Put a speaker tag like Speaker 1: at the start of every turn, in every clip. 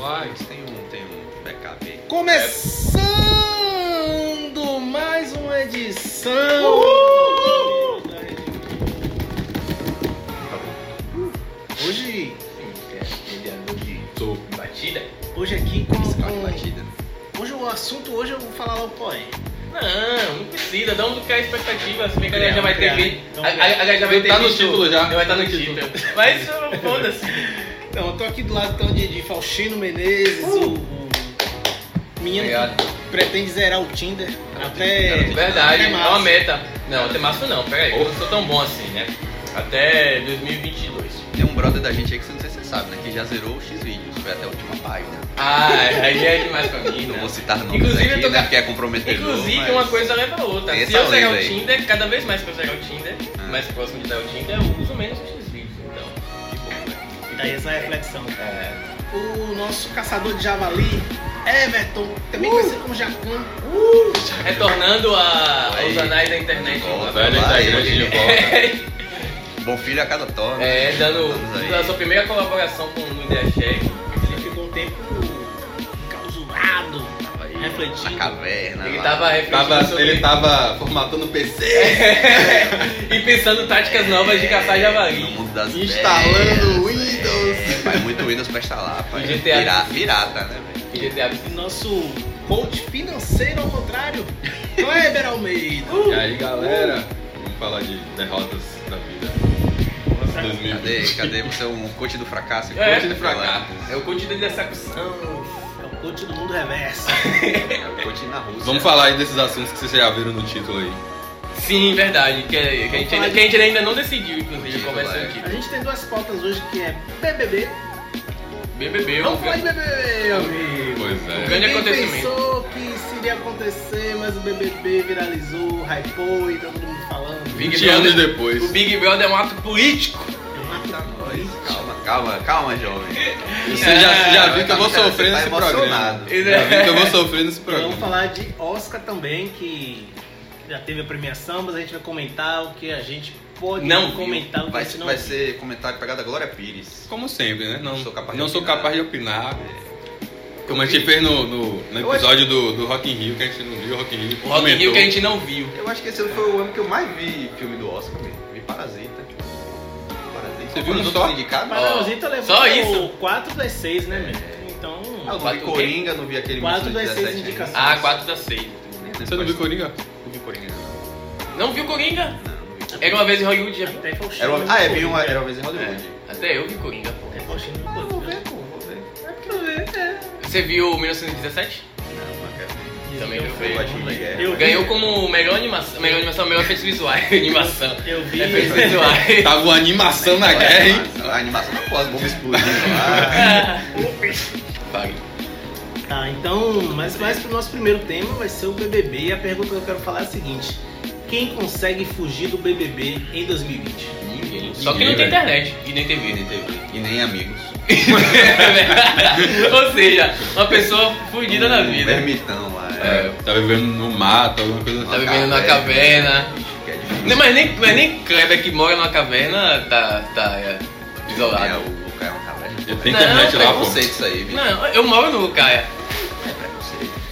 Speaker 1: lá, eles têm um, têm um backup aí.
Speaker 2: Começando mais uma edição. Hoje,
Speaker 3: É, Ele andou de
Speaker 1: Tô
Speaker 3: batida?
Speaker 2: hoje aqui com,
Speaker 1: fiscal de
Speaker 2: com
Speaker 1: batida. né?
Speaker 2: hoje o assunto hoje eu vou falar lá o poema.
Speaker 3: Não, não precisa, dá um criar expectativa, se bem que a galera já vai ter
Speaker 2: criar.
Speaker 3: visto.
Speaker 2: Então,
Speaker 3: A, a, a galera já vai ter
Speaker 1: Tá no
Speaker 3: visto-
Speaker 1: título já.
Speaker 3: Vai estar no título. Mas uh, foda-se.
Speaker 2: Então, eu tô aqui do lado então de, de Faustino Menezes,
Speaker 3: Uh.
Speaker 2: o, o menino
Speaker 1: Obrigado.
Speaker 2: que pretende zerar o Tinder até
Speaker 3: Verdade,
Speaker 2: até
Speaker 3: é uma
Speaker 2: março.
Speaker 3: meta. Não, até março não, pera aí, eu não sou tão bom assim, né? Até 2022.
Speaker 1: Tem um brother da gente aí que você não sei se você sabe, né? Que já zerou o X-Videos, foi até a última página.
Speaker 3: Ah, aí já é demais pra mim,
Speaker 1: Não
Speaker 3: né?
Speaker 1: vou citar nomes
Speaker 3: Inclusive,
Speaker 1: aqui,
Speaker 3: eu tô-
Speaker 1: né? Porque é comprometedor.
Speaker 3: Inclusive,
Speaker 1: mas-
Speaker 3: uma coisa leva a outra.
Speaker 1: Tem
Speaker 3: Se
Speaker 1: essa
Speaker 3: eu zerar
Speaker 1: lenda
Speaker 3: o
Speaker 1: aí.
Speaker 3: Tinder, cada vez mais que eu zerar o Tinder,
Speaker 1: Ah.
Speaker 3: mais próximo de dar o Tinder, eu uso menos os X-Videos, então.
Speaker 1: Que bom, né?
Speaker 2: Daí essa reflexão.
Speaker 3: É.
Speaker 2: O nosso caçador de javali, Everton, também
Speaker 3: Uh!
Speaker 2: conhecido como Jacan.
Speaker 3: Retornando a,
Speaker 1: Aí.
Speaker 3: aos anais da internet. né?
Speaker 1: De volta,
Speaker 3: Anais
Speaker 1: lá
Speaker 3: da
Speaker 1: ele,
Speaker 3: internet.
Speaker 1: de volta. Bom filho a cada torre.
Speaker 3: É, dando
Speaker 1: Estamos aí.
Speaker 3: a sua primeira colaboração com o Ideia Chefe.
Speaker 2: Ele ficou um tempo enclausurado.
Speaker 1: Aí,
Speaker 2: refletindo.
Speaker 1: Na caverna.
Speaker 3: Ele
Speaker 1: lá.
Speaker 3: tava refletindo sobre...
Speaker 1: tava formatando o PC.
Speaker 3: e pensando táticas novas de caçar
Speaker 1: No
Speaker 3: javali.
Speaker 1: mundo das
Speaker 4: Instalando
Speaker 1: ideias,
Speaker 4: Windows.
Speaker 1: É, faz muito Windows pra instalar, pai.
Speaker 3: E GTA.
Speaker 1: Pirata, pirata, né, velho?
Speaker 3: E GTA
Speaker 2: E nosso coach financeiro ao contrário, Kleber Almeida.
Speaker 3: É.
Speaker 5: E aí galera, vamos falar de derrotas da vida.
Speaker 2: É
Speaker 5: 2020.
Speaker 1: Cadê, cadê? Você é um coach do fracasso?
Speaker 3: É.
Speaker 1: coach do fracasso.
Speaker 3: É o conteúdo dessa acusação.
Speaker 2: É o coach do mundo reverso.
Speaker 1: É o coach na Rússia.
Speaker 5: Vamos falar aí desses assuntos que vocês já viram no título aí.
Speaker 3: Sim, verdade. Que, que a, gente ainda, que a gente ainda não decidiu, inclusive,
Speaker 1: Título,
Speaker 3: qual vai ser
Speaker 1: é.
Speaker 3: o
Speaker 2: A
Speaker 3: título.
Speaker 2: gente tem duas pautas hoje que é BBB.
Speaker 3: BBB,
Speaker 2: Vamos
Speaker 3: um
Speaker 2: falar de
Speaker 3: grande-
Speaker 2: BBB, amigo.
Speaker 5: Pois
Speaker 3: Um
Speaker 5: é.
Speaker 3: grande
Speaker 2: Ninguém
Speaker 3: acontecimento.
Speaker 2: pensou que isso iria acontecer, mas o BBB viralizou, hypou e todo mundo falando.
Speaker 3: Big
Speaker 5: 20 anos
Speaker 3: Brother.
Speaker 5: depois.
Speaker 3: O Big Brother é um ato político.
Speaker 1: Eita, nós. Calma, calma, calma, jovem.
Speaker 5: Você
Speaker 2: É.
Speaker 3: É.
Speaker 5: já, já viu que eu vou
Speaker 1: Cara,
Speaker 5: sofrer
Speaker 1: você tá
Speaker 5: nesse programa.
Speaker 1: emocionado. Então,
Speaker 5: Já viu que eu vou sofrer nesse
Speaker 2: E Vamos
Speaker 5: programa.
Speaker 2: falar de Oscar também, que já teve a premiação, mas a gente vai comentar o que a gente pode
Speaker 3: Não viu.
Speaker 2: comentar, o que
Speaker 1: Vai,
Speaker 2: a gente não
Speaker 1: vai
Speaker 2: viu.
Speaker 1: ser comentário pegada Glória Pires.
Speaker 5: Como sempre, né? Não
Speaker 1: Sou capaz de
Speaker 5: não sou
Speaker 1: opinar.
Speaker 5: capaz de opinar. Como a gente fez no, no- no
Speaker 1: Eu acho-
Speaker 5: episódio do, do Rock in Rio, que a gente não viu, Rock in Rio
Speaker 3: O Rock in Rio
Speaker 5: comentou.
Speaker 3: que a gente não viu.
Speaker 1: Eu acho que esse foi o ano que eu mais vi filme do Oscar, velho. Vi Parasita. Parasita.
Speaker 5: Você viu um
Speaker 1: Parasita
Speaker 5: só?
Speaker 1: foi indicado?
Speaker 2: Mas
Speaker 3: Ó,
Speaker 2: a Rosita levou
Speaker 3: só isso?
Speaker 2: 4 das 6, né, meu? Então,
Speaker 1: Ah, eu não vi
Speaker 3: Quatro-
Speaker 1: Coringa, não vi aquele
Speaker 2: Quatro
Speaker 1: 1917
Speaker 2: das seis
Speaker 1: ainda.
Speaker 2: indicações.
Speaker 3: Ah, 4 da 6.
Speaker 5: Você não viu Coringa?
Speaker 1: Não vi Coringa, não.
Speaker 3: Não viu Coringa?
Speaker 1: Não, não vi.
Speaker 3: Era uma vez em Hollywood, já.
Speaker 2: até Faustino.
Speaker 1: Era uma- Ah, é, vi uma,
Speaker 2: Coringa.
Speaker 1: era uma vez em Hollywood.
Speaker 3: Até eu vi Coringa, pô.
Speaker 2: Até Faustino
Speaker 1: Eu
Speaker 2: não
Speaker 1: vou
Speaker 2: Coringa.
Speaker 1: ver, pô, vou ver. é.
Speaker 3: Você viu o 1917?
Speaker 1: Não, não é. quero ver.
Speaker 3: Também
Speaker 2: Eu
Speaker 3: não
Speaker 2: fui-
Speaker 3: foi.
Speaker 1: Batman de guerra.
Speaker 2: Eu vi-
Speaker 3: Ganhou como melhor animação, melhor animação, melhor efeitos visuais, animação.
Speaker 2: Eu vi.
Speaker 1: É,
Speaker 3: Efeitos visuais.
Speaker 5: Tava uma animação na guerra, hein?
Speaker 1: né? A animação da pós bomba explodindo lá.
Speaker 3: Vai.
Speaker 2: Tá, então, mas, mas pro nosso primeiro tema vai ser o BBB. E a pergunta que eu quero falar é a seguinte: quem consegue fugir do BBB em 2020?
Speaker 3: Ninguém. Só que não tem
Speaker 5: velho.
Speaker 3: internet e nem TV.
Speaker 1: E nem TV. E nem amigos.
Speaker 3: Ou seja, uma pessoa fudida na vida.
Speaker 1: Um Hum, Ermitão lá.
Speaker 3: É.
Speaker 5: Tá vivendo no mato, alguma coisa
Speaker 3: Tá
Speaker 5: assim.
Speaker 3: vivendo numa caverna.
Speaker 1: Que é difícil.
Speaker 3: Não, mas nem, mas nem Kleber que mora numa caverna tá, tá é,
Speaker 1: É,
Speaker 3: isolado.
Speaker 1: o Luca é uma caverna.
Speaker 5: Eu tenho
Speaker 3: Não,
Speaker 5: internet lá, pô.
Speaker 1: Preconceito isso aí, bicho.
Speaker 3: Não, eu moro no Lucaia.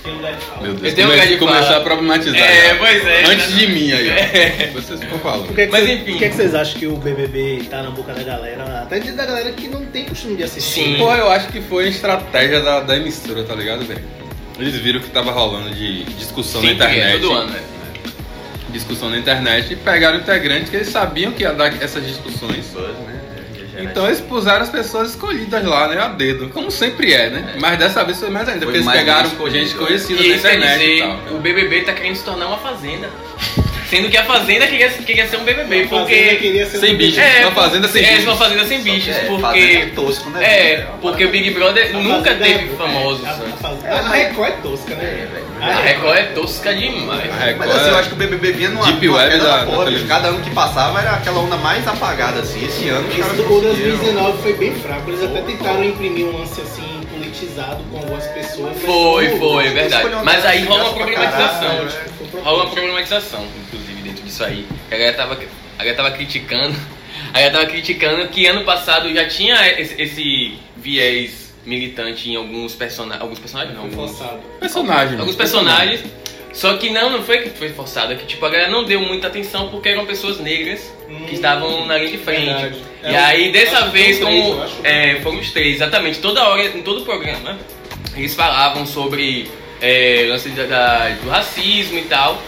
Speaker 2: Tem lugar de fala.
Speaker 5: Meu
Speaker 3: Eu
Speaker 5: Deus,
Speaker 3: tenho
Speaker 5: come-
Speaker 3: lugar de
Speaker 5: começar
Speaker 3: fala.
Speaker 5: a problematizar.
Speaker 3: É,
Speaker 5: já.
Speaker 3: pois é.
Speaker 5: Antes de mim aí,
Speaker 3: É.
Speaker 5: ó. Vocês ficam falando.
Speaker 2: Por que que
Speaker 3: Mas
Speaker 2: cê-
Speaker 3: enfim.
Speaker 2: Por que, que vocês acham que o BBB tá na boca da galera? Até de- da galera que não tem costume de assistir.
Speaker 3: Sim.
Speaker 5: Porra, eu acho que foi a estratégia da, da emissora, tá ligado, velho? Eles viram que tava rolando de discussão na
Speaker 3: Sempre é,
Speaker 5: internet.
Speaker 3: todo ano, né?
Speaker 5: Discussão na internet e pegaram integrantes que eles sabiam que ia dar essas discussões.
Speaker 1: Buzz, né?
Speaker 5: Então eles puseram as pessoas escolhidas lá, né? A dedo. Como sempre é, né? Mas dessa vez foi mais ainda,
Speaker 1: Foi
Speaker 5: porque eles
Speaker 1: mais
Speaker 5: pegaram
Speaker 1: escolhido,
Speaker 5: gente
Speaker 1: é.
Speaker 5: conhecida
Speaker 3: E
Speaker 5: na
Speaker 3: isso quer
Speaker 5: internet
Speaker 3: dizer,
Speaker 5: e tal.
Speaker 3: o BBB tá querendo se tornar uma fazenda. Sendo que a fazenda queria, queria ser um BBB,
Speaker 2: A Fazenda
Speaker 3: porque...
Speaker 2: queria ser
Speaker 5: Sem
Speaker 2: um
Speaker 5: bicho.
Speaker 2: BBB.
Speaker 5: Uma fazenda sem
Speaker 3: é,
Speaker 5: bichos.
Speaker 3: uma fazenda sem bichos,
Speaker 1: É, fazenda é
Speaker 3: porque...
Speaker 1: tosco, né?
Speaker 3: É,
Speaker 1: bicho? uma
Speaker 3: porque o Big Brother
Speaker 2: A
Speaker 3: nunca
Speaker 2: Fazenda-
Speaker 3: teve
Speaker 2: é,
Speaker 3: famosos.
Speaker 2: A, a,
Speaker 3: né?
Speaker 2: Fazenda- a Record é tosca, né?
Speaker 1: É, velho.
Speaker 3: A Record é tosca demais.
Speaker 5: A
Speaker 1: Mas assim, eu acho
Speaker 5: Record. é
Speaker 1: que o BBB vinha numa,
Speaker 5: Deep
Speaker 1: numa
Speaker 5: Web
Speaker 1: queda
Speaker 5: da-
Speaker 1: da
Speaker 5: da
Speaker 1: porra, bicho.
Speaker 5: televisão.
Speaker 1: Cada ano que passava era aquela onda mais apagada, assim. Esse ano
Speaker 3: é
Speaker 1: os caras
Speaker 2: Esse do
Speaker 1: conseguiram.
Speaker 2: 2019 foi bem fraco. Eles até
Speaker 1: Pô,
Speaker 2: tentaram
Speaker 1: pô.
Speaker 2: imprimir um lance assim politizado com algumas pessoas. mas
Speaker 3: Foi,
Speaker 2: não-
Speaker 3: foi, é verdade.
Speaker 1: Escolheu uma
Speaker 3: Mas aí rola uma
Speaker 1: graça pra
Speaker 3: problematização.
Speaker 1: caralho,
Speaker 2: né? Foi pro-
Speaker 3: Rola uma problematização, inclusive, dentro disso aí. A galera tava, a galera tava criticando. A galera tava criticando que ano passado já tinha esse, esse viés militante em alguns personagens. Alguns personagens não.
Speaker 2: Foi
Speaker 3: Alguns,
Speaker 2: forçado.
Speaker 5: Personagem.
Speaker 3: alguns
Speaker 5: mano.
Speaker 3: personagens. Só que não, não foi que foi forçado, é que tipo, a galera não deu muita atenção porque eram pessoas negras
Speaker 2: Hum,
Speaker 3: que estavam na linha de frente.
Speaker 2: verdade.
Speaker 3: E
Speaker 2: É,
Speaker 3: aí, dessa
Speaker 2: acho que
Speaker 3: vez,
Speaker 2: são três,
Speaker 3: como.
Speaker 2: eu acho.
Speaker 3: É, foram os três, exatamente. Toda hora, em todo o programa, né, eles falavam sobre é, lance da, da- do racismo e tal,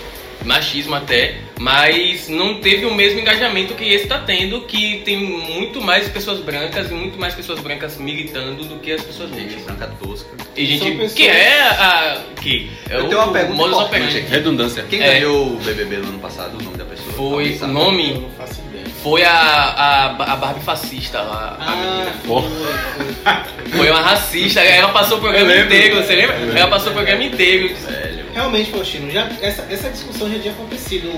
Speaker 3: machismo até, mas não teve o mesmo engajamento que esse tá tendo, que tem muito mais pessoas brancas e muito mais pessoas brancas militando do que as pessoas
Speaker 1: Gente
Speaker 3: negras.
Speaker 1: branca tosca.
Speaker 3: E gente,
Speaker 2: São pessoas-
Speaker 3: que é a. que é
Speaker 1: Eu tenho uma pergunta
Speaker 3: modus
Speaker 1: importante
Speaker 3: operandi.
Speaker 1: aqui.
Speaker 5: Redundância.
Speaker 1: Quem
Speaker 3: É.
Speaker 1: ganhou o BBB no ano passado, o nome da pessoa?
Speaker 3: Foi
Speaker 1: Alguém
Speaker 3: o
Speaker 1: sabe?
Speaker 2: Eu
Speaker 3: nome,
Speaker 2: não faço ideia.
Speaker 3: foi a, a, a Barbie fascista lá. a
Speaker 2: Ah,
Speaker 3: menina.
Speaker 5: Pô.
Speaker 2: foi, foi.
Speaker 3: Foi uma racista, ela passou o programa
Speaker 5: Eu lembro.
Speaker 3: inteiro, você lembra? Ela passou o programa inteiro.
Speaker 1: Velho.
Speaker 2: Realmente, Faustino, já, essa, essa discussão já tinha acontecido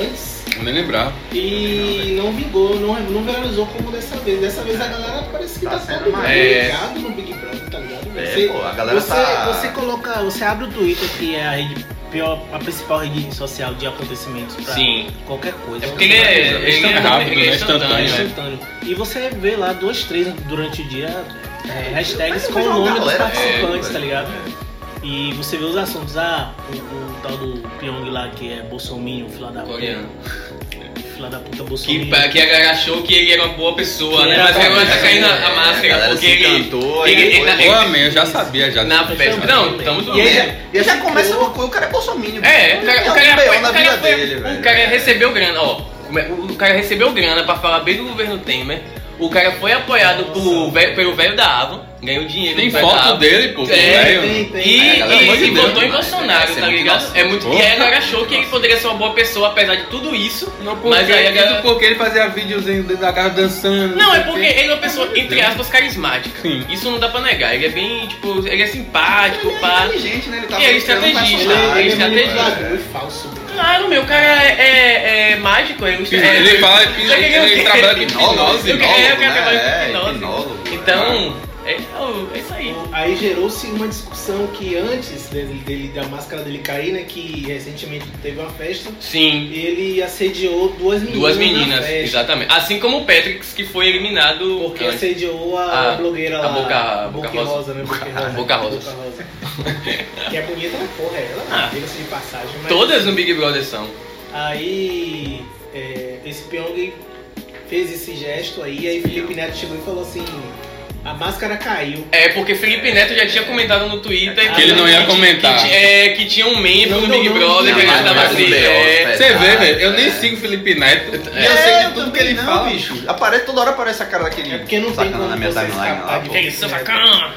Speaker 2: antes
Speaker 5: Eu nem lembrava.
Speaker 2: e não vingou, não, não viralizou como dessa vez. Dessa vez a galera parece que
Speaker 1: Tá
Speaker 2: tá,
Speaker 1: sendo
Speaker 2: todo mundo
Speaker 1: mais-
Speaker 2: ligado no Big Brother, tá ligado?
Speaker 1: É,
Speaker 2: Você-
Speaker 1: pô, a galera
Speaker 2: você,
Speaker 1: tá.
Speaker 2: você coloca, você abre o Twitter, que é a rede pior, a principal rede social de acontecimentos pra
Speaker 3: Sim.
Speaker 2: qualquer coisa.
Speaker 3: É porque ele é,
Speaker 5: Eles
Speaker 3: ele
Speaker 5: estão
Speaker 3: é
Speaker 5: rápido,
Speaker 3: ele é
Speaker 5: né?
Speaker 2: É
Speaker 5: Instantâneo.
Speaker 3: instantâneo.
Speaker 2: instantâneo. E você vê lá duas, três durante o dia é, hashtags
Speaker 1: Mas
Speaker 2: com
Speaker 1: eu vejo uma
Speaker 2: o nome dos
Speaker 1: galera,
Speaker 2: participantes,
Speaker 1: é,
Speaker 2: tá ligado?
Speaker 1: é.
Speaker 2: E você vê os assuntos, ah, o, o tal do Pyong lá que é Bolsonaro, fila da
Speaker 3: Coreano.
Speaker 2: puta. Fila da puta
Speaker 3: é. Que,
Speaker 2: Bolsonaro.
Speaker 3: pra- que a galera achou que ele era uma boa pessoa,
Speaker 2: Que
Speaker 3: né?
Speaker 2: era
Speaker 3: Mas
Speaker 2: bom,
Speaker 3: agora tá
Speaker 2: né?
Speaker 3: caindo a, a
Speaker 1: É,
Speaker 3: máscara,
Speaker 1: galera
Speaker 3: porque
Speaker 1: se
Speaker 3: ele.
Speaker 1: encantou,
Speaker 3: ele-
Speaker 1: aí
Speaker 3: ele-
Speaker 1: foi-
Speaker 3: É,
Speaker 5: Ô, amém, eu já sabia já.
Speaker 3: Na festa. Não, tamo tudo
Speaker 2: E aí
Speaker 3: bem.
Speaker 2: já-
Speaker 1: E já começa no cu, o cara é bolsominion.
Speaker 3: É, o cara, o cara, foi, o
Speaker 1: na
Speaker 3: cara,
Speaker 1: vida
Speaker 3: foi-
Speaker 1: dele,
Speaker 3: o
Speaker 1: velho.
Speaker 3: cara é recebeu grana, ó. Como é- O cara recebeu grana pra falar bem do governo Temer. O cara foi apoiado por,
Speaker 2: Nossa.
Speaker 3: velho- pelo velho da Avon, ganhou dinheiro.
Speaker 5: Tem
Speaker 3: do velho da
Speaker 5: foto
Speaker 3: Avon.
Speaker 5: dele, pô.
Speaker 3: É,
Speaker 5: com o velho.
Speaker 2: tem, tem.
Speaker 3: E,
Speaker 1: É, galera,
Speaker 3: e,
Speaker 1: muito
Speaker 3: e
Speaker 1: grande
Speaker 3: votou em
Speaker 1: demais,
Speaker 3: Bolsonaro,
Speaker 1: né?
Speaker 3: tá
Speaker 1: Esse é
Speaker 3: ligado?
Speaker 1: muito
Speaker 3: É muito.
Speaker 5: nossa.
Speaker 3: E aí a galera achou que ele poderia ser uma boa pessoa, apesar de tudo isso.
Speaker 5: Não, porque,
Speaker 3: Mas aí a
Speaker 5: tudo
Speaker 3: galera-
Speaker 5: porque ele fazia videozinho dentro da casa dançando.
Speaker 3: Não, é
Speaker 5: sei o
Speaker 3: porque
Speaker 5: quê.
Speaker 3: ele é uma pessoa, entre aspas, carismática.
Speaker 5: Sim.
Speaker 3: Isso não dá pra negar. Ele é bem, tipo, ele é simpático, pá.
Speaker 1: Ele é inteligente, né? Ele tá
Speaker 3: E ele é
Speaker 1: mostrando
Speaker 3: estrategista,
Speaker 1: personagem,
Speaker 2: ele, ele é
Speaker 3: estrategista.
Speaker 2: manipulador e falso.
Speaker 3: Claro, meu, o cara é, é- é mágico, é,
Speaker 5: Ele, ele fala, ele, ele, trabalha com
Speaker 1: Hipnólogo,
Speaker 5: hipnose.
Speaker 3: Eu quero- eu quero
Speaker 1: né?
Speaker 3: trabalhar com
Speaker 1: É,
Speaker 3: hipnose.
Speaker 1: hipnólogo.
Speaker 3: Então, é, é isso aí.
Speaker 2: Aí gerou-se uma discussão que antes dele, dele- da máscara dele cair, né? Que recentemente teve uma festa,
Speaker 3: Sim,
Speaker 2: ele assediou duas meninas.
Speaker 3: duas
Speaker 2: na
Speaker 3: meninas,
Speaker 2: festa,
Speaker 3: exatamente. Assim como o Patrix, que foi eliminado
Speaker 2: Porque
Speaker 3: antes.
Speaker 2: assediou a,
Speaker 3: A-
Speaker 2: blogueira
Speaker 3: a
Speaker 2: lá.
Speaker 3: Boca- a Boca
Speaker 2: Boca
Speaker 3: Rosa.
Speaker 2: né? Boca Rosa.
Speaker 3: Boca Rosa.
Speaker 2: Rosa. que é bonita, né? porra, ela
Speaker 3: Ah.
Speaker 2: diga-se de passagem. Mas...
Speaker 3: Todas no Big Brother são.
Speaker 2: Aí, é, esse Pyong fez esse gesto aí, aí Felipe Neto chegou e falou assim, a máscara caiu.
Speaker 3: É, porque Felipe Neto já tinha comentado no Twitter
Speaker 5: Que ele não ia
Speaker 3: que-
Speaker 5: comentar.
Speaker 3: Que, ti- é, que tinha um membro
Speaker 2: Não,
Speaker 3: do
Speaker 2: não,
Speaker 3: Big
Speaker 2: não,
Speaker 3: Brother
Speaker 2: não,
Speaker 3: que ele
Speaker 2: não,
Speaker 3: tava
Speaker 2: não,
Speaker 3: assim.
Speaker 1: não,
Speaker 3: É,
Speaker 1: não.
Speaker 5: Você vê,
Speaker 1: Verdade,
Speaker 5: velho, eu nem
Speaker 1: é.
Speaker 5: sigo o Felipe Neto. E eu
Speaker 1: É,
Speaker 5: sei
Speaker 1: eu
Speaker 5: de tudo que
Speaker 1: também
Speaker 5: ele
Speaker 1: não,
Speaker 5: fala.
Speaker 1: bicho. Aparece toda hora aparece a cara daquele.
Speaker 2: É porque não tem
Speaker 1: sacana
Speaker 2: como
Speaker 1: na minha
Speaker 2: você
Speaker 1: timeline lá,
Speaker 2: escapar de
Speaker 1: pô.
Speaker 2: quem
Speaker 3: Ei, seu sacana!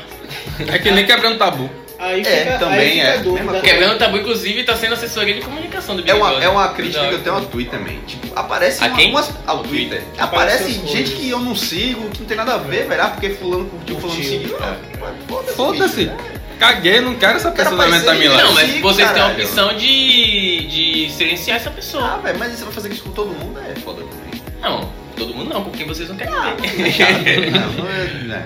Speaker 5: É que nem quebrando tabu.
Speaker 2: Aí
Speaker 1: É,
Speaker 2: fica,
Speaker 1: também
Speaker 2: aí fica
Speaker 1: é.
Speaker 2: a dúvida.
Speaker 1: Mesma
Speaker 3: Quebrando o tabu, inclusive, tá sendo assessoria de comunicação do Big
Speaker 1: É uma,
Speaker 3: Brother.
Speaker 1: é uma crítica que eu
Speaker 3: Não.
Speaker 1: tenho ao Twitter, man. Tipo, aparece
Speaker 3: A
Speaker 1: uma-
Speaker 3: quem?
Speaker 1: umas. Ao Twitter.
Speaker 2: Aparece
Speaker 1: Aparece
Speaker 2: as
Speaker 1: gente
Speaker 2: coisas.
Speaker 1: que eu não sigo, que não tem nada a ver, velho. Ah, porque fulano curtiu, fulano
Speaker 2: Curtiu.
Speaker 1: seguiu. Ah, Foda-se.
Speaker 5: Foda-se.
Speaker 1: bicho.
Speaker 5: Caguei, não quero essa
Speaker 1: Cara,
Speaker 5: pessoa na minha
Speaker 1: parece-
Speaker 5: timeline.
Speaker 3: Não, mas
Speaker 1: Sim,
Speaker 3: vocês têm a
Speaker 1: caralho.
Speaker 3: opção de, de silenciar essa
Speaker 1: Ah,
Speaker 3: pessoa.
Speaker 1: velho, mas você vai fazer isso com todo mundo? É foda também.
Speaker 3: Não, todo mundo não, porque vocês não querem
Speaker 1: Ah,
Speaker 3: ver.
Speaker 1: Não, não é- né.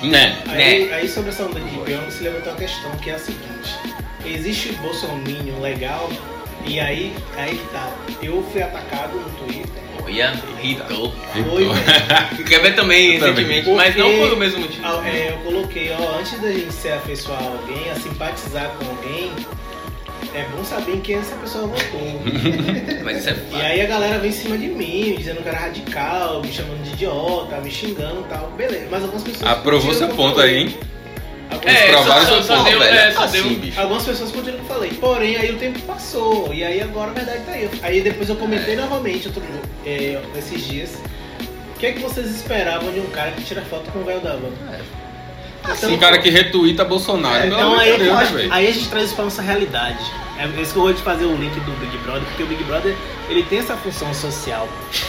Speaker 5: Né?
Speaker 2: Aí, aí sobre essa onda de Pyong se levantou a questão que é a seguinte: existe o Bolsonaro legal, e aí, aí que tá. Eu fui atacado no Twitter.
Speaker 3: Olha, irritou.
Speaker 2: Foi,
Speaker 5: Então.
Speaker 2: velho.
Speaker 3: Kleber também,
Speaker 5: Eu também.
Speaker 3: recentemente, mas não
Speaker 2: Porque-
Speaker 3: por o mesmo motivo.
Speaker 2: Ah, é, eu coloquei, ó, antes da gente se afeiçoar a alguém, a simpatizar com alguém, é bom saber em quem essa pessoa votou.
Speaker 3: Mas isso é
Speaker 2: e
Speaker 3: fato.
Speaker 2: aí a galera vem em cima de mim, dizendo que era radical, me chamando de idiota, me xingando e tal. Beleza, mas algumas pessoas.
Speaker 5: Aprovou
Speaker 2: curtiram
Speaker 5: seu
Speaker 2: o que eu
Speaker 5: ponto aí, hein?
Speaker 2: Algumas
Speaker 3: É, só,
Speaker 5: prováveis
Speaker 3: só, só
Speaker 1: Pô,
Speaker 3: deu,
Speaker 1: velho,
Speaker 3: é, só deu.
Speaker 1: assim, bicho.
Speaker 2: Algumas pessoas continuam o que eu falei, porém aí o tempo passou, e aí agora a verdade tá aí. Aí depois eu comentei novamente outro, é, esses dias. O que é que vocês esperavam de um cara que tira foto com o véu da van? Então-
Speaker 5: É. Um cara que retuita Bolsonaro.
Speaker 2: É,
Speaker 5: pelo
Speaker 2: então
Speaker 5: amor
Speaker 2: aí,
Speaker 5: de Deus,
Speaker 2: eu acho-
Speaker 5: velho.
Speaker 2: aí a gente traz isso pra nossa realidade. É por isso que eu vou te fazer o link do Big Brother, porque o Big Brother ele tem essa função social.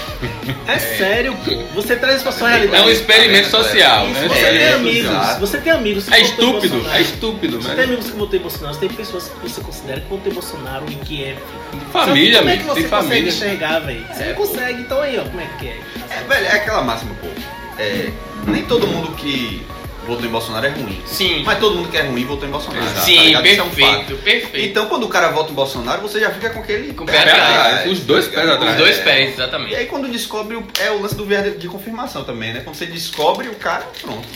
Speaker 2: É, sério, pô. Você traz isso pra sua
Speaker 5: É
Speaker 2: realidade.
Speaker 5: um experimento social,
Speaker 2: Isso,
Speaker 5: né?
Speaker 2: você
Speaker 5: É,
Speaker 2: tem
Speaker 1: experimento
Speaker 2: amigos,
Speaker 1: social.
Speaker 2: você tem amigos. que
Speaker 5: É
Speaker 2: votam em
Speaker 5: estúpido,
Speaker 2: Bolsonaro.
Speaker 5: é estúpido,
Speaker 2: Você tem
Speaker 5: mas.
Speaker 2: amigos que votam em Bolsonaro, você tem pessoas que você considera que votam em Bolsonaro e que é.
Speaker 5: Família,
Speaker 2: Só que
Speaker 5: amigo,
Speaker 2: Como é
Speaker 5: tem
Speaker 2: que você consegue
Speaker 5: família.
Speaker 2: enxergar, velho? Você
Speaker 1: É,
Speaker 2: não
Speaker 1: pô.
Speaker 2: consegue, então aí, ó, como é que é?
Speaker 1: É, velho, é aquela máxima, pô. É, nem todo mundo que votou em Bolsonaro é ruim.
Speaker 3: Sim,
Speaker 1: Mas todo mundo que é ruim votou em Bolsonaro. tá
Speaker 3: sim,
Speaker 1: ligado? Isso é um fato.
Speaker 3: perfeito, perfeito.
Speaker 1: Então quando o cara vota em Bolsonaro, você já fica com aquele.
Speaker 3: Com o
Speaker 1: pé
Speaker 3: pé atrás.
Speaker 5: Os dois
Speaker 1: tá
Speaker 5: pés
Speaker 1: ligado?
Speaker 5: atrás.
Speaker 3: Os dois
Speaker 1: É.
Speaker 3: pés,
Speaker 1: E
Speaker 3: exatamente.
Speaker 1: aí quando descobre, o- é o lance do viés de confirmação também, né? Quando você descobre o cara, pronto.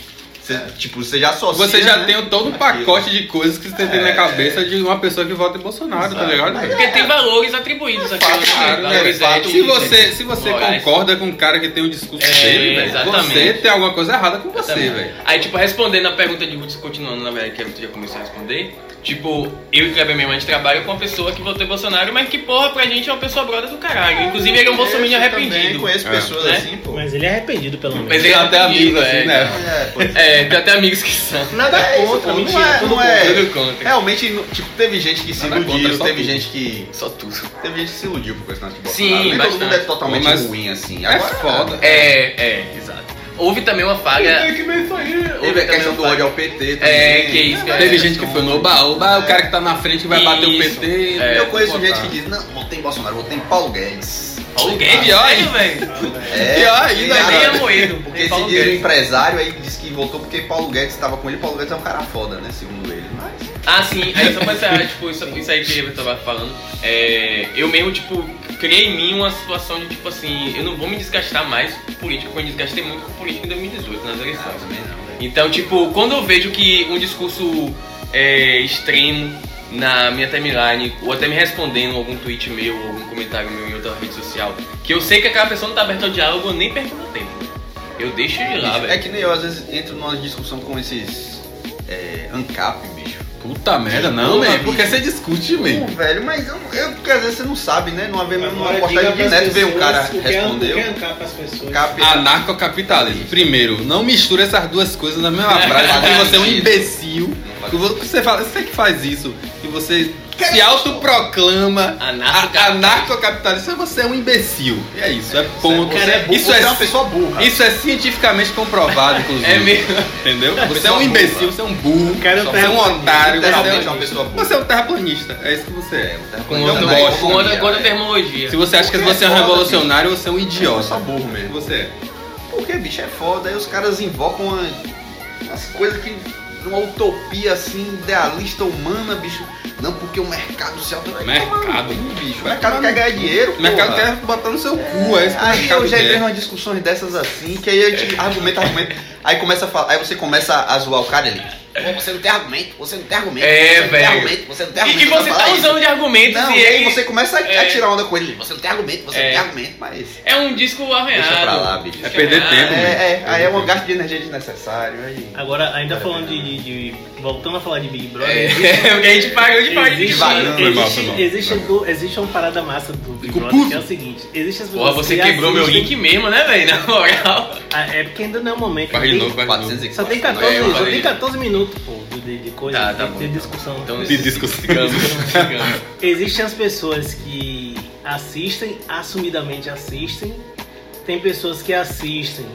Speaker 1: Você, tipo, você já associa.
Speaker 5: Você já
Speaker 1: né,
Speaker 5: tem todo um
Speaker 1: aquilo.
Speaker 5: pacote de coisas que você tem na
Speaker 1: É.
Speaker 5: cabeça de uma pessoa que vota em Bolsonaro, tá
Speaker 1: Exato.
Speaker 5: ligado?
Speaker 1: Mas
Speaker 5: velho?
Speaker 3: Porque tem valores atribuídos aqui.
Speaker 5: Fato,
Speaker 3: né?
Speaker 5: cara,
Speaker 1: é,
Speaker 3: Valores
Speaker 5: né?
Speaker 3: éticos,
Speaker 5: Se você, se você
Speaker 3: morais.
Speaker 5: concorda com um cara que tem um discurso
Speaker 3: É,
Speaker 5: dele, velho,
Speaker 3: exatamente.
Speaker 5: você tem alguma coisa errada com você,
Speaker 3: Exatamente.
Speaker 5: velho.
Speaker 3: Aí, tipo, respondendo a pergunta de Ruth, continuando, na verdade, que a Ruth já começou a responder. Tipo, eu e Kleber mesmo, a gente trabalha com uma pessoa que votou em Bolsonaro, mas que porra, pra gente é uma pessoa brother do caralho. Inclusive, ele é um bolsominion
Speaker 1: Eu também
Speaker 3: arrependido.
Speaker 1: conheço
Speaker 5: É.
Speaker 1: pessoas
Speaker 3: Né?
Speaker 1: assim, pô.
Speaker 2: Mas ele é arrependido, pelo menos.
Speaker 3: Mas ele é
Speaker 5: Tem até
Speaker 3: arrependido,
Speaker 5: amigos, assim,
Speaker 3: é.
Speaker 5: né?
Speaker 1: É, pô.
Speaker 3: É, tem até amigos que são.
Speaker 1: Nada
Speaker 2: É isso,
Speaker 1: contra,
Speaker 2: pô,
Speaker 1: não
Speaker 2: mentira,
Speaker 1: é-
Speaker 2: tudo
Speaker 1: não
Speaker 2: contra,
Speaker 1: é.
Speaker 3: tudo contra.
Speaker 1: Realmente, não- tipo, teve gente que se
Speaker 5: Nada
Speaker 1: iludiu,
Speaker 5: contra, só
Speaker 1: teve
Speaker 5: tudo.
Speaker 1: gente que.
Speaker 3: Só tudo.
Speaker 1: Teve gente que se iludiu com o personagem de
Speaker 3: Sim,
Speaker 1: Bolsonaro. Nem todo mundo
Speaker 3: bastante.
Speaker 1: é totalmente
Speaker 5: Mas-
Speaker 1: ruim, assim.
Speaker 5: É
Speaker 1: Agora,
Speaker 5: foda.
Speaker 3: É, é, exato. Houve também uma falha.
Speaker 2: que meio faria.
Speaker 1: Teve a é questão do né? ódio ao PT também.
Speaker 3: um É, que isso, cara.
Speaker 5: Teve gente que foi no baúba, o cara que tá na frente vai bater o né?
Speaker 3: Isso.
Speaker 5: PT.
Speaker 3: É.
Speaker 1: Eu conheço
Speaker 5: botar.
Speaker 1: gente que diz, não, votei em Bolsonaro, votei em Paulo Guedes.
Speaker 3: Paulo Guedes,
Speaker 5: pior
Speaker 3: sério, velho.
Speaker 1: É,
Speaker 5: Pior ainda,
Speaker 1: tem
Speaker 5: né?
Speaker 1: a-
Speaker 3: Bem moído. um
Speaker 1: Porque esse dinheiro empresário aí disse que votou porque Paulo Guedes estava com ele. Paulo Guedes é um cara foda, né? Segundo ele. Mas.
Speaker 3: Ah, sim, aí só pra encerrar, tipo, isso, isso aí que eu tava falando, é, eu mesmo, tipo, criei em mim uma situação de, tipo assim, eu não vou me desgastar mais com político, porque eu me desgastei muito com político em 2018, nas eleições.
Speaker 1: também não. né?
Speaker 3: Então, tipo, quando eu vejo que um discurso é, extremo na minha timeline, ou até me respondendo algum tweet meu, ou algum comentário meu em outra rede social, que eu sei que aquela pessoa não tá aberta ao diálogo, eu nem perco meu tempo. Eu deixo de lá,
Speaker 1: É
Speaker 3: velho.
Speaker 1: que nem eu, às vezes, entro numa discussão com esses. É, ANCAP, bicho.
Speaker 5: Puta merda, não,
Speaker 1: Porra,
Speaker 5: velho. Porque
Speaker 1: bicho.
Speaker 5: você discute,
Speaker 1: Pô,
Speaker 5: velho.
Speaker 1: velho, mas eu, eu- porque às vezes você não sabe, né? Não havia mesmo uma
Speaker 2: Agora diga
Speaker 1: reportagem de
Speaker 2: pras
Speaker 1: neto, veio um
Speaker 2: pessoas
Speaker 1: cara
Speaker 2: o que é- O que é
Speaker 1: respondeu.
Speaker 2: ancar pras pessoas?
Speaker 1: ANCAP
Speaker 5: Ah,
Speaker 1: é-
Speaker 5: Anarcocapitalismo. Primeiro, não mistura essas duas coisas na mesma frase, porque você é um imbecil. Que vo- Você, fala, você que faz isso, que você se autoproclama
Speaker 3: Anarco-
Speaker 5: a- anarcocapitalista, você é um imbecil. E é isso, é ponto.
Speaker 1: Você é burro,
Speaker 5: Isso
Speaker 1: você é
Speaker 5: é
Speaker 1: uma pessoa burra.
Speaker 5: Isso é cientificamente comprovado, inclusive.
Speaker 3: É mesmo.
Speaker 5: Entendeu? Você é
Speaker 1: pessoa
Speaker 5: um
Speaker 1: burra.
Speaker 5: imbecil, você é um burro,
Speaker 2: Cara, eu
Speaker 5: você é um
Speaker 2: pergunto,
Speaker 5: otário, você
Speaker 1: Literalmente é
Speaker 5: é
Speaker 1: uma
Speaker 5: um...
Speaker 1: pessoa burra.
Speaker 5: Você é um terraplanista, é isso que você é.
Speaker 1: Com
Speaker 5: Com
Speaker 1: outra-
Speaker 5: outra,
Speaker 1: gosto.
Speaker 3: com outra, com outra
Speaker 1: É.
Speaker 3: terminologia.
Speaker 5: Se você acha que
Speaker 1: Porque é
Speaker 5: você é um
Speaker 1: foda,
Speaker 5: revolucionário, você é um
Speaker 1: Eu sou
Speaker 5: idiota.
Speaker 1: burro mesmo.
Speaker 5: Você é.
Speaker 1: Porque, bicho, é foda. Aí os caras invocam uma- umas coisas que. Uma utopia assim, idealista humana, bicho. Não porque o mercado se auto. Vai
Speaker 5: Mercado.
Speaker 1: tomar no cu, bicho. O
Speaker 5: Vai
Speaker 1: mercado
Speaker 5: tomar
Speaker 1: quer
Speaker 5: no
Speaker 1: ganhar dinheiro.
Speaker 5: O mercado
Speaker 1: porra.
Speaker 5: quer botar no seu cu, é isso que o
Speaker 1: Aí eu
Speaker 5: mercado
Speaker 1: já entrei
Speaker 5: quer.
Speaker 1: umas discussões dessas assim, que aí a gente argumenta, argumenta. Aí começa a falar, aí você começa a zoar o cara ele. "Pô, Você não tem argumento, você não tem argumento,
Speaker 3: É,
Speaker 1: você não tem
Speaker 3: velho.
Speaker 1: argumento, você não tem
Speaker 3: E
Speaker 1: argumento.
Speaker 3: que
Speaker 1: pra
Speaker 3: você
Speaker 1: falar
Speaker 3: tá
Speaker 1: isso."
Speaker 3: usando de argumentos
Speaker 1: Não,
Speaker 3: e
Speaker 1: e aí
Speaker 3: ele
Speaker 1: você começa a, a
Speaker 3: É.
Speaker 1: tirar onda com ele. Você não tem argumento, você
Speaker 3: É.
Speaker 1: não tem argumento, mas.
Speaker 3: é um disco arranhado.
Speaker 1: Deixa pra lá, bicho.
Speaker 5: É perder
Speaker 1: É,
Speaker 5: tempo, velho.
Speaker 1: é, aí é um gasto de energia desnecessário. Aí...
Speaker 2: Agora, ainda falando de, de- de- Voltando a falar de Big
Speaker 5: né?
Speaker 2: Brother.
Speaker 3: É, porque a gente parou de falar de
Speaker 2: Existe,
Speaker 3: Big
Speaker 1: Devagar,
Speaker 3: Brother.
Speaker 1: foi
Speaker 5: mal,
Speaker 2: existe,
Speaker 5: foi mal.
Speaker 2: existe, um do- existe uma parada massa do Big
Speaker 5: Fico
Speaker 2: Brother, que
Speaker 5: puto.
Speaker 2: é o seguinte, existe as
Speaker 3: Porra, você
Speaker 2: que
Speaker 3: quebrou meu
Speaker 2: assistem-
Speaker 3: link mesmo, né, velho? Na moral.
Speaker 2: Ah, É porque ainda não é o momento.
Speaker 5: Barre
Speaker 2: tem-
Speaker 5: novo, barre novo.
Speaker 1: 404,
Speaker 2: Só tem 14,
Speaker 3: É, eu
Speaker 2: só
Speaker 3: falei.
Speaker 2: tem 14 minutos, pô, de- de, de coisa,
Speaker 3: Tá,
Speaker 2: de,
Speaker 3: tá
Speaker 2: de
Speaker 3: bom,
Speaker 2: ter
Speaker 3: então.
Speaker 2: discussão.
Speaker 3: Então,
Speaker 5: De disco-
Speaker 3: sigamos, sigamos.
Speaker 2: Existem as pessoas que assistem, assumidamente assistem. Tem pessoas que assistem,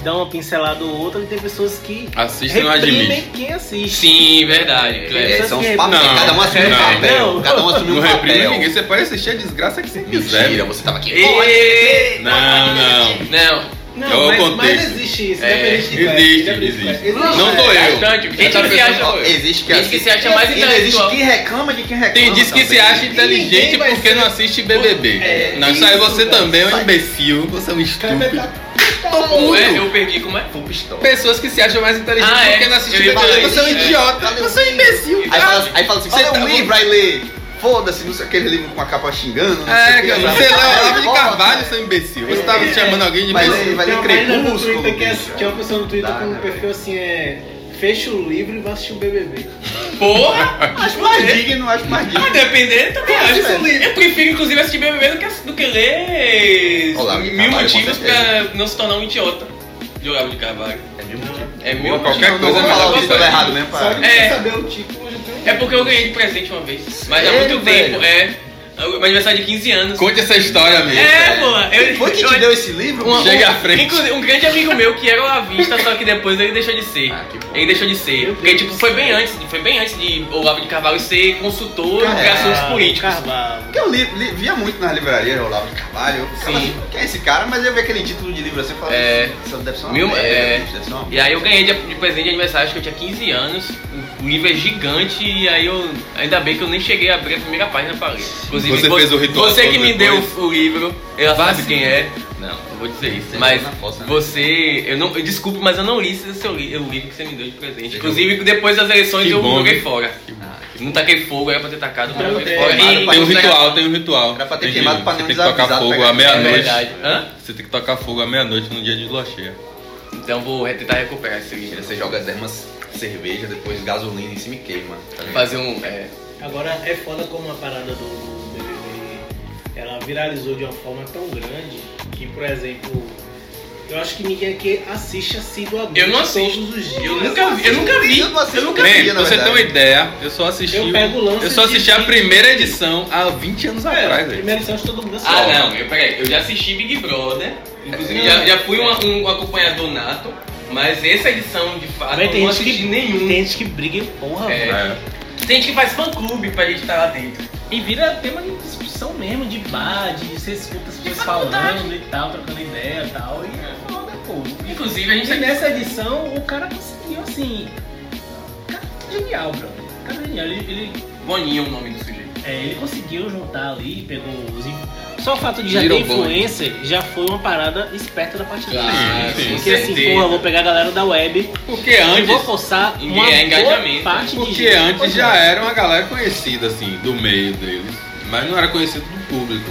Speaker 2: dão uma pincelada ou outra, e tem pessoas que
Speaker 5: Assiste e não admite.
Speaker 2: reprimem quem assiste.
Speaker 3: Sim, verdade. Cleber.
Speaker 1: É, são os papéis,
Speaker 5: Não.
Speaker 1: cada um assume um
Speaker 3: Não.
Speaker 1: papel.
Speaker 2: Não.
Speaker 1: Cada um assume
Speaker 5: Não
Speaker 1: um
Speaker 5: reprime
Speaker 1: papel.
Speaker 5: ninguém, você pode assistir a desgraça que você quiser.
Speaker 1: Mentira,
Speaker 5: velho.
Speaker 1: você tava aqui. é
Speaker 3: Ei!
Speaker 5: Não, não.
Speaker 3: Não,
Speaker 2: Não,
Speaker 5: É o
Speaker 2: mas, mas
Speaker 5: contexto.
Speaker 2: existe isso,
Speaker 3: É,
Speaker 2: independente de classe,
Speaker 5: existe,
Speaker 2: independente de classe.
Speaker 5: existe. Não
Speaker 2: é.
Speaker 5: sou eu.
Speaker 3: bastante. Gente
Speaker 1: tá
Speaker 5: Essa
Speaker 3: que se
Speaker 5: pessoa
Speaker 3: acha.
Speaker 1: Ó, Existe que
Speaker 3: Gente que se acha mais
Speaker 1: Ainda existe
Speaker 3: intelectual.
Speaker 1: quem reclama de quem reclama.
Speaker 5: Tem diz que se
Speaker 1: também.
Speaker 5: acha inteligente
Speaker 2: Ninguém vai
Speaker 5: porque
Speaker 2: ser-
Speaker 5: não assiste BBB.
Speaker 2: É,
Speaker 5: não, isso aí
Speaker 2: isso,
Speaker 5: você
Speaker 2: velho.
Speaker 5: também é um
Speaker 1: Sai.
Speaker 5: imbecil, você é um
Speaker 2: Cara,
Speaker 5: estúpido.
Speaker 2: tá-
Speaker 5: Tô
Speaker 3: Como é?
Speaker 5: puto.
Speaker 3: Eu perdi como é.
Speaker 1: Full pistola.
Speaker 5: Pessoas que se acham mais inteligentes
Speaker 3: Ah, é.
Speaker 5: porque não assistem
Speaker 3: Eu ia
Speaker 5: BBB.
Speaker 1: falar
Speaker 5: Você é um
Speaker 1: isso, é.
Speaker 5: idiota, você é um imbecil.
Speaker 1: Aí
Speaker 5: cara.
Speaker 1: fala, aí fala assim,
Speaker 5: Você
Speaker 1: você lê
Speaker 5: tá
Speaker 1: um
Speaker 5: bom.
Speaker 1: livro, aí lê. Foda-se, não sei aquele livro com a capa xingando. não sei
Speaker 5: É,
Speaker 1: o que,
Speaker 5: cara,
Speaker 1: sabe?
Speaker 5: você leu Olavo de
Speaker 1: Volta.
Speaker 5: Carvalho, seu imbecil. Você
Speaker 2: É,
Speaker 5: tava
Speaker 2: é,
Speaker 5: chamando alguém de
Speaker 1: Mas
Speaker 5: imbecil.
Speaker 1: aí vai
Speaker 2: Tem
Speaker 1: ler
Speaker 2: uma página no
Speaker 1: crepúsculo.
Speaker 2: Twitter que é,
Speaker 1: bicho.
Speaker 2: que é uma pessoa no Twitter
Speaker 1: Dá,
Speaker 2: com um
Speaker 1: né,
Speaker 2: perfil
Speaker 1: velho?
Speaker 2: assim é. Fecha o livro e vai assistir o BBB.
Speaker 3: Porra!
Speaker 1: Acho mais digno, acho mais
Speaker 3: Ah,
Speaker 1: digno.
Speaker 3: dependendo, também
Speaker 1: É,
Speaker 3: acho.
Speaker 1: velho.
Speaker 3: Eu prefiro, inclusive, assistir BBB do que, do que ler
Speaker 1: Olavo de
Speaker 3: mil
Speaker 1: Carvalho,
Speaker 3: motivos
Speaker 1: com certeza.
Speaker 3: pra não se tornar um idiota de Olavo de Carvalho.
Speaker 1: É mil motivos.
Speaker 3: É mil
Speaker 5: Ou qualquer
Speaker 3: motivos.
Speaker 1: Não
Speaker 5: coisa
Speaker 1: vou
Speaker 5: melhor
Speaker 1: falar
Speaker 5: que
Speaker 1: o título
Speaker 5: isso.
Speaker 1: errado mesmo,
Speaker 2: Só que
Speaker 1: pra...
Speaker 3: É.
Speaker 2: pra saber o título, hoje um eu tenho
Speaker 3: É porque eu ganhei de presente uma vez. Mas há
Speaker 1: Sério,
Speaker 3: muito tempo,
Speaker 1: velho?
Speaker 3: é. É O aniversário de 15 anos.
Speaker 5: Conte essa história, amigo.
Speaker 3: É, pô. Eu,
Speaker 1: Foi que
Speaker 3: eu-
Speaker 1: te deu esse livro?
Speaker 3: uma-
Speaker 1: bicho?
Speaker 5: Chega à frente.
Speaker 3: Inclusive, um grande amigo meu que era o Avista, só que depois ele deixou de ser.
Speaker 1: Ah, que bom.
Speaker 3: Ele deixou de
Speaker 2: Meu
Speaker 3: ser. Porque,
Speaker 2: Deus
Speaker 3: tipo,
Speaker 2: do
Speaker 3: foi
Speaker 2: céu.
Speaker 3: bem antes. Foi bem antes de o Olavo de Carvalho ser consultor de
Speaker 1: Caralho,
Speaker 3: é assuntos políticos.
Speaker 2: Ah, Carvalho.
Speaker 1: Porque eu li, li- via muito nas livrarias, Olavo de Carvalho. Eu ficava
Speaker 3: Sim.
Speaker 1: assim, quem é esse cara? Mas eu vi aquele título de livro assim e falava,
Speaker 3: É.
Speaker 1: isso deve ser uma
Speaker 3: Mil-
Speaker 1: merda,
Speaker 3: é.
Speaker 1: bicho, deve ser uma
Speaker 3: E aí eu ganhei de, de presente de aniversário, acho que eu tinha 15 anos. O livro é gigante e aí eu. Ainda bem que eu nem cheguei a abrir a primeira página pra ler. Inclusive,
Speaker 5: Você fez o ritual
Speaker 3: Você que
Speaker 5: todo
Speaker 3: me
Speaker 5: depois?
Speaker 3: deu o livro, ela sabe quem é. Não, vou dizer isso.
Speaker 5: Você
Speaker 3: mas
Speaker 5: jogou na fossa, né?
Speaker 3: você. Eu não, eu- desculpe, mas eu não li esse seu li- o livro que você me deu de presente. Inclusive, depois das eleições
Speaker 5: Que
Speaker 3: eu
Speaker 5: bom,
Speaker 3: joguei
Speaker 5: né?
Speaker 3: fora. Não taquei fogo, era pra ter tacado, mas eu joguei
Speaker 2: tem-
Speaker 3: fora.
Speaker 1: tem-
Speaker 5: Tem um
Speaker 1: Mas-
Speaker 5: ritual, tem um ritual.
Speaker 1: Era pra ter
Speaker 5: Tem que-
Speaker 1: queimado pra
Speaker 5: Você
Speaker 1: não
Speaker 5: tem que tocar
Speaker 1: desavisado
Speaker 5: fogo
Speaker 1: pegar
Speaker 5: à
Speaker 3: é
Speaker 5: meia-noite.
Speaker 3: verdade. Hã?
Speaker 5: Você tem que tocar fogo à meia-noite no dia de lua cheia.
Speaker 3: Então vou re- tentar recuperar esse livro.
Speaker 1: Você joga as ermas, cerveja, depois gasolina em cima e queima. Tá ligado?
Speaker 3: Fazer um. É,
Speaker 2: Agora é foda como a parada do BBB ela viralizou de uma forma tão grande que, por exemplo, eu acho que ninguém aqui assiste assiduamente
Speaker 3: Eu não assisto.
Speaker 2: todos os dias.
Speaker 3: eu, nunca, vi- eu nunca vi.
Speaker 1: Eu não assisto
Speaker 3: Eu nunca
Speaker 1: nem.
Speaker 3: vi.
Speaker 5: Bem,
Speaker 1: na
Speaker 5: pra você ter
Speaker 1: verdade.
Speaker 5: uma ideia, eu só assisti.
Speaker 2: Eu pego o lance
Speaker 5: eu só
Speaker 2: de-
Speaker 5: assisti a
Speaker 2: de-
Speaker 5: primeira edição há 20 anos
Speaker 2: É,
Speaker 5: atrás, velho.
Speaker 2: primeira edição de todo mundo assim.
Speaker 3: Ah, não, eu, peraí, eu já assisti Big Brother, inclusive
Speaker 2: É.
Speaker 3: já, já fui uma- um, acompanhador nato, mas essa edição de fato
Speaker 2: Mas
Speaker 3: eu
Speaker 2: tem
Speaker 3: não
Speaker 2: gente
Speaker 3: assisti
Speaker 2: que,
Speaker 3: nenhum.
Speaker 2: tem gente que briga em porra,
Speaker 3: É.
Speaker 2: velho.
Speaker 3: Tem gente que faz fã clube pra gente estar lá dentro.
Speaker 2: E vira tema de discussão mesmo, de bar, de você escuta as pessoas falando e tal, trocando ideia e tal. E é foda, pô.
Speaker 3: Inclusive a gente tá
Speaker 2: E nessa edição o cara conseguiu assim. Cara, genial, bro. Cara, genial. Ele, ele,
Speaker 3: Boninho é o nome do sujeito.
Speaker 2: é, ele conseguiu juntar ali, pegou os. in- Só o fato de já
Speaker 5: Little
Speaker 2: ter
Speaker 5: boy.
Speaker 2: influencer já foi uma parada esperta da parte dele.
Speaker 3: Claro,
Speaker 5: sim,
Speaker 2: Porque assim,
Speaker 3: Ah, certeza.
Speaker 2: porra, vou pegar a galera da web
Speaker 5: Porque
Speaker 2: e vou
Speaker 5: antes.
Speaker 2: forçar
Speaker 3: E
Speaker 2: uma boa
Speaker 3: é engajamento,
Speaker 2: parte de
Speaker 5: Porque
Speaker 2: gente.
Speaker 5: antes
Speaker 2: Pois
Speaker 5: já
Speaker 2: é.
Speaker 5: era uma galera conhecida, assim, do meio deles. Mas não era conhecido do público.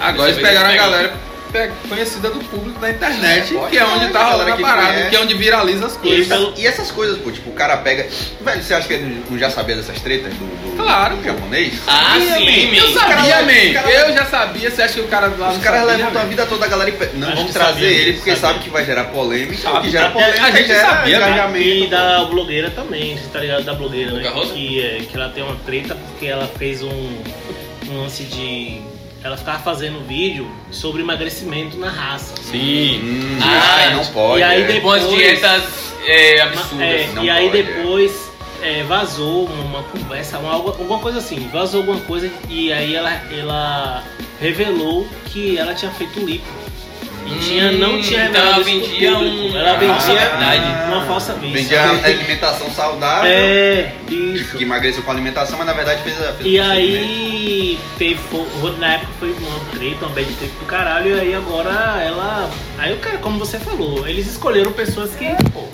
Speaker 5: Agora eles
Speaker 3: Você vai
Speaker 5: pegaram a
Speaker 3: pegar.
Speaker 5: galera pe- conhecida do público da internet,
Speaker 1: É, pode
Speaker 5: que é
Speaker 1: ser,
Speaker 5: onde
Speaker 1: a
Speaker 5: tá rolando
Speaker 1: galera
Speaker 5: a
Speaker 1: que
Speaker 5: parada,
Speaker 1: conhece.
Speaker 5: que é onde viraliza as
Speaker 1: E,
Speaker 5: coisas.
Speaker 1: essa- e essas coisas, pô, tipo, o cara pega. Velho, você acha que ele não já sabia dessas tretas do, do,
Speaker 5: Claro, é
Speaker 1: do
Speaker 5: pô.
Speaker 1: japonês?
Speaker 3: Ah, sim,
Speaker 5: Eu
Speaker 3: man.
Speaker 5: sabia,
Speaker 1: Cara,
Speaker 5: man.
Speaker 1: cara-
Speaker 5: Eu já sabia. Você acha que o cara lá
Speaker 1: Os
Speaker 5: não
Speaker 1: caras
Speaker 5: sabia,
Speaker 1: levantam a
Speaker 5: man?
Speaker 1: vida toda a galera e pe- Não,
Speaker 2: Acho
Speaker 1: vamos
Speaker 2: que
Speaker 1: trazer
Speaker 2: sabia,
Speaker 1: ele, porque
Speaker 2: sabia.
Speaker 1: sabe que vai gerar polêmica.
Speaker 2: Sabe,
Speaker 1: que gera
Speaker 2: tá polêmica,
Speaker 1: polêmica,
Speaker 5: a gente
Speaker 1: gera
Speaker 5: sabia, né?
Speaker 1: engajamento,
Speaker 2: E da blogueira também, você tá ligado? Da blogueira, né?
Speaker 3: Boca Rosa?
Speaker 2: Que, é, que ela tem uma treta porque ela fez um, um lance de. Ela ficava fazendo vídeo sobre emagrecimento na raça.
Speaker 5: Sim.
Speaker 1: Hum,
Speaker 3: Ah,
Speaker 1: ai, não pode.
Speaker 2: e aí
Speaker 1: é.
Speaker 2: de-
Speaker 3: Com as
Speaker 2: Depois-
Speaker 3: dietas é,
Speaker 2: Ma-
Speaker 3: absurdas.
Speaker 2: é,
Speaker 1: não
Speaker 2: e aí
Speaker 1: pode,
Speaker 2: depois é, vazou uma conversa, uma, algo- alguma coisa assim, vazou alguma coisa e aí ela, ela revelou que ela tinha feito lipo. E
Speaker 3: Hum,
Speaker 2: tinha, não tinha
Speaker 3: então ela
Speaker 2: revelado isso pro
Speaker 3: vendia
Speaker 2: público.
Speaker 3: um-
Speaker 2: Ela vendia
Speaker 3: falsa verdade.
Speaker 2: uma falsa vida.
Speaker 1: Vendia é a alimentação saudável.
Speaker 2: É,
Speaker 1: Tipo,
Speaker 2: isso.
Speaker 1: que emagreceu com alimentação, mas na verdade fez a. fez
Speaker 2: E
Speaker 1: um procedimento.
Speaker 2: aí, teve, foi- na época foi uma treta, uma bad trip do caralho, e aí agora ela. Aí o cara, como você falou, eles escolheram pessoas que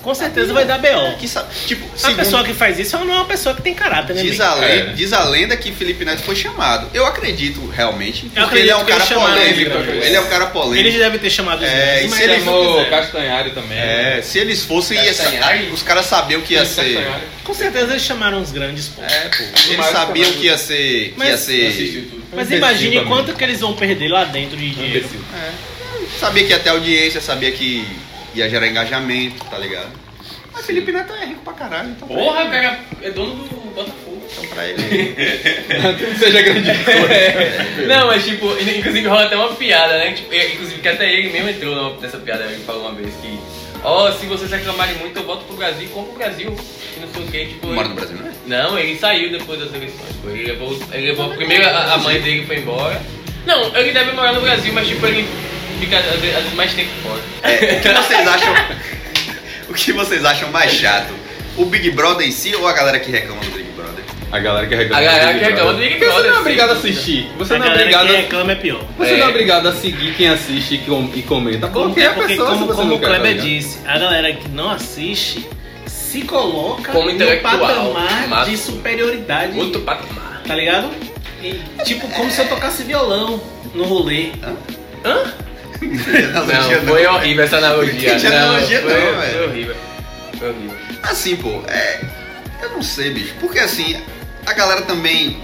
Speaker 2: com certeza vai dar B.O.
Speaker 1: Que sa- Tipo,
Speaker 2: A
Speaker 1: segundo-
Speaker 2: pessoa que faz isso não é uma pessoa que tem caráter, né?
Speaker 1: Diz
Speaker 2: bicho?
Speaker 1: a, lenda,
Speaker 5: É.
Speaker 1: diz a lenda que Felipe Neto foi chamado. Eu acredito realmente, porque
Speaker 2: acredito
Speaker 1: ele é um
Speaker 2: que eles
Speaker 1: cara
Speaker 2: chamaram ele
Speaker 1: polêmico.
Speaker 2: pra
Speaker 1: pô.
Speaker 2: isso.
Speaker 1: Ele é um cara polêmico.
Speaker 2: Eles devem ter chamado os
Speaker 1: É,
Speaker 2: nomes,
Speaker 1: e
Speaker 2: mas
Speaker 1: se ele
Speaker 2: chamou-
Speaker 5: Chamou
Speaker 3: fizeram.
Speaker 5: Castanhário também.
Speaker 1: É, se eles fossem, ia sa-
Speaker 3: Castanhari?
Speaker 1: os caras sabiam que ia ser.
Speaker 5: Castanhari.
Speaker 2: Com certeza eles chamaram os grandes, pô.
Speaker 1: É, pô. Eles
Speaker 5: Mas-
Speaker 1: sabiam que ia ser. Que ia
Speaker 2: Mas-
Speaker 3: Eu
Speaker 1: ser.
Speaker 3: assisti tudo.
Speaker 2: Mas
Speaker 5: Imbecil
Speaker 2: imagine
Speaker 5: também.
Speaker 2: quanto que eles vão perder lá dentro de dinheiro.
Speaker 5: Imbecil.
Speaker 1: Sabia que ia ter audiência, sabia que ia gerar engajamento, tá ligado? Mas Felipe Neto é rico pra caralho, então. pra
Speaker 3: Porra,
Speaker 1: ele-
Speaker 3: o cara é dono do Botafogo.
Speaker 1: Então pra ele.
Speaker 5: Não seja grande
Speaker 3: Não, mas tipo, inclusive rola até uma piada, né? Tipo, eu- inclusive que até ele mesmo entrou numa- nessa piada, ele falou uma vez que, ó, se vocês reclamarem muito, eu volto pro Brasil e compro o Brasil. E não sei o que, tipo.
Speaker 1: Mora no Brasil, né?
Speaker 3: Não, ele saiu depois das eleições. pô. Ele levou, ele levou primeiro a, a mãe dele foi embora. Não, ele deve morar no Brasil, mas tipo, ele fica às vezes, às vezes mais tempo fora.
Speaker 1: É, o que vocês acham? o que vocês acham mais chato? O Big Brother em si ou a galera que reclama do Big Brother?
Speaker 5: A galera que reclama.
Speaker 3: A galera
Speaker 5: do
Speaker 3: que
Speaker 5: Big
Speaker 3: reclama do
Speaker 5: Brother.
Speaker 3: Big
Speaker 5: Porque Você
Speaker 3: Brother,
Speaker 5: não é
Speaker 3: sim.
Speaker 5: obrigado a assistir. Você
Speaker 2: a
Speaker 5: não é
Speaker 2: galera
Speaker 5: obrigado
Speaker 2: que
Speaker 5: a
Speaker 2: reclama é pior.
Speaker 5: Você
Speaker 3: É.
Speaker 5: não é obrigado a seguir quem assiste e com- e comenta.
Speaker 2: Como- é?
Speaker 5: Porque a
Speaker 2: porque
Speaker 5: pessoa, se
Speaker 2: como,
Speaker 5: você
Speaker 2: como
Speaker 5: não
Speaker 2: o
Speaker 5: quer, tá
Speaker 2: Kleber
Speaker 5: ligado?
Speaker 2: disse, a galera que não assiste se coloca
Speaker 3: Como
Speaker 2: no
Speaker 3: intelectual,
Speaker 2: patamar
Speaker 3: mas-
Speaker 2: de superioridade,
Speaker 3: Outro patamar.
Speaker 2: tá ligado? E, tipo, como se eu tocasse violão no rolê.
Speaker 3: Hã?
Speaker 1: Analogia
Speaker 3: Não, foi horrível essa analogia.
Speaker 1: Entendi a é. analogia
Speaker 3: foi,
Speaker 1: não, é.
Speaker 3: foi
Speaker 1: velho.
Speaker 3: horrível. Foi horrível.
Speaker 1: Assim, pô, é. Eu não sei, bicho. Porque assim, a galera também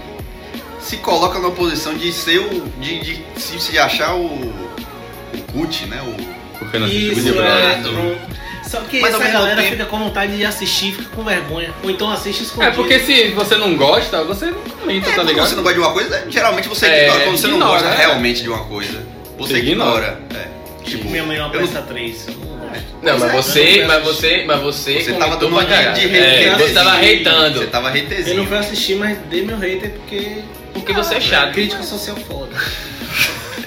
Speaker 1: se coloca numa posição de ser o. de, de se, se achar o. o cut, né? O.
Speaker 5: Porque não assiste
Speaker 2: Isso,
Speaker 5: Big
Speaker 2: é.
Speaker 5: Brother.
Speaker 2: pronto. Só que
Speaker 1: Mas ao
Speaker 2: essa
Speaker 1: mesmo
Speaker 2: galera
Speaker 1: tempo-
Speaker 2: fica com vontade de assistir, fica com vergonha. Ou então assiste
Speaker 5: É
Speaker 2: escondido.
Speaker 5: porque se você não gosta, você não comenta,
Speaker 1: É,
Speaker 5: tá
Speaker 1: quando
Speaker 5: ligado?
Speaker 1: você não gosta de uma coisa, geralmente você
Speaker 3: É,
Speaker 1: ignora. Quando você não
Speaker 5: ignora,
Speaker 1: gosta
Speaker 5: é.
Speaker 1: realmente de uma coisa, você
Speaker 5: Você
Speaker 1: ignora.
Speaker 5: ignora.
Speaker 1: É. Tipo,
Speaker 2: Minha mãe é uma
Speaker 1: eu não-
Speaker 2: peça 3.
Speaker 3: Não,
Speaker 1: Pois
Speaker 3: mas
Speaker 1: é.
Speaker 3: você, mas você, mas você,
Speaker 1: Você tava dando
Speaker 3: comentou pra
Speaker 1: uma de-
Speaker 3: caralho.
Speaker 1: de
Speaker 3: é, Você
Speaker 1: reitezinho.
Speaker 3: tava
Speaker 1: Você tá
Speaker 3: reitando.
Speaker 1: tava
Speaker 2: Eu não
Speaker 1: retezinho.
Speaker 2: fui assistir, mas dei meu hater porque.
Speaker 3: Porque você é chato.
Speaker 2: Crítica social foda.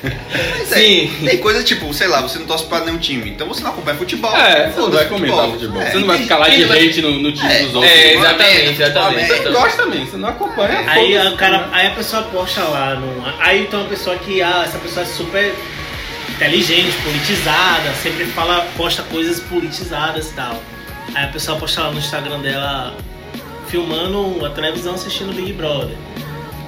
Speaker 1: Mas é,
Speaker 3: Sim.
Speaker 1: Tem coisa tipo, sei lá, você não torce pra nenhum time, então você não acompanha futebol.
Speaker 5: É, você não vai
Speaker 1: Foda-se
Speaker 5: comentar futebol.
Speaker 1: É.
Speaker 5: Você não vai ficar lá de
Speaker 3: Quem vai-
Speaker 5: hate no, no time
Speaker 1: É, É.
Speaker 5: dos outros.
Speaker 3: É,
Speaker 5: Você
Speaker 3: exatamente, exatamente.
Speaker 5: não
Speaker 3: exatamente.
Speaker 5: gosta mesmo, você não acompanha.
Speaker 2: Aí
Speaker 5: foda-se,
Speaker 2: a, cara,
Speaker 5: né?
Speaker 2: aí a pessoa posta lá, no, aí tem uma pessoa que, ah, essa pessoa é super inteligente, politizada, sempre fala, posta coisas politizadas e tal. Aí a pessoa posta lá no Instagram dela filmando a televisão assistindo Big Brother.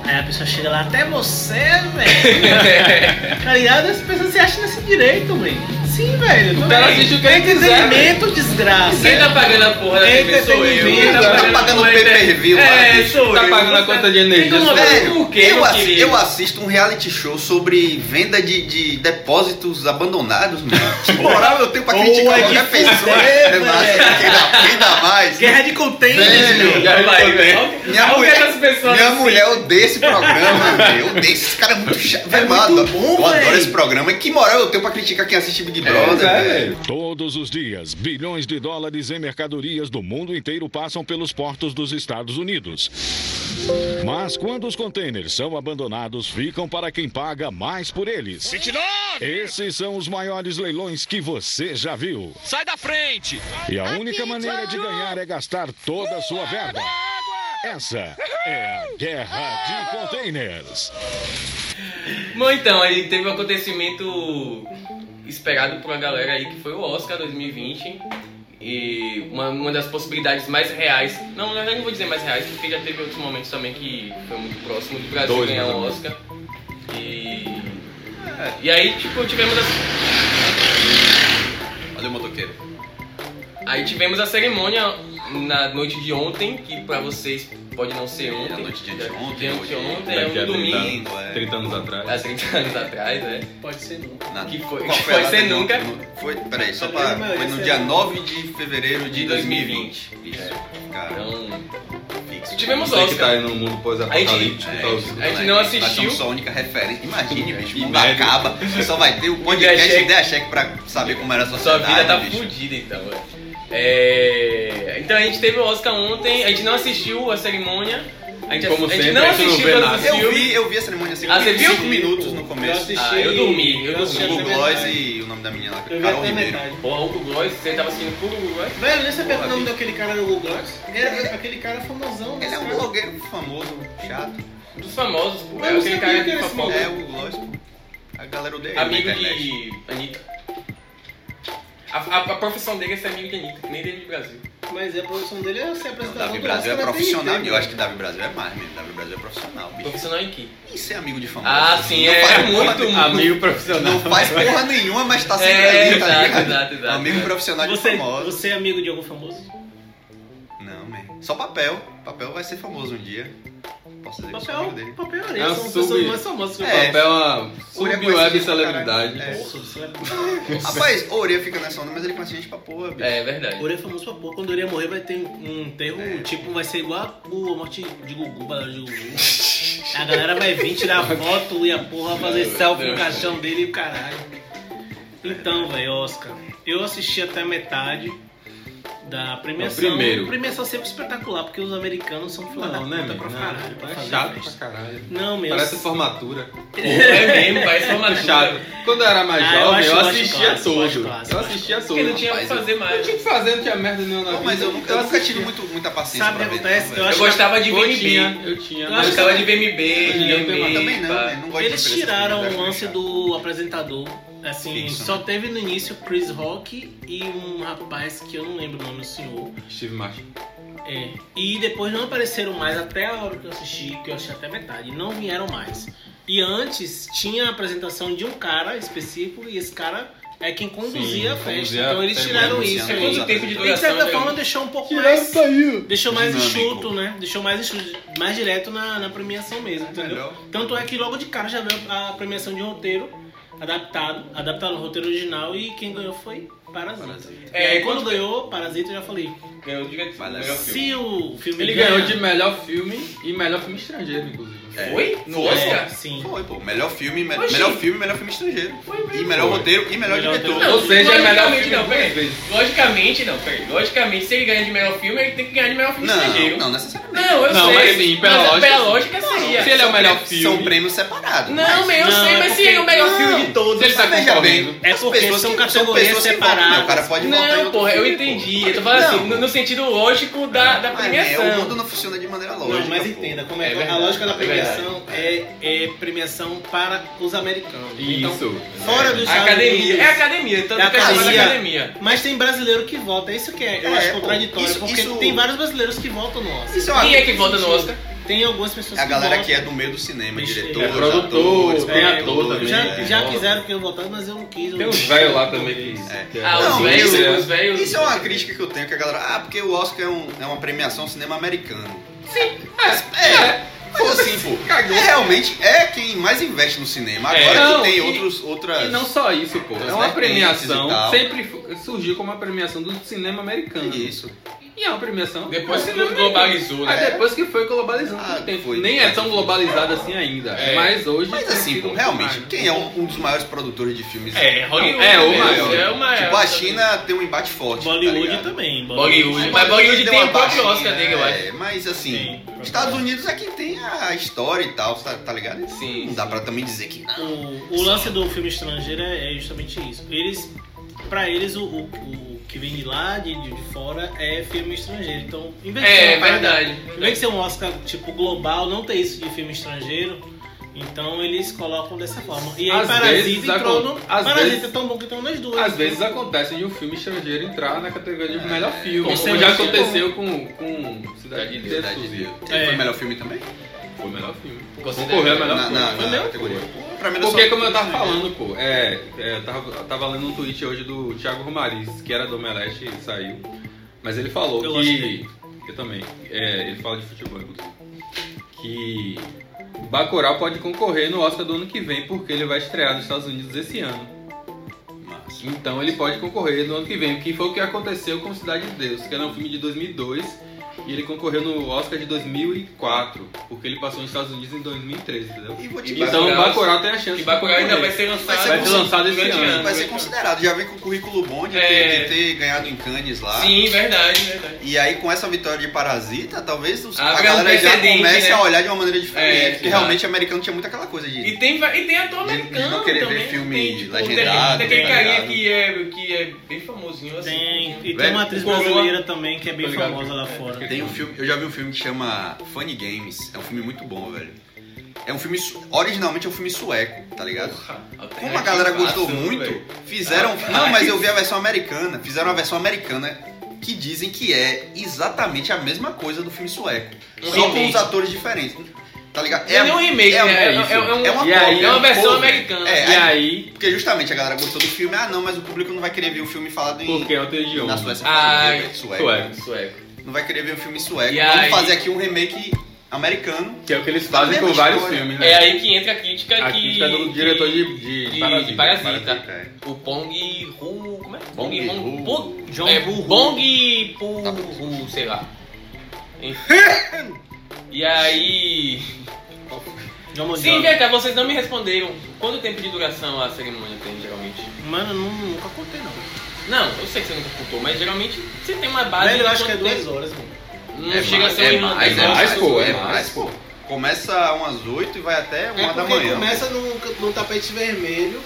Speaker 2: Aí a pessoa chega lá, até você, velho. tá ligado? As pessoas se acham nesse direito, velho. Sim, velho.
Speaker 3: O
Speaker 2: também.
Speaker 3: cara assiste o que ele quiser. velho.
Speaker 2: Entretenimento, desgraça.
Speaker 3: Quem tá pagando a porra da
Speaker 2: Tem
Speaker 3: TV sou eu.
Speaker 2: entretenimento.
Speaker 3: Quem
Speaker 1: Tá pagando
Speaker 3: a porra da
Speaker 1: pay per
Speaker 3: internet?
Speaker 1: view,
Speaker 3: É,
Speaker 1: maravilha.
Speaker 3: sou eu.
Speaker 5: Tá pagando a conta de energia,
Speaker 3: Tem como
Speaker 5: sou
Speaker 3: ver
Speaker 1: Velho,
Speaker 3: por quê,
Speaker 1: eu,
Speaker 3: meu
Speaker 1: assi-
Speaker 3: querido?
Speaker 1: eu assisto um reality show sobre venda de, de depósitos abandonados, mano. Que moral eu tenho pra
Speaker 2: Ou
Speaker 1: criticar
Speaker 2: é de
Speaker 1: qualquer pessoa?
Speaker 2: fuder,
Speaker 1: Eu acho que Quem dá, quem dá mais?
Speaker 2: Guerra de containers,
Speaker 1: Velho,
Speaker 2: meu.
Speaker 3: Olha lá aí, velho.
Speaker 1: Minha
Speaker 3: Olha o que
Speaker 1: mulher-
Speaker 3: essas pessoas
Speaker 1: Minha
Speaker 3: assim.
Speaker 1: mulher odeia esse programa, velho. Odeia esses caras é muito chato. velho, eu
Speaker 2: muito
Speaker 1: adoro-
Speaker 2: bom,
Speaker 1: eu adoro
Speaker 2: velho.
Speaker 1: esse programa. E que moral eu tenho pra criticar quem assiste
Speaker 5: É,
Speaker 1: Big Brother, velho.
Speaker 4: Todos os dias, bilhões de dólares em mercadorias do mundo inteiro passam pelos portos dos Estados Unidos. Mas quando os contêineres são abandonados, ficam para quem paga mais por eles. Esses são os maiores leilões que você já viu. Sai da frente! E a única maneira de ganhar é gastar toda a sua verba. Essa é a guerra de containers.
Speaker 3: Bom, então, aí teve um acontecimento esperado por uma galera aí que foi o Oscar 2020. E uma, uma das possibilidades mais reais, não, na verdade não vou dizer mais reais, porque já teve outros momentos também que foi muito próximo do Brasil
Speaker 5: Dois,
Speaker 3: ganhar
Speaker 5: mais
Speaker 3: o
Speaker 5: ou menos.
Speaker 3: Oscar. E. E aí, tipo, tivemos as,
Speaker 1: Olha o motoqueiro.
Speaker 3: Aí tivemos a cerimônia na noite de ontem, que pra vocês pode não ser ontem.
Speaker 1: a noite de
Speaker 3: já-
Speaker 1: ontem,
Speaker 3: de
Speaker 1: hoje,
Speaker 3: ontem, é
Speaker 5: Daqui a
Speaker 3: um
Speaker 5: 30
Speaker 3: domingo,
Speaker 5: anos, 30 anos
Speaker 3: há
Speaker 5: atrás.
Speaker 3: 30 anos atrás, né?
Speaker 2: Pode ser não.
Speaker 1: Na-
Speaker 3: Que foi-
Speaker 1: Qual
Speaker 3: foi
Speaker 1: a data
Speaker 3: ser
Speaker 1: de-
Speaker 3: nunca.
Speaker 1: Foi, um peraí, só
Speaker 2: Foi
Speaker 1: pra.
Speaker 2: mesmo,
Speaker 1: Foi no
Speaker 2: esse
Speaker 1: dia
Speaker 2: ano.
Speaker 1: 9 de fevereiro de
Speaker 3: De
Speaker 1: 2020.
Speaker 3: 2020.
Speaker 1: Isso. Cara,
Speaker 3: Então,
Speaker 1: fixo.
Speaker 3: tivemos
Speaker 5: Você que
Speaker 3: Oscar.
Speaker 5: tá aí no mundo pós-apocalíptico,
Speaker 1: É,
Speaker 5: tá
Speaker 1: isso,
Speaker 5: ouvindo?
Speaker 3: A gente
Speaker 1: moleque,
Speaker 3: não
Speaker 1: vai ser
Speaker 3: assistiu.
Speaker 1: só a única referência. Imagine, bicho, o mundo
Speaker 5: Médio.
Speaker 1: acaba. Você só vai ter o
Speaker 3: Ideia
Speaker 1: podcast
Speaker 3: cheque.
Speaker 1: Ideia Cheque pra saber como era a
Speaker 3: Sua
Speaker 1: sociedade.
Speaker 3: vida tá
Speaker 1: bicho.
Speaker 3: fudida, então. É... Então a gente teve o Oscar ontem, a gente não assistiu a cerimônia. A gente,
Speaker 5: Como
Speaker 3: a gente
Speaker 5: sempre,
Speaker 3: não
Speaker 5: a gente não
Speaker 3: assistiu
Speaker 5: vê
Speaker 3: todos
Speaker 5: nada.
Speaker 3: os
Speaker 1: Eu
Speaker 3: filmes.
Speaker 1: vi, eu vi a cerimônia assim,
Speaker 3: Ah, você viu?
Speaker 1: 5 minutos no
Speaker 2: Eu
Speaker 1: começo.
Speaker 2: assisti.
Speaker 3: Ah, eu dormi, eu
Speaker 2: assisti
Speaker 1: O
Speaker 3: dormi.
Speaker 1: Google
Speaker 2: até
Speaker 1: Gloss
Speaker 2: metade.
Speaker 1: e o nome da menina lá,
Speaker 2: é Eu vi
Speaker 1: Carol
Speaker 2: até
Speaker 1: Ribeiro.
Speaker 2: metade.
Speaker 3: Porra, o Gloss, você tava assistindo por Gloss?
Speaker 2: Velho, nem sabia que o
Speaker 1: Porra,
Speaker 2: nome
Speaker 1: bicho.
Speaker 2: daquele cara era o Google Glass.
Speaker 1: Ele-
Speaker 2: Era é aquele cara famosão. né,
Speaker 1: Ele é um
Speaker 2: cara.
Speaker 1: blogueiro famoso, chato.
Speaker 3: Dos famosos, pô.
Speaker 2: Mas
Speaker 3: É
Speaker 2: eu
Speaker 3: aquele
Speaker 2: sabia
Speaker 3: cara
Speaker 2: que
Speaker 3: que
Speaker 2: era esse
Speaker 3: fofoca.
Speaker 2: maluco.
Speaker 1: É o Gloss, pô. A galera odeia
Speaker 5: é
Speaker 1: ele na
Speaker 3: Amigo
Speaker 1: internet.
Speaker 3: de Anitta. A, a, a profissão dele é ser amigo de Anitta, que nem dele de Brasil.
Speaker 2: Mas a produção dele é ser
Speaker 1: Não,
Speaker 2: apresentador.
Speaker 1: Davi
Speaker 2: do
Speaker 1: Brasil é
Speaker 2: Oscar né? na
Speaker 1: profissional,
Speaker 2: TNT,
Speaker 1: eu acho que Davi Brasil é mais mesmo. Davi Brasil é profissional, bicho.
Speaker 3: Profissional em quê?
Speaker 1: E ser amigo de famoso.
Speaker 3: Ah, sim,
Speaker 1: Não
Speaker 3: é
Speaker 1: faz porra
Speaker 3: muito,
Speaker 1: nenhuma.
Speaker 3: amigo
Speaker 1: Não
Speaker 3: profissional.
Speaker 1: faz porra nenhuma, mas tá sempre
Speaker 3: É,
Speaker 1: ali, tá
Speaker 3: exato,
Speaker 1: ligado?
Speaker 3: exato, exato.
Speaker 1: Amigo profissional de
Speaker 2: Você,
Speaker 1: famoso.
Speaker 2: você é amigo de algum famoso?
Speaker 1: Não, man. Só papel. Papel vai ser famoso um dia. Posso dizer que eu sou amigo
Speaker 2: Papel,
Speaker 1: dele.
Speaker 2: papel
Speaker 5: É
Speaker 2: orelha,
Speaker 5: um
Speaker 2: são
Speaker 5: sub-
Speaker 2: pessoas mais famosas que o
Speaker 1: É.
Speaker 2: papel.
Speaker 5: Papel é uma
Speaker 1: Uri é conhecido
Speaker 5: sub-web
Speaker 1: pra
Speaker 5: celebridade.
Speaker 1: caralho. É.
Speaker 2: Porra, você é-
Speaker 1: Rapaz, Oreia fica nessa onda, mas ele conhece gente pra porra, bicho.
Speaker 3: É verdade.
Speaker 2: Orelha é famoso pra porra. Quando Orelha morrer vai ter um enterro,
Speaker 5: É.
Speaker 2: tipo, vai ser igual a o- a morte de Gugu, balada de Gugu. A galera vai vir tirar foto e a porra fazer selfie no caixão dele e o caralho. Então, velho, Oscar. Eu assisti até metade da premiação.
Speaker 5: O primeiro.
Speaker 2: Premiação é sempre espetacular, porque os americanos são filha da
Speaker 5: Não, né,
Speaker 2: puta
Speaker 5: meu?
Speaker 2: pra
Speaker 5: Não,
Speaker 2: caralho. pra
Speaker 5: É
Speaker 2: fazer
Speaker 5: chato pra
Speaker 2: festa.
Speaker 5: caralho.
Speaker 2: Não, meu.
Speaker 5: Parece formatura.
Speaker 3: É mesmo, parece uma
Speaker 5: Chato. Quando eu era mais
Speaker 2: Ah, eu
Speaker 5: jovem,
Speaker 2: acho-
Speaker 5: eu
Speaker 2: eu acho
Speaker 5: assistia
Speaker 2: clássico, eu acho
Speaker 5: todo.
Speaker 2: clássico,
Speaker 5: Eu
Speaker 2: eu acho
Speaker 5: assistia todo.
Speaker 3: Porque não tinha o que
Speaker 1: Rapaz, eu-
Speaker 3: fazer
Speaker 5: Não
Speaker 3: mais.
Speaker 5: tinha o que fazer, não tinha merda nenhuma na
Speaker 1: Não, mas
Speaker 5: vida.
Speaker 1: eu nunca, eu
Speaker 5: Então,
Speaker 1: nunca
Speaker 5: assim,
Speaker 1: tive muito, muita paciência
Speaker 2: Sabe o que
Speaker 1: pra ver.
Speaker 2: acontece?
Speaker 1: não,
Speaker 2: Eu
Speaker 1: velho.
Speaker 3: Eu
Speaker 2: acho
Speaker 3: gostava de
Speaker 5: né? Eu tinha,
Speaker 3: VMB.
Speaker 5: eu tinha.
Speaker 2: Eu
Speaker 3: Eu
Speaker 5: mas-
Speaker 2: acho
Speaker 3: gostava é de VMB,
Speaker 5: Eu
Speaker 3: de
Speaker 5: também
Speaker 1: Também
Speaker 3: VMB.
Speaker 1: não,
Speaker 3: pá.
Speaker 1: né? Não gosto de
Speaker 2: Eles
Speaker 1: diferença
Speaker 2: tiraram
Speaker 1: de
Speaker 2: o
Speaker 1: lugar,
Speaker 2: lance
Speaker 1: cara.
Speaker 2: do apresentador. Assim,
Speaker 1: Fixo,
Speaker 2: só
Speaker 1: né?
Speaker 2: teve no início Chris Rock e um rapaz que eu não lembro o nome do senhor.
Speaker 5: Steve Martin.
Speaker 2: É. E depois não apareceram mais até a hora que eu assisti, que eu achei até metade. Não vieram mais. E antes tinha a apresentação de um cara específico e esse cara é quem conduzia a
Speaker 5: Sim,
Speaker 2: festa.
Speaker 5: conduzia a
Speaker 2: então eles
Speaker 5: cerimônia,
Speaker 2: tiraram
Speaker 1: conduzia
Speaker 2: isso.
Speaker 1: a
Speaker 2: aí.
Speaker 3: é Quanto
Speaker 1: Então,
Speaker 3: tempo de
Speaker 2: E Então, de
Speaker 3: duração?
Speaker 2: certa
Speaker 3: né?
Speaker 2: forma deixou um pouco mais.
Speaker 5: saiu.
Speaker 2: Deixou mais
Speaker 1: Dinâmico.
Speaker 2: enxuto, né? Deixou mais enxuto, mais direto na, na premiação mesmo, entendeu?
Speaker 1: Melhor.
Speaker 2: Tanto é que logo de cara já veio a premiação de roteiro adaptado, adaptado ao roteiro original e quem ganhou foi Parasita.
Speaker 1: Parasita.
Speaker 2: É, e aí,
Speaker 3: É,
Speaker 2: quando
Speaker 3: quanto-
Speaker 2: ganhou Parasita, eu já falei,
Speaker 3: Ganhou direto.
Speaker 1: Vai lá.
Speaker 3: melhor filme.
Speaker 2: se o filme
Speaker 5: Ele
Speaker 2: ganha-
Speaker 5: ganhou de melhor filme e melhor filme estrangeiro, inclusive.
Speaker 1: É.
Speaker 3: Foi? No
Speaker 2: É,
Speaker 3: Oscar?
Speaker 2: sim.
Speaker 1: Foi, pô. Melhor filme, me-
Speaker 3: Oxi.
Speaker 1: melhor filme, melhor filme estrangeiro.
Speaker 3: Foi
Speaker 1: E
Speaker 3: mesmo.
Speaker 1: melhor
Speaker 5: Foi.
Speaker 1: roteiro e melhor,
Speaker 2: Melhor
Speaker 1: diretor.
Speaker 2: roteiro.
Speaker 5: Ou seja, é melhor
Speaker 3: logicamente
Speaker 5: filme
Speaker 3: não,
Speaker 5: duas
Speaker 3: peraí.
Speaker 1: É.
Speaker 5: vezes.
Speaker 3: Logicamente não, peraí. Logicamente, se ele ganha de melhor filme, ele tem que ganhar de melhor filme
Speaker 1: Não,
Speaker 3: estrangeiro.
Speaker 1: não necessariamente.
Speaker 3: Não, eu
Speaker 5: Não,
Speaker 3: sei.
Speaker 5: mas sim, pela
Speaker 3: Mas
Speaker 5: lógica,
Speaker 3: Pela
Speaker 5: sim.
Speaker 3: lógica
Speaker 1: Não,
Speaker 3: seria. se ele é o melhor
Speaker 1: prêmios-
Speaker 3: filme.
Speaker 1: São prêmios separados.
Speaker 3: Não, mas eu
Speaker 2: Não,
Speaker 3: sei,
Speaker 2: é
Speaker 3: mas se
Speaker 2: porque-
Speaker 3: ele é o melhor
Speaker 1: Não,
Speaker 3: filme de todos, ele tá
Speaker 1: mas veja
Speaker 3: concorrendo.
Speaker 1: bem,
Speaker 2: É
Speaker 1: as
Speaker 2: porque
Speaker 1: pessoas
Speaker 2: são
Speaker 1: que-
Speaker 2: categorias
Speaker 1: pessoas que votam,
Speaker 2: separadas.
Speaker 1: né? O cara pode votar em
Speaker 3: Não,
Speaker 1: outro
Speaker 3: porra, eu
Speaker 1: filme,
Speaker 3: entendi.
Speaker 1: porra.
Speaker 3: Eu tô falando
Speaker 1: Não.
Speaker 3: assim, no, no sentido lógico da, da
Speaker 1: Mas, né, o mundo
Speaker 3: premiação.
Speaker 1: não funciona de maneira lógica.
Speaker 2: Não, mas
Speaker 1: pô.
Speaker 2: entenda, como
Speaker 3: É
Speaker 2: é, a
Speaker 3: verdade,
Speaker 2: lógica da
Speaker 3: é verdade.
Speaker 2: premiação é, é premiação para os americanos. Então,
Speaker 3: Isso.
Speaker 2: fora dos
Speaker 3: A
Speaker 2: Estados
Speaker 3: academia.
Speaker 2: Unidos.
Speaker 3: É academia, tanto
Speaker 2: Da
Speaker 3: que é chamada
Speaker 2: academia.
Speaker 3: academia.
Speaker 2: mas tem brasileiro que vota, é isso que é, eu
Speaker 1: É,
Speaker 2: acho
Speaker 1: pô,
Speaker 2: contraditório,
Speaker 1: isso-
Speaker 2: porque
Speaker 1: isso-
Speaker 2: tem vários brasileiros que votam no Oscar.
Speaker 1: Isso é uma-
Speaker 3: Quem é que vota no Oscar?
Speaker 2: Tem algumas pessoas
Speaker 1: A galera
Speaker 2: que
Speaker 1: que é do meio do cinema,
Speaker 2: Bicho,
Speaker 1: diretor,
Speaker 2: é
Speaker 5: produtor,
Speaker 1: atores,
Speaker 5: tem ator
Speaker 1: produtores,
Speaker 5: também, né?
Speaker 2: Já,
Speaker 1: é.
Speaker 2: já quiseram que eu votasse, mas eu não quis. eu
Speaker 5: Tem
Speaker 2: não
Speaker 5: uns
Speaker 2: quis.
Speaker 5: velhos lá também que.
Speaker 1: É.
Speaker 5: que
Speaker 3: Ah, os
Speaker 1: Não,
Speaker 3: velhos,
Speaker 1: isso é-
Speaker 3: os velhos.
Speaker 1: Isso é uma crítica que eu tenho, que a galera, ah, porque o Oscar é, um- é uma premiação ao cinema americano. Sim, é. Mas assim, pô,
Speaker 5: Cagou.
Speaker 1: é, realmente é quem mais investe no cinema.
Speaker 3: É.
Speaker 1: Agora
Speaker 5: Não,
Speaker 1: que tem
Speaker 5: e-
Speaker 1: outras. outras...
Speaker 5: E não só isso, pô. É uma
Speaker 1: As vertentes e
Speaker 5: premiação.
Speaker 1: tal.
Speaker 5: Sempre fu- surgiu como uma premiação do cinema americano.
Speaker 1: Isso.
Speaker 5: E é uma premiação.
Speaker 3: Depois
Speaker 5: do
Speaker 3: que
Speaker 5: cinema americano.
Speaker 3: globalizou,
Speaker 5: Ah,
Speaker 3: né?
Speaker 5: depois que foi globalizando
Speaker 1: Ah,
Speaker 5: com o tempo.
Speaker 1: foi.
Speaker 5: Nem é tão globalizado assim ainda.
Speaker 3: É.
Speaker 5: Mas hoje.
Speaker 1: Mas
Speaker 5: tem
Speaker 1: assim,
Speaker 5: sido
Speaker 1: pô,
Speaker 5: muito
Speaker 1: realmente,
Speaker 5: mais.
Speaker 1: quem é um, um dos maiores produtores de filmes?
Speaker 3: É, Hollywood.
Speaker 5: É, o
Speaker 3: mesmo,
Speaker 5: maior.
Speaker 3: É o maior.
Speaker 1: Tipo, a China tem um embate forte. tá
Speaker 2: Bollywood
Speaker 1: ligado?
Speaker 2: também.
Speaker 3: Bollywood. Mas Bollywood
Speaker 1: deu
Speaker 3: tem
Speaker 1: uma
Speaker 3: o próprio
Speaker 1: baixinha,
Speaker 3: Oscar dele, eu acho.
Speaker 1: é, Mas assim,
Speaker 2: Tem.
Speaker 1: Estados Unidos é quem tem a história e tal, tá, tá ligado?
Speaker 3: Sim,
Speaker 1: Não dá pra também dizer que não.
Speaker 2: O, o lance do filme estrangeiro é é justamente isso. Eles, pra eles, o, o- o que vem de lá, de, de fora, é filme estrangeiro. Então, em vez de ser
Speaker 3: É,
Speaker 2: uma parada-
Speaker 3: verdade.
Speaker 2: Em vez de ser um Oscar tipo global, não tem isso de filme estrangeiro. Então eles colocam dessa forma. E aí
Speaker 5: Às vezes,
Speaker 2: Parasita entrou
Speaker 5: acon-
Speaker 2: no.
Speaker 5: às
Speaker 2: Parasita
Speaker 5: vezes-
Speaker 2: é tão bom que estão nas duas.
Speaker 5: Às vezes acontece de um filme estrangeiro entrar na categoria de melhor filme.
Speaker 3: Como
Speaker 5: Como
Speaker 3: você
Speaker 5: já
Speaker 3: acha?
Speaker 5: aconteceu com, com Cidade de Deus.
Speaker 1: Verdade,
Speaker 5: inclusive.
Speaker 1: Ele Foi o melhor filme também?
Speaker 5: Foi o melhor filme.
Speaker 3: Considera-
Speaker 5: Concorreu ao
Speaker 1: Na,
Speaker 5: melhor
Speaker 1: na,
Speaker 5: filme.
Speaker 1: na
Speaker 5: Foi mesmo?
Speaker 1: categoria. Pô, Pra mim,
Speaker 5: Porque
Speaker 1: só-
Speaker 5: como eu tava falando, pô, é, é, eu tava, eu tava lendo um tweet hoje do Thiago Romariz, que era do Omelete e saiu. Mas ele falou
Speaker 2: Eu gosto
Speaker 5: que.
Speaker 2: dele.
Speaker 5: Eu também. É, ele fala de futebol, inclusive. Que Bacurau pode concorrer no Oscar do ano que vem, porque ele vai estrear nos Estados Unidos esse ano.
Speaker 1: Massa.
Speaker 5: Então ele pode concorrer no ano que vem, que foi o que aconteceu com Cidade de Deus, que era um filme de 2002 e ele concorreu no Oscar de 2004, porque ele passou nos Estados Unidos em 2013, entendeu?
Speaker 1: E vou te
Speaker 5: Então
Speaker 3: Bacurau-
Speaker 5: Bacurau tem a chance
Speaker 3: E Bacurau ainda
Speaker 5: concorrer.
Speaker 3: vai ser lançado.
Speaker 1: Vai ser
Speaker 5: lançado esse
Speaker 3: durante
Speaker 5: ano.
Speaker 1: Vai ser considerado. Já vem com o currículo bom de,
Speaker 3: É.
Speaker 1: ter, de ter ganhado em Cannes lá.
Speaker 3: Sim, verdade, verdade.
Speaker 1: E aí, com essa vitória de Parasita, talvez os, a
Speaker 3: Abre um
Speaker 1: galera já
Speaker 3: precedente,
Speaker 1: comece
Speaker 3: né?
Speaker 1: a olhar de uma maneira diferente.
Speaker 3: É,
Speaker 1: porque
Speaker 3: claro.
Speaker 1: realmente o americano tinha muito aquela coisa de.
Speaker 3: E tem, va- e tem ator
Speaker 1: De- de
Speaker 3: americano
Speaker 1: não querer ver
Speaker 3: também.
Speaker 1: filme
Speaker 3: tem, tipo,
Speaker 1: legendado,
Speaker 3: Tem, tem aquele
Speaker 1: tá
Speaker 3: carinha
Speaker 1: ligado?
Speaker 3: que é, que é bem famosinho assim.
Speaker 2: Tem, e tem
Speaker 1: Velho,
Speaker 2: uma atriz
Speaker 3: o Coroa-
Speaker 2: brasileira também que é bem
Speaker 5: Tô ligado.
Speaker 2: famosa lá
Speaker 5: É,
Speaker 2: fora.
Speaker 1: Tem um filme, eu já vi um filme que chama Funny Games. É um filme muito bom, velho. É um filme. su- Originalmente é um filme sueco, tá ligado?
Speaker 3: Porra,
Speaker 1: Como a galera gostou
Speaker 3: é um fácil,
Speaker 1: muito,
Speaker 3: velho. Ah,
Speaker 1: fizeram. um,
Speaker 3: Rapaz.
Speaker 1: Não, mas eu vi a versão americana. Fizeram a versão americana que dizem que é exatamente a mesma coisa do filme sueco.
Speaker 3: Um
Speaker 1: Só com
Speaker 3: remake.
Speaker 1: os atores diferentes. Tá ligado?
Speaker 3: Não é nem um remake,
Speaker 1: é,
Speaker 3: né? É,
Speaker 1: isso.
Speaker 3: é- é um-
Speaker 1: uma
Speaker 5: e aí,
Speaker 1: cópia,
Speaker 5: é uma
Speaker 1: um
Speaker 3: versão
Speaker 1: cover.
Speaker 3: americana.
Speaker 1: É,
Speaker 5: E aí,
Speaker 1: Porque justamente a galera gostou do filme, ah não, mas o público não vai querer ver o filme falado em.
Speaker 5: porque é outro idioma.
Speaker 1: Na Suécia.
Speaker 3: Ah,
Speaker 1: Não, sueco.
Speaker 5: sueco.
Speaker 3: Sueco.
Speaker 1: Não vai querer ver um filme sueco.
Speaker 3: E
Speaker 1: Vamos
Speaker 3: aí?
Speaker 1: fazer aqui um remake americano.
Speaker 5: Que é o que eles
Speaker 1: Tá
Speaker 5: fazem
Speaker 1: vendo
Speaker 5: com
Speaker 1: a
Speaker 5: vários
Speaker 1: história?
Speaker 5: filmes, né?
Speaker 3: É aí que entra a crítica que.
Speaker 5: A crítica do diretor de, de,
Speaker 3: de
Speaker 5: Parasita.
Speaker 3: Parasita.
Speaker 1: é.
Speaker 3: O Pong Ru. Como é?
Speaker 1: Bong Ru.
Speaker 3: Pu-
Speaker 2: John
Speaker 3: é,
Speaker 2: Ru.
Speaker 3: Bong Pu
Speaker 1: Tá
Speaker 3: Ru, sei lá. Enfim. e aí.
Speaker 2: Já mandou.
Speaker 3: Sim, Vieca, vocês não me responderam. Quanto tempo de duração a cerimônia tem, geralmente?
Speaker 2: Mano, eu nu- nunca contei não.
Speaker 3: Não, eu sei que você nunca contou, mas geralmente você tem uma base.
Speaker 2: Velho,
Speaker 5: um
Speaker 3: de
Speaker 2: eu acho que é
Speaker 3: quanto
Speaker 2: duas
Speaker 3: tempo.
Speaker 2: horas, mano.
Speaker 3: Não
Speaker 1: É
Speaker 3: chega a
Speaker 1: mais,
Speaker 3: ser um
Speaker 1: é
Speaker 3: uma
Speaker 1: mais,
Speaker 3: das
Speaker 1: é
Speaker 3: horas.
Speaker 1: mais, pô, é
Speaker 5: É
Speaker 1: mais,
Speaker 5: mais,
Speaker 1: pô. Começa umas 8 e vai até 1
Speaker 2: É
Speaker 1: da
Speaker 2: porque
Speaker 1: manhã.
Speaker 2: começa no, no tapete vermelho.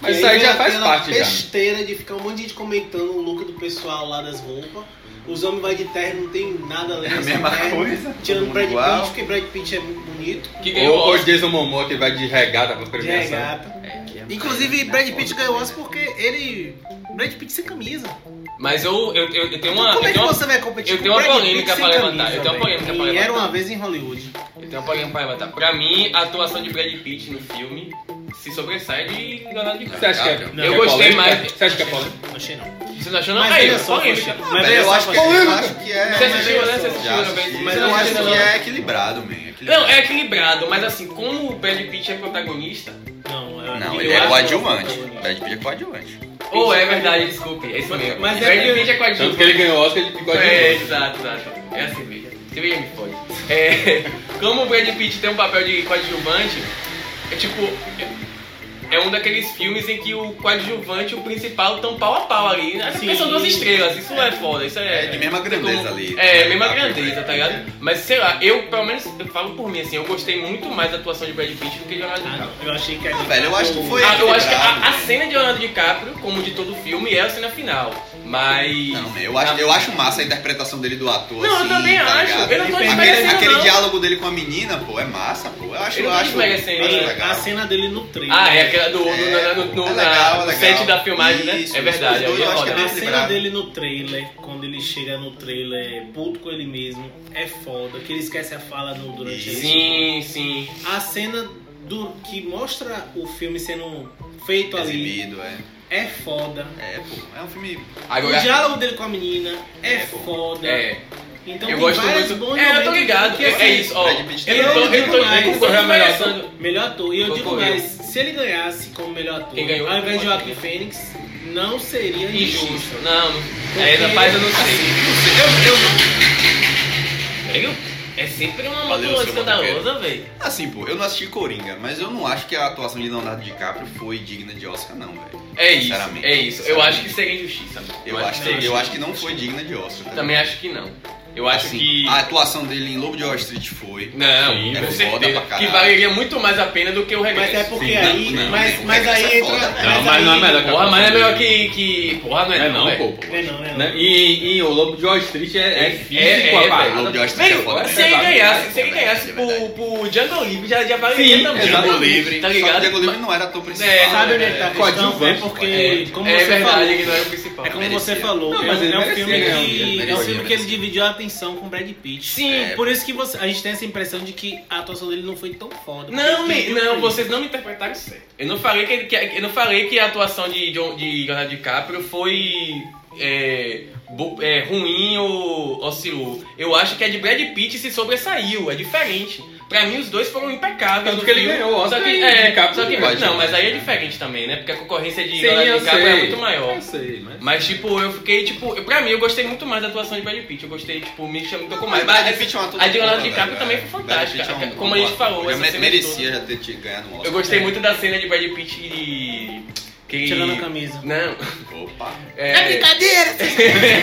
Speaker 5: Mas
Speaker 2: e
Speaker 5: isso aí já
Speaker 2: vem
Speaker 5: faz
Speaker 2: aquela
Speaker 5: parte, já.
Speaker 2: besteira de ficar um monte de gente comentando o look do pessoal lá das roupas. Os homens vai de terno, não tem nada além
Speaker 1: É a
Speaker 2: dessa
Speaker 1: mesma
Speaker 2: terno.
Speaker 1: coisa. todo
Speaker 2: Tirando
Speaker 1: mundo
Speaker 2: Brad
Speaker 1: igual.
Speaker 2: Pitt, porque Brad Pitt é muito bonito.
Speaker 3: Que ganhou
Speaker 5: Ou
Speaker 3: o
Speaker 5: o
Speaker 3: Oscar.
Speaker 5: Jason Momoa que vai de regata pra
Speaker 2: De
Speaker 5: premiação.
Speaker 2: regata.
Speaker 1: É,
Speaker 2: Inclusive, Brad Pitt ganhou Oscar porque ele... Brad Pitt sem camisa.
Speaker 3: Mas eu, eu, eu, eu tenho uma.
Speaker 2: Como
Speaker 3: Eu
Speaker 2: é que
Speaker 3: tenho uma,
Speaker 2: você vai competir
Speaker 3: eu
Speaker 2: com
Speaker 3: tenho uma
Speaker 2: Brad Pitt
Speaker 3: polêmica
Speaker 2: sem
Speaker 3: pra levantar,
Speaker 2: camisa,
Speaker 3: eu tenho
Speaker 2: velho?
Speaker 3: uma polêmica pra
Speaker 2: E Era
Speaker 3: levantar.
Speaker 2: uma vez em Hollywood.
Speaker 3: eu tenho uma polêmica pra levantar. Pra mim, a atuação de Brad Pitt no filme se sobressai de Leonardo
Speaker 5: Você
Speaker 3: DiCaprio.
Speaker 5: acha que é,
Speaker 1: Eu
Speaker 5: que é
Speaker 3: gostei
Speaker 5: polêmica?
Speaker 3: mais-
Speaker 5: Você acha que é polêmica?
Speaker 2: Não achei não.
Speaker 3: Você não achou não?
Speaker 2: Mas
Speaker 3: Aí,
Speaker 2: olha só,
Speaker 3: polêmica.
Speaker 2: Poxa.
Speaker 1: Ah,
Speaker 2: Mas
Speaker 1: velho,
Speaker 2: olha
Speaker 1: eu
Speaker 2: só,
Speaker 1: acho que,
Speaker 2: Poxa.
Speaker 1: eu acho que é.
Speaker 3: Você assistiu, né? Você
Speaker 1: Já
Speaker 3: assistiu
Speaker 1: assisti.
Speaker 3: também.
Speaker 1: Mas
Speaker 3: Mas
Speaker 1: eu acho
Speaker 3: não.
Speaker 1: que é equilibrado, man. equilibrado.
Speaker 3: Não, é equilibrado, mas assim, como o Brad Pitt é protagonista.
Speaker 2: Não, eu-
Speaker 1: Não,
Speaker 2: eu
Speaker 1: ele é
Speaker 2: acho-
Speaker 1: coadjuvante. Brad Pitt é coadjuvante.
Speaker 3: Ou é verdade, desculpe, é isso mesmo.
Speaker 2: Mas é
Speaker 3: Brad
Speaker 2: que-
Speaker 3: Pitt é
Speaker 5: Tanto
Speaker 3: coadjuvante.
Speaker 5: que ele ganhou o Oscar de bigode
Speaker 3: É,
Speaker 5: de
Speaker 3: exato, exato. É a cerveja. Cerveja me fode. É, como o Brad Pitt tem um papel de coadjuvante, é tipo. é um daqueles filmes em que o coadjuvante e o principal estão pau a pau ali. né? Até porque
Speaker 2: Sim.
Speaker 3: são duas estrelas, isso é foda, isso é.
Speaker 1: É de mesma grandeza ali.
Speaker 3: É, mesma
Speaker 1: Tá,
Speaker 3: grandeza, tá ligado? Mas sei lá, eu pelo menos eu falo por mim assim, eu gostei muito mais da atuação de Brad Pitt do que de Leonardo
Speaker 2: Ah,
Speaker 3: DiCaprio.
Speaker 2: não, eu achei que a
Speaker 1: Ah, velho, eu acho que foi-
Speaker 3: Ah, eu acho que a, a
Speaker 1: equilibrado.
Speaker 3: cena de Leonardo DiCaprio, como de todo filme, é a cena final. Mas.
Speaker 1: Não, eu acho, eu acho massa a interpretação dele do ator.
Speaker 3: Não, eu
Speaker 1: assim,
Speaker 3: também
Speaker 1: tá
Speaker 3: acho.
Speaker 1: ligado?
Speaker 3: Eu não tô
Speaker 1: aquele,
Speaker 3: desmerecendo,
Speaker 1: aquele
Speaker 3: não.
Speaker 1: diálogo dele com a menina, pô, é massa, pô. Eu acho, eu,
Speaker 3: Eu não tô
Speaker 1: acho,
Speaker 3: desmerecendo,
Speaker 1: acho
Speaker 3: né?
Speaker 1: legal.
Speaker 2: A cena dele no trailer.
Speaker 3: Ah, é aquela do, no-
Speaker 1: É,
Speaker 3: no, no-
Speaker 1: é
Speaker 3: na-
Speaker 1: legal, é
Speaker 3: no
Speaker 1: legal.
Speaker 3: set da filmagem, né?
Speaker 1: Isso,
Speaker 3: é verdade,
Speaker 1: isso,
Speaker 3: aí
Speaker 1: eu
Speaker 3: é
Speaker 1: acho que
Speaker 3: foda.
Speaker 1: é
Speaker 2: A
Speaker 1: bem
Speaker 2: cena
Speaker 1: lembrado.
Speaker 2: dele no trailer, quando ele chega no trailer puto com ele mesmo, é foda. Que ele esquece a fala no, durante a
Speaker 3: Sim, sim.
Speaker 2: A cena do que mostra o filme sendo feito ali
Speaker 1: Exibido, é.
Speaker 2: é foda.
Speaker 1: É, pô, é um filme.
Speaker 3: Agora.
Speaker 2: O diálogo dele com a menina é,
Speaker 1: É, pô.
Speaker 2: foda.
Speaker 3: É,
Speaker 2: Então
Speaker 3: eu
Speaker 2: tem
Speaker 3: gosto
Speaker 2: vários
Speaker 3: muito.
Speaker 2: bons
Speaker 3: É, eu tô
Speaker 2: momentos
Speaker 3: ligado.
Speaker 2: que,
Speaker 3: É,
Speaker 2: assim,
Speaker 3: é isso, ó.
Speaker 1: Brad Pitt
Speaker 3: Eu,
Speaker 1: tem-
Speaker 3: não tô, eu, tô,
Speaker 2: Eu digo
Speaker 3: eu
Speaker 2: mais,
Speaker 3: concorro
Speaker 5: ele
Speaker 3: melhor
Speaker 5: merece.
Speaker 3: ator.
Speaker 2: Melhor ator. E eu digo
Speaker 3: Concorreu.
Speaker 2: mais, se ele ganhasse como melhor ator,
Speaker 3: Quem ganhou?
Speaker 2: ao invés de Joaquim Fênix, não seria
Speaker 3: Injusto.
Speaker 2: injusto.
Speaker 3: Não, é, rapaz, eu não sei.
Speaker 1: Eu,
Speaker 3: Velho, é sempre uma
Speaker 1: Valeu,
Speaker 3: matulã
Speaker 1: seu
Speaker 3: escandalosa, velho.
Speaker 1: eu, assim, pô, eu não assisti Coringa, mas eu não acho que a atuação de Leonardo DiCaprio foi digna de Oscar, não, velho.
Speaker 3: É isso,
Speaker 1: Sinceramente.
Speaker 3: é isso. Eu acho que seria injustiça.
Speaker 1: Eu
Speaker 3: Mas
Speaker 1: acho,
Speaker 2: não,
Speaker 1: que,
Speaker 3: seria.
Speaker 1: eu acho que não foi digna de Oscar. tá
Speaker 3: Também acho que não. Eu acho
Speaker 1: Assim,
Speaker 3: que...
Speaker 1: A atuação dele em Lobo de Wall Street foi.
Speaker 3: Não,
Speaker 1: Sim,
Speaker 3: com
Speaker 1: é
Speaker 3: certeza.
Speaker 1: foda pra
Speaker 3: Que
Speaker 1: caralho.
Speaker 3: valeria muito mais a pena do que o
Speaker 2: Mas
Speaker 3: regresso.
Speaker 2: é porque
Speaker 1: Sim,
Speaker 2: aí.
Speaker 1: não, não,
Speaker 2: mas
Speaker 1: não,
Speaker 2: mas
Speaker 1: não,
Speaker 2: aí
Speaker 1: é
Speaker 2: entra.
Speaker 1: foda.
Speaker 5: Não, mas não é
Speaker 2: aí-
Speaker 5: melhor que a
Speaker 3: Porra, mas é
Speaker 5: atuação
Speaker 3: melhor que...
Speaker 5: dele.
Speaker 3: que... Porra, não é
Speaker 5: Não é não,
Speaker 3: velho.
Speaker 5: pô.
Speaker 2: Não é não, é
Speaker 5: Né?
Speaker 2: não.
Speaker 5: E, e o Lobo de Wall Street é, é físico
Speaker 3: é,
Speaker 5: a parada.
Speaker 1: O Lobo de Wall Street é
Speaker 3: Velho,
Speaker 1: foda.
Speaker 3: se ele
Speaker 5: verdade,
Speaker 3: ganhasse,
Speaker 1: é
Speaker 3: se ele
Speaker 1: verdade,
Speaker 3: ganhasse
Speaker 1: é verdade.
Speaker 3: pro, pro Django Livre, já, já valeria
Speaker 5: Sim,
Speaker 3: também.
Speaker 5: Django
Speaker 1: Django Livre,
Speaker 3: tá
Speaker 1: Só que
Speaker 3: ligado?
Speaker 1: Django Livre não era tão principal.
Speaker 3: É,
Speaker 2: Sabe onde
Speaker 1: né?
Speaker 2: é que tá a questão? É
Speaker 5: coadjuvante,
Speaker 2: porque, como
Speaker 3: é
Speaker 2: você
Speaker 3: verdade,
Speaker 2: falou,
Speaker 3: ele tá não era o principal.
Speaker 2: é como
Speaker 1: Merecia.
Speaker 2: você falou,
Speaker 5: Não,
Speaker 2: é,
Speaker 5: mas
Speaker 2: um-
Speaker 5: ele
Speaker 2: é um
Speaker 5: merecia
Speaker 2: filme
Speaker 3: né?
Speaker 5: ganhar,
Speaker 2: que,
Speaker 1: ele
Speaker 2: é um
Speaker 1: merecia,
Speaker 2: filme que ele
Speaker 1: merecia.
Speaker 2: dividiu a atenção com o Brad Pitt.
Speaker 3: Sim.
Speaker 1: É,
Speaker 2: Por isso que você- a gente tem essa impressão de que a atuação dele não foi tão foda.
Speaker 3: Não,
Speaker 2: Porque
Speaker 3: me,
Speaker 2: ele
Speaker 3: não,
Speaker 2: foi-
Speaker 3: vocês não me interpretaram certo. Eu não falei que, ele- que- eu não falei que a atuação de, John, de Leonardo DiCaprio foi é, bo- é, ruim ou oscilou. Eu acho que a de Brad Pitt se sobressaiu, é diferente. Pra mim, os dois foram impecáveis.
Speaker 5: Tanto
Speaker 3: no
Speaker 5: que ele
Speaker 3: filme.
Speaker 5: ganhou o Oscar
Speaker 3: Só que,
Speaker 5: e
Speaker 3: é,
Speaker 5: DiCaprio
Speaker 3: só que,
Speaker 5: ganhou.
Speaker 3: não, mas aí é diferente também, né? Porque a concorrência de
Speaker 5: Sim,
Speaker 3: Leonardo
Speaker 5: eu
Speaker 3: DiCaprio
Speaker 5: sei.
Speaker 3: é muito maior.
Speaker 5: Eu sei, mas...
Speaker 3: Mas, tipo, eu fiquei, tipo, eu- pra mim, eu gostei muito mais da atuação de Brad Pitt. Eu gostei, tipo, me chamou um pouco mais.
Speaker 1: Brad
Speaker 3: Mas-
Speaker 1: Pitt é um ator
Speaker 3: a de Leonardo
Speaker 1: foda,
Speaker 3: DiCaprio
Speaker 1: velho.
Speaker 3: também foi
Speaker 1: Brad
Speaker 3: fantástica.
Speaker 1: Pitt é um
Speaker 3: Como a gente
Speaker 1: bom
Speaker 3: falou,
Speaker 1: ator. Já
Speaker 3: essa cena é
Speaker 1: merecia já ter te ganhado um Oscar.
Speaker 3: Eu gostei muito da cena de Brad Pitt e. Que ele...
Speaker 2: Tirando a camisa.
Speaker 3: Não.
Speaker 1: Opa.
Speaker 3: É,
Speaker 1: brincadeira!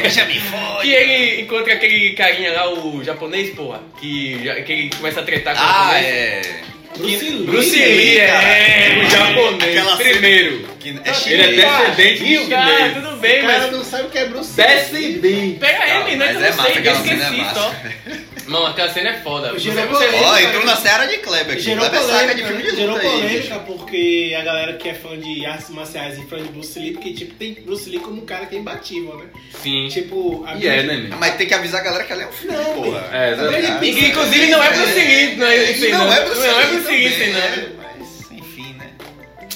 Speaker 1: já me foi!
Speaker 3: que ele encontra aquele carinha lá, o japonês, porra. Que, já- que ele começa a tretar com o
Speaker 1: Ah,
Speaker 3: japonês.
Speaker 1: é.
Speaker 2: Bruce Lee.
Speaker 3: Bruce Lee,
Speaker 1: cara.
Speaker 3: é. O japonês.
Speaker 1: Aquela cena-
Speaker 3: primeiro.
Speaker 1: Que é
Speaker 5: Ele é
Speaker 1: chinês.
Speaker 5: descendente de
Speaker 3: Ah, Cara,
Speaker 5: chinês.
Speaker 3: tudo bem, mas.
Speaker 2: não sabe o que é Bruce
Speaker 5: Descendente.
Speaker 3: Pega ele, né?
Speaker 1: Mas
Speaker 3: Eu
Speaker 1: é
Speaker 3: não
Speaker 1: massa,
Speaker 3: sei, eu
Speaker 1: aquela cena é
Speaker 3: esqueci só.
Speaker 1: massa.
Speaker 3: Não, aquela cena é foda.
Speaker 2: O
Speaker 3: Você-
Speaker 2: Jerome
Speaker 3: você-
Speaker 1: Ó, entrou na Serra de Kleber aqui.
Speaker 2: Gerou
Speaker 1: Kleber saca de
Speaker 2: polêmica,
Speaker 1: filme de
Speaker 2: gerou
Speaker 1: luta aí. bicho.
Speaker 2: polêmica porque a galera que é fã de artes marciais e fã de Bruce Lee, porque tipo, tem Bruce Lee como um cara que é imbatível, né?
Speaker 3: Sim.
Speaker 2: Tipo, a
Speaker 5: E é,
Speaker 2: minha-
Speaker 5: né,
Speaker 1: Ah,
Speaker 5: menino?
Speaker 1: Mas tem que avisar a galera que ela é um filme,
Speaker 2: Não,
Speaker 1: porra.
Speaker 5: é,
Speaker 1: Tá ligado?
Speaker 3: E que, inclusive não é Bruce Lee, não é isso aí,
Speaker 1: Não é Bruce Lee.
Speaker 3: Não é Bruce Lee, isso
Speaker 1: também,
Speaker 3: aí, não.
Speaker 1: é, Mas, enfim, né?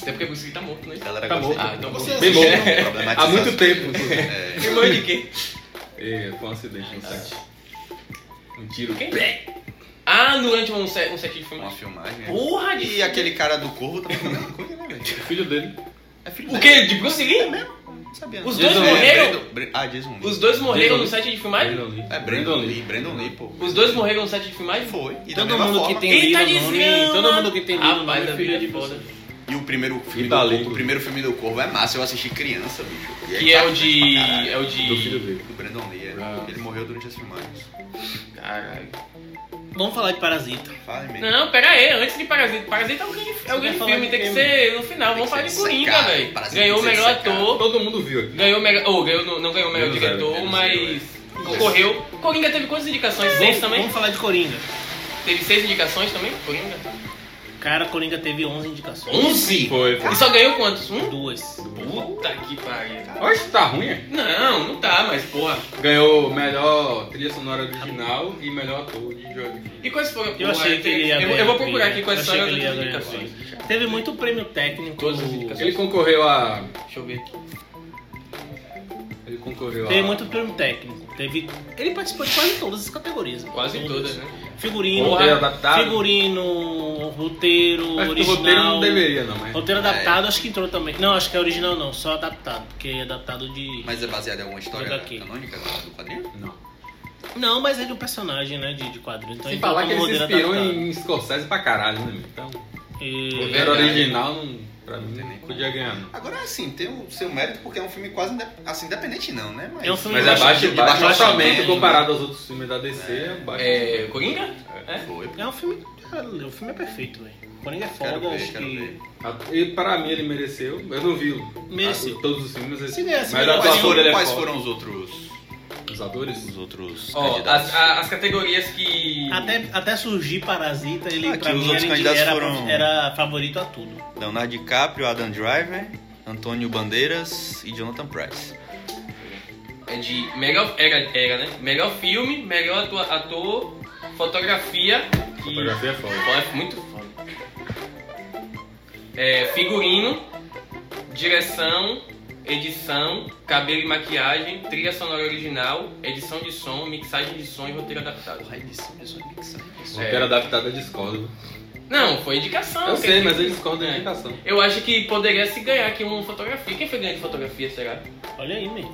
Speaker 3: Até porque Bruce Lee tá morto, né?
Speaker 1: A galera
Speaker 5: Tá
Speaker 1: gosta
Speaker 5: bom.
Speaker 3: Ah, então
Speaker 2: Você
Speaker 3: bom.
Speaker 5: Bem bom.
Speaker 2: assistiu, não?
Speaker 5: Há muito tempo.
Speaker 1: É.
Speaker 3: Irmão de quem?
Speaker 5: É, foi um acidente no set. Um tiro.
Speaker 3: Quem? Ah, durante um set, um set de
Speaker 1: Uma
Speaker 3: filmagem.
Speaker 1: filmagem. né?
Speaker 3: Porra de...
Speaker 1: E aquele cara do corvo também foi a mesma coisa, né, velho?
Speaker 5: O filho dele.
Speaker 1: É filho
Speaker 3: O
Speaker 1: dele.
Speaker 3: que? De Bruce Lee?
Speaker 1: Não sabia.
Speaker 3: Os
Speaker 1: não.
Speaker 5: dois
Speaker 1: É,
Speaker 3: morreram?
Speaker 1: Brandon- Bra- Ah, Jason Lee.
Speaker 3: Os dois morreram
Speaker 5: Brandon
Speaker 3: no set de filmagem?
Speaker 5: Lee.
Speaker 1: É, Brandon Lee. Brandon Lee, pô.
Speaker 3: Os dois morreram no set de filmagem?
Speaker 1: Foi. E da
Speaker 2: Todo
Speaker 1: mesma
Speaker 2: mundo
Speaker 1: forma-
Speaker 2: que tem
Speaker 3: Quem
Speaker 2: Lee
Speaker 3: tá
Speaker 2: no nome,
Speaker 3: dizendo?
Speaker 2: todo mundo que tem Lee no nome
Speaker 3: Rapaz,
Speaker 2: é
Speaker 3: a
Speaker 2: filho
Speaker 3: vida de
Speaker 2: de
Speaker 3: foda.
Speaker 1: E o primeiro filme,
Speaker 5: E
Speaker 1: do
Speaker 5: tá
Speaker 1: Corvo,
Speaker 5: lindo.
Speaker 1: o primeiro filme do Corvo é massa, eu assisti criança, bicho. E
Speaker 3: Que é o
Speaker 1: impactante
Speaker 3: de...
Speaker 1: pra caralho.
Speaker 3: É o
Speaker 5: Do filho
Speaker 3: de...
Speaker 5: dele.
Speaker 1: O Brandon Lee, é.
Speaker 5: Ah.
Speaker 1: ele morreu durante as filmagens.
Speaker 3: Caralho.
Speaker 2: Vamos falar de Parasita.
Speaker 1: Fala mesmo.
Speaker 3: Não, pera aí, antes de Parasita. Parasita é o grande, é o grande
Speaker 2: Vai falar
Speaker 3: filme,
Speaker 2: de
Speaker 3: tem que
Speaker 2: filme.
Speaker 3: ser no final.
Speaker 1: Tem
Speaker 3: Vamos
Speaker 1: que
Speaker 3: falar de
Speaker 1: ser
Speaker 3: Coringa,
Speaker 1: secado.
Speaker 3: velho.
Speaker 1: Parasita
Speaker 3: Ganhou o
Speaker 1: tem que ser
Speaker 3: melhor
Speaker 1: secado.
Speaker 3: ator.
Speaker 5: Todo mundo viu aqui.
Speaker 3: Ganhou o melhor. Ou ganhou, não, não ganhou o melhor
Speaker 5: Menos
Speaker 3: diretor,
Speaker 5: zero, menos
Speaker 3: mas.
Speaker 1: zero, é.
Speaker 3: Concorreu. Coringa teve quantas indicações? Seis
Speaker 2: Vamos,
Speaker 3: também?
Speaker 2: vamos falar de Coringa.
Speaker 3: Teve seis indicações também? Coringa?
Speaker 2: Cara, Coringa teve 11 indicações.
Speaker 3: Onze?
Speaker 5: Foi.
Speaker 3: E só ganhou quantos? Um?
Speaker 2: Duas.
Speaker 3: Puta que pariu.
Speaker 5: Olha isso, tá ruim, é?
Speaker 3: Não, não tá, mas porra.
Speaker 5: Ganhou melhor trilha sonora original e melhor ator de jogo.
Speaker 3: E quais foram?
Speaker 2: Eu achei
Speaker 3: Porra,
Speaker 2: que ele ia
Speaker 3: eu,
Speaker 2: ganhar.
Speaker 3: é eu vou procurar aqui
Speaker 2: Eu
Speaker 3: quais
Speaker 2: achei
Speaker 3: foram as
Speaker 2: que ele ia
Speaker 3: outras
Speaker 2: ganhar.
Speaker 3: indicações.
Speaker 2: Teve muito prêmio técnico.
Speaker 3: Todas as indicações.
Speaker 5: Ele concorreu a.
Speaker 3: Deixa eu ver aqui.
Speaker 5: Ele concorreu a.
Speaker 2: Teve muito prêmio técnico. Teve... Ele participou de quase todas as categorias.
Speaker 3: Quase todas, né?
Speaker 2: Figurino,
Speaker 5: Roteiro adaptado.
Speaker 2: figurino, roteiro,
Speaker 5: Acho que o
Speaker 2: original. Então,
Speaker 5: roteiro não deveria, É. não, mas.
Speaker 2: Roteiro adaptado, acho que entrou também. Não, acho que é original não, só adaptado, porque é adaptado de.
Speaker 1: Mas é baseado em alguma história
Speaker 2: Joga aqui.
Speaker 1: canônica do quadrinho?
Speaker 5: Não.
Speaker 2: Não, mas é de um personagem, né? De, de quadrinho. Então
Speaker 5: Sem
Speaker 2: entrou
Speaker 5: falar que
Speaker 2: como
Speaker 5: ele se
Speaker 2: roteiro
Speaker 5: inspirou
Speaker 2: adaptado.
Speaker 5: em Scorsese pra caralho, né, meu? Então.
Speaker 2: E-
Speaker 5: Era
Speaker 3: Verdade.
Speaker 5: original, não. Pra mim,
Speaker 1: tem nem como.
Speaker 5: podia ganhar. não.
Speaker 1: Agora, assim, tem o seu mérito porque é um filme quase inde- assim, independente, não, né? Mas,
Speaker 6: É um filme
Speaker 5: Mas
Speaker 6: de
Speaker 5: é baixo,
Speaker 1: de
Speaker 5: baixo orçamento
Speaker 1: orçamento,
Speaker 5: comparado aos outros filmes da DC, é baixo.
Speaker 3: É, Coringa? É?
Speaker 1: Foi, pô.
Speaker 6: É um filme. cara, O filme é perfeito, velho. Coringa é
Speaker 1: Quero
Speaker 6: foda,
Speaker 1: ver,
Speaker 6: acho
Speaker 1: quero ver.
Speaker 6: que.
Speaker 5: E pra mim ele mereceu. Eu não vi o-
Speaker 6: Mereceu.
Speaker 5: a- todos os filmes.
Speaker 6: Se ganhasse
Speaker 5: mas
Speaker 6: melhor
Speaker 5: a
Speaker 1: né? Quais,
Speaker 5: atuação
Speaker 1: foram,
Speaker 5: dele é
Speaker 1: quais
Speaker 5: foda.
Speaker 1: foram os outros,
Speaker 5: Os atores?
Speaker 1: os outros
Speaker 3: Ó,
Speaker 1: candidatos?
Speaker 3: as, a- as categorias que.
Speaker 6: Até, até surgir Parasita, ele
Speaker 1: Ah, que
Speaker 6: pra
Speaker 1: os
Speaker 6: mim
Speaker 1: outros
Speaker 6: era,
Speaker 1: candidatos
Speaker 6: era,
Speaker 1: foram-
Speaker 6: era favorito a tudo.
Speaker 1: Leonardo DiCaprio, Adam Driver, Antônio Bandeiras e Jonathan Price.
Speaker 3: É de melhor. Era, era, né? Melhor filme, melhor atua- ator, fotografia. Que
Speaker 5: Fotografia é foda.
Speaker 3: Foda, é muito foda. É, figurino, direção, edição, cabelo e maquiagem, trilha sonora original, edição de som, mixagem de som e roteiro adaptado. É,
Speaker 5: Roteiro adaptado a discordo.
Speaker 3: Não, foi indicação.
Speaker 5: Eu
Speaker 3: que-
Speaker 5: sei, mas eu discordo
Speaker 3: né?
Speaker 5: em indicação.
Speaker 3: Eu acho que poderia se ganhar aqui uma fotografia. Quem foi ganhando de fotografia, será?
Speaker 6: Olha aí, meu.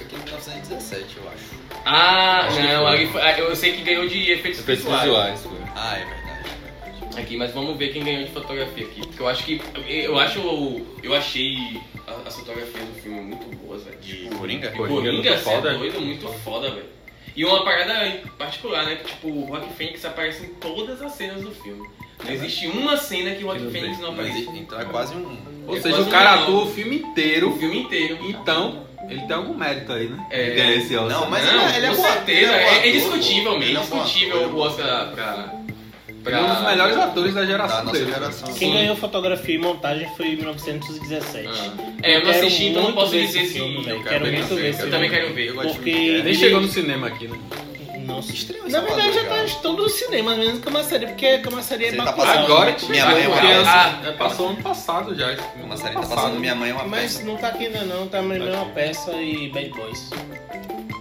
Speaker 7: Aqui em 1917, eu acho.
Speaker 3: Ah,
Speaker 5: Acho que
Speaker 3: não,
Speaker 5: foi.
Speaker 3: ali foi- ah, eu sei que ganhou de efeitos
Speaker 5: Efeitos
Speaker 3: visuais.
Speaker 5: visuais, pô.
Speaker 7: Ah, é verdade. é verdade.
Speaker 3: Aqui, mas vamos ver quem ganhou de fotografia aqui. Porque eu acho que. Eu acho. Eu achei a- as fotografias do filme muito boas, velho.
Speaker 1: De
Speaker 3: Tipo,
Speaker 1: Coringa?
Speaker 5: Coringa é muito
Speaker 3: Coringa, cê
Speaker 5: foda.
Speaker 3: é doido, muito foda, velho. E uma parada em particular, né? Que tipo, o Rock Fênix aparece em todas as cenas do filme. Não existe uma cena que o Rock
Speaker 5: Não tem.
Speaker 3: Fênix não
Speaker 7: Não
Speaker 3: aparece.
Speaker 7: existe, então é quase um.
Speaker 5: Ou
Speaker 3: É
Speaker 5: seja,
Speaker 3: quase
Speaker 5: o cara
Speaker 3: um
Speaker 5: atua o
Speaker 3: milhão.
Speaker 5: filme
Speaker 3: O
Speaker 5: inteiro.
Speaker 3: filme inteiro.
Speaker 5: Então, ele tem algum mérito aí, né?
Speaker 3: É.
Speaker 5: De ganhar esse Oscar.
Speaker 1: Não, mas
Speaker 3: não,
Speaker 1: ele é- ele é
Speaker 3: com
Speaker 1: bom-
Speaker 3: certeza.
Speaker 1: ele é bom
Speaker 3: É, é
Speaker 1: ator,
Speaker 3: discutível,
Speaker 1: pô. Ele
Speaker 3: é
Speaker 1: é bom
Speaker 3: discutível
Speaker 1: ator, ele é
Speaker 3: o
Speaker 1: bom
Speaker 3: Oscar pra.
Speaker 5: Ele é um dos melhores atores da
Speaker 1: Da
Speaker 5: geração
Speaker 1: nossa
Speaker 5: dele.
Speaker 1: geração.
Speaker 6: Quem
Speaker 3: Sim.
Speaker 6: ganhou fotografia e montagem foi em 1917.
Speaker 3: Ah. É, eu não
Speaker 6: Quero
Speaker 3: assisti, então não
Speaker 6: muito
Speaker 3: posso
Speaker 6: ver esse
Speaker 3: dizer se.
Speaker 6: filme, velho.
Speaker 5: quero
Speaker 6: Quero
Speaker 5: ver
Speaker 6: muito
Speaker 5: esse
Speaker 6: ver
Speaker 5: filme.
Speaker 6: esse
Speaker 3: Eu
Speaker 6: filme.
Speaker 3: também quero ver.
Speaker 1: Eu gosto de
Speaker 6: Porque
Speaker 5: Nem chegou no cinema aqui, né?
Speaker 6: Não se
Speaker 1: Estreou em
Speaker 6: Na
Speaker 1: Salvador
Speaker 6: verdade já tá
Speaker 1: já.
Speaker 6: em todos os cinemas, menos Camaçaria, porque Camaçaria é
Speaker 1: Você tá
Speaker 6: bacana.
Speaker 1: passando
Speaker 5: Agora
Speaker 1: Minha
Speaker 5: que
Speaker 1: Mãe é uma
Speaker 5: porque
Speaker 1: Rosa.
Speaker 5: essa- é, passou ano passado já. esse filme.
Speaker 1: Uma série tá
Speaker 5: Passado.
Speaker 1: passando Minha Mãe é uma
Speaker 6: Mas
Speaker 1: Peça.
Speaker 6: não tá aqui ainda não, tá mesmo uma peça e Bad Boys.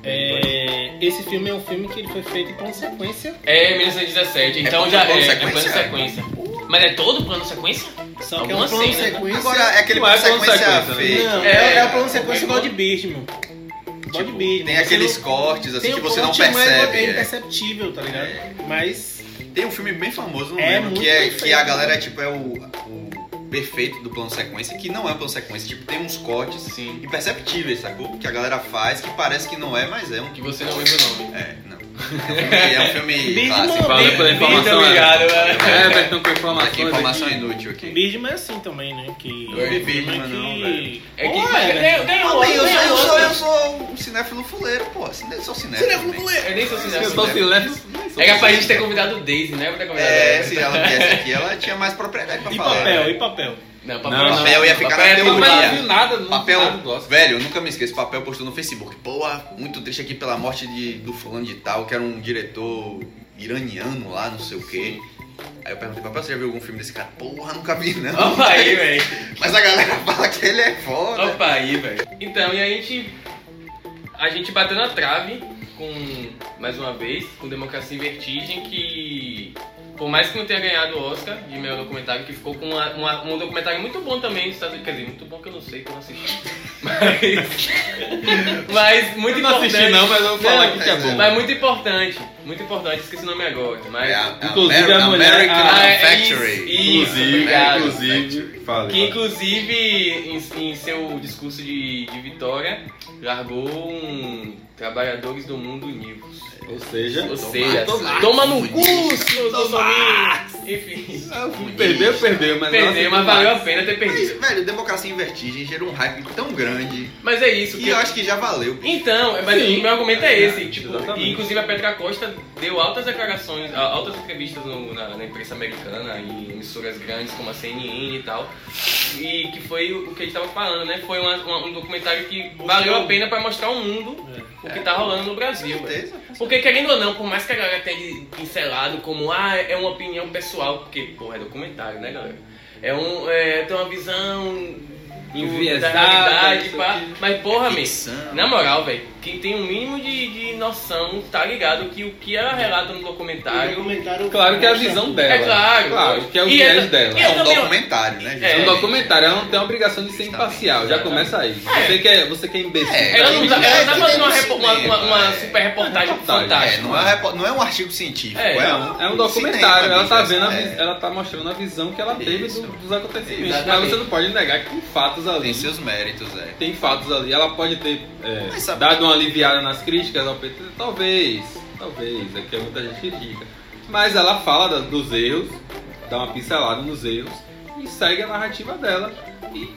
Speaker 6: É, esse filme é um filme que ele foi feito em plano sequência.
Speaker 3: É 1917, então
Speaker 1: plano-
Speaker 3: já
Speaker 1: plano
Speaker 3: é, é
Speaker 1: sequência?
Speaker 3: plano sequência. Mas é todo plano sequência?
Speaker 6: Só que é
Speaker 3: Alguma
Speaker 6: um plano
Speaker 3: cena, né?
Speaker 6: sequência.
Speaker 1: Agora, é aquele
Speaker 5: Não é plano
Speaker 1: sequência,
Speaker 5: sequência, né?
Speaker 1: fake.
Speaker 6: Não,
Speaker 3: É,
Speaker 6: é, é o plano sequência
Speaker 3: é
Speaker 6: igual de Bird, mano. Igual de
Speaker 1: Tipo,
Speaker 6: Bird.
Speaker 1: tem
Speaker 6: mano.
Speaker 1: aqueles
Speaker 6: Você não-
Speaker 1: cortes assim
Speaker 6: tem
Speaker 1: que
Speaker 6: um
Speaker 1: você não
Speaker 6: corte, mas
Speaker 1: percebe.
Speaker 6: É
Speaker 1: é.
Speaker 6: imperceptível, tá ligado? Mas
Speaker 1: Tem um filme bem famoso, não
Speaker 6: É
Speaker 1: lembro,
Speaker 6: muito
Speaker 1: que, é,
Speaker 6: bem
Speaker 1: que
Speaker 6: feito.
Speaker 1: a galera tipo, é o, o perfeito do plano sequência, que não é um plano sequência, tipo, tem uns cortes
Speaker 3: Sim.
Speaker 1: imperceptíveis, sacou? Que a galera faz, que parece que não é, mas é um.
Speaker 3: Que você não lembra o nome.
Speaker 1: É, não. É um filme, é um filme
Speaker 6: Big
Speaker 1: clássico.
Speaker 6: Mom.
Speaker 5: Valeu pela
Speaker 6: Muito
Speaker 5: informação.
Speaker 3: obrigado,
Speaker 5: né? É, Everton com
Speaker 1: Mas que
Speaker 5: informações.
Speaker 1: informação
Speaker 5: aqui.
Speaker 1: inútil aqui.
Speaker 6: Birdman é assim também, né? Que
Speaker 1: Não é
Speaker 6: um filme
Speaker 1: Birdman, não, velho.
Speaker 3: É que.
Speaker 6: Ué,
Speaker 3: mas
Speaker 6: velho.
Speaker 2: né?
Speaker 3: ganhou, ganhou,
Speaker 1: Ah, bem, eu, sou, eu,
Speaker 3: ganhou.
Speaker 1: sou, eu sou um cinéfilo fuleiro, pô. Cine, sou cinéfilo. né?
Speaker 3: É nem seu
Speaker 5: Eu
Speaker 3: cineasta.
Speaker 5: tô silêncio.
Speaker 3: Era pra gente É ter convidado o Daisy, né? Pra ter convidado
Speaker 1: É,
Speaker 3: ela.
Speaker 1: se ela viesse aqui, ela tinha mais propriedade pra
Speaker 6: E
Speaker 1: falar.
Speaker 6: papel,
Speaker 1: né?
Speaker 6: e papel.
Speaker 3: Não,
Speaker 5: Não, não.
Speaker 1: Papel ia ficar na
Speaker 3: é
Speaker 5: Eu
Speaker 1: teoria.
Speaker 3: papel.
Speaker 5: não vi nada, não
Speaker 1: Papel,
Speaker 3: Ah,
Speaker 5: nada do Oscar.
Speaker 1: velho, eu nunca me esqueço. Papel postou no Facebook. Pô, muito triste aqui pela morte de, do fulano de tal, que era um diretor iraniano lá, não sei o quê. Aí eu perguntei, Papel, você já viu algum filme desse cara? Porra, nunca vi não.
Speaker 3: Opa aí, velho.
Speaker 1: Mas a galera fala que ele é foda.
Speaker 3: Opa aí, velho. Então, e a gente. A gente bateu na trave com. Mais uma vez, com Democracia em Vertigem, que. Por mais que não tenha ganhado o Oscar de melhor documentário, que ficou com uma- uma- um documentário muito bom também dos Estados Unidos. Quer dizer, muito bom que eu não sei, que eu não assisti. Mas. mas muito
Speaker 5: Eu não
Speaker 3: importante.
Speaker 5: assisti não, mas eu vou falar
Speaker 1: Não,
Speaker 5: aqui que é bom.
Speaker 3: Mas muito importante. Muito importante, esqueci o nome agora. Mas.
Speaker 1: É a, a
Speaker 5: Inclusive a
Speaker 1: Amer-
Speaker 5: mulher-
Speaker 1: American
Speaker 5: a-
Speaker 3: Ah, é
Speaker 1: Factory.
Speaker 3: Isso, isso
Speaker 1: né?
Speaker 3: obrigado.
Speaker 5: é inclusive, fala.
Speaker 3: Que inclusive em, em seu discurso de, de vitória largou um Trabalhadores do Mundo Unidos.
Speaker 5: Ou seja,
Speaker 3: Ou seja,
Speaker 1: Tomar.
Speaker 3: toma no cu,
Speaker 1: Tomar.
Speaker 3: seus bolsominions! Enfim,
Speaker 5: perdeu, perdeu, mas
Speaker 3: É perdeu, mas valeu a pena
Speaker 1: Mas,
Speaker 3: ter perdido.
Speaker 1: velho, Democracia em Vertigem gerou um hype tão grande
Speaker 3: Mas é isso.
Speaker 1: que
Speaker 3: que-
Speaker 1: eu acho que já valeu.
Speaker 3: Então, mas
Speaker 5: Sim.
Speaker 3: o meu argumento é esse. Tipo,
Speaker 5: Exatamente.
Speaker 3: e, inclusive a Petra Costa deu altas declarações, a- altas entrevistas no- na, na imprensa americana, em emissoras grandes como a CNN e tal. E que foi o o que a gente tava falando, né? Foi uma- uma- um documentário que valeu a pena pra mostrar ao mundo
Speaker 5: É.
Speaker 3: o que tá rolando no Brasil.
Speaker 1: Com
Speaker 3: velho.
Speaker 1: certeza.
Speaker 3: Porque querendo ou não, por mais que a galera tenha pincelado como ah, é uma opinião pessoal, porque, porra, é documentário, né, galera? É um. é, tem uma visão
Speaker 5: Enviesado,
Speaker 3: da realidade,
Speaker 5: isso aqui.
Speaker 3: pá. Mas
Speaker 1: É
Speaker 3: porra, meu,
Speaker 7: Ficção.
Speaker 3: na moral, velho, quem tem um mínimo de, de noção tá ligado que o que ela relata
Speaker 1: Tá,
Speaker 3: no
Speaker 2: O
Speaker 3: documentário.
Speaker 2: documentário
Speaker 5: Claro que é a
Speaker 2: mostra
Speaker 5: visão
Speaker 2: tudo.
Speaker 5: dela.
Speaker 3: É claro.
Speaker 5: Claro, que é o
Speaker 3: E
Speaker 5: viés
Speaker 3: essa-
Speaker 5: dela.
Speaker 3: Eu
Speaker 1: É um
Speaker 3: também-
Speaker 1: documentário, né, gente?
Speaker 5: É um
Speaker 3: É.
Speaker 5: documentário, ela não tem a obrigação de ser imparcial, já começa aí. Você que é, você que é imbecil.
Speaker 1: É,
Speaker 3: Ela não tá,
Speaker 1: É,
Speaker 3: ela não tá
Speaker 1: que
Speaker 3: fazendo
Speaker 1: nem
Speaker 3: uma,
Speaker 1: no
Speaker 3: repo- uma-
Speaker 1: cinema,
Speaker 3: uma- uma
Speaker 1: é.
Speaker 3: super reportagem
Speaker 5: Reportagem,
Speaker 1: É,
Speaker 3: fantástica.
Speaker 1: não é, repo- não é um artigo científico.
Speaker 3: É,
Speaker 1: É, um,
Speaker 5: É um documentário,
Speaker 1: cinema,
Speaker 5: ela tá
Speaker 1: bicho,
Speaker 5: vendo, a
Speaker 1: é.
Speaker 5: vi- ela tá mostrando a visão que ela teve do- dos acontecimentos. Mas
Speaker 3: Exatamente.
Speaker 5: você não pode negar que tem fatos ali.
Speaker 1: Tem seus méritos, é.
Speaker 5: Tem fatos ali. Ela pode ter é,
Speaker 1: Mas sabe-
Speaker 5: dado uma aliviada nas críticas ao PT, talvez, talvez, é que muita gente critica. Mas ela fala da- dos erros, dá uma pincelada nos erros e segue a narrativa dela. E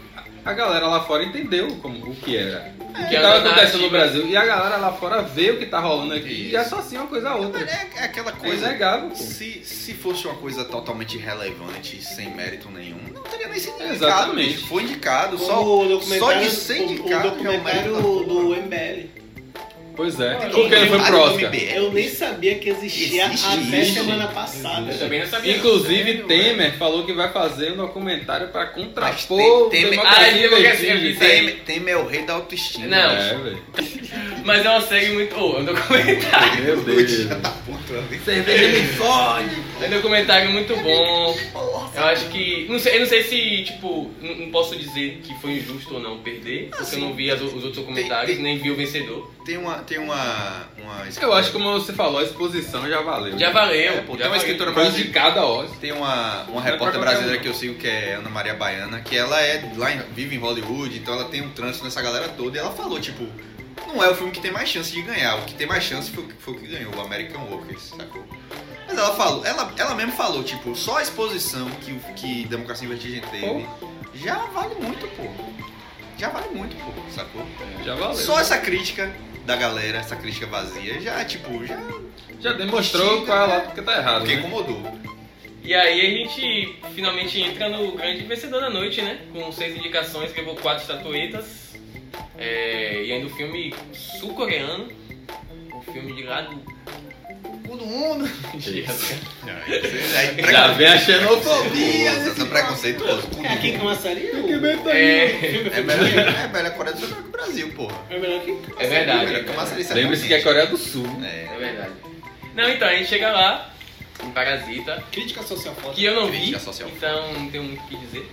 Speaker 5: a galera lá fora entendeu como, o que
Speaker 1: É.
Speaker 5: era. O que
Speaker 3: era
Speaker 5: estava
Speaker 3: a
Speaker 5: acontecendo
Speaker 3: narrativa.
Speaker 5: no Brasil. E a galera lá fora vê o que tá rolando aqui e
Speaker 1: Isso.
Speaker 5: associa uma coisa a outra.
Speaker 1: Mas é, é aquela
Speaker 5: É
Speaker 1: coisa.
Speaker 5: inegável, pô.
Speaker 1: Se, se fosse uma coisa totalmente irrelevante, sem mérito nenhum, não teria nem sido indicado.
Speaker 5: Exatamente.
Speaker 1: bicho. Foi indicado,
Speaker 2: Como
Speaker 1: só,
Speaker 2: o
Speaker 1: só
Speaker 2: documentário-
Speaker 1: de ser
Speaker 2: o-
Speaker 1: indicado
Speaker 2: O documentário
Speaker 1: que é o mérito.
Speaker 2: do MBL.
Speaker 5: Pois é.
Speaker 2: Olha,
Speaker 5: Por que ele foi
Speaker 1: Ah,
Speaker 5: pro
Speaker 1: do
Speaker 5: Oscar?
Speaker 1: MBL.
Speaker 2: Eu nem sabia que existia
Speaker 1: Existe,
Speaker 2: até
Speaker 1: existe.
Speaker 2: semana passada.
Speaker 3: Eu também não sabia.
Speaker 1: É,
Speaker 5: Inclusive, Temer falou que vai fazer um documentário pra contrapor
Speaker 1: Mas tem- Temer-
Speaker 3: Ah, ele vai ser
Speaker 5: Virgínia.
Speaker 3: vice-
Speaker 1: Temer, Temer é o rei da autoestima.
Speaker 3: Não.
Speaker 5: É, velho.
Speaker 3: Mas é uma série muito. Oh, é um documentário.
Speaker 5: Meu
Speaker 1: Já tá puto, né?
Speaker 5: Cerveja me fode.
Speaker 3: É um documentário muito bom. Eu acho que. Não sei, eu não sei se, tipo, não não posso dizer que foi injusto ou não perder, porque eu não vi as o- os outros documentários,
Speaker 1: Ah, tem-
Speaker 3: nem vi o vencedor.
Speaker 1: Tem uma. Tem uma, uma
Speaker 5: Eu acho que, como você falou, a exposição já valeu.
Speaker 3: Já valeu.
Speaker 1: É, pô, tem
Speaker 3: já
Speaker 1: uma
Speaker 3: valeu.
Speaker 1: escritora
Speaker 5: Foi indicada a Oscar.
Speaker 1: Tem uma, uma
Speaker 5: pra
Speaker 1: repórter
Speaker 5: qualquer
Speaker 1: brasileira
Speaker 5: um.
Speaker 1: que eu sigo, que é Ana Maria Baiana, que ela é lá em- vive em Hollywood, então ela tem um trânsito nessa galera toda, e ela falou, tipo, não é o filme que tem mais chance de ganhar, o que tem mais chance foi, o que- foi o que ganhou, o American Workers, sacou? Mas ela falou, ela, ela mesmo falou, tipo, só a exposição que, o- que Democracia em Vertigem teve já vale muito, pô. Já vale muito, pô, sacou?
Speaker 5: Já valeu.
Speaker 1: Só essa crítica da galera, essa crítica vazia, já, tipo, já
Speaker 5: Já demonstrou qual é lá porque tá errado.
Speaker 1: porque
Speaker 5: Né?
Speaker 1: incomodou.
Speaker 3: E aí a gente finalmente entra no grande vencedor da noite, né? Com seis indicações, levou quatro estatuetas. É, e ainda o filme sul-coreano. O filme de lá do.
Speaker 1: Mundo mundo. É.
Speaker 3: de-
Speaker 5: É. Já vem a xenofobia.
Speaker 1: Preconceituoso, é essa preconceituosa.
Speaker 2: É aqui que começaria? o-
Speaker 3: É,
Speaker 1: É melhor, é melhor a Coreia do Sul do que o Brasil, porra.
Speaker 2: É melhor que
Speaker 3: é verdade.
Speaker 1: É melhor que uma série
Speaker 5: Lembre-se que é
Speaker 1: certamente.
Speaker 5: Coreia do Sul.
Speaker 1: É.
Speaker 3: É verdade. Não, então, a gente chega lá, em Parasita,
Speaker 2: crítica social forte.
Speaker 3: que eu não vi,
Speaker 1: Crítica social.
Speaker 3: então não tenho muito o que dizer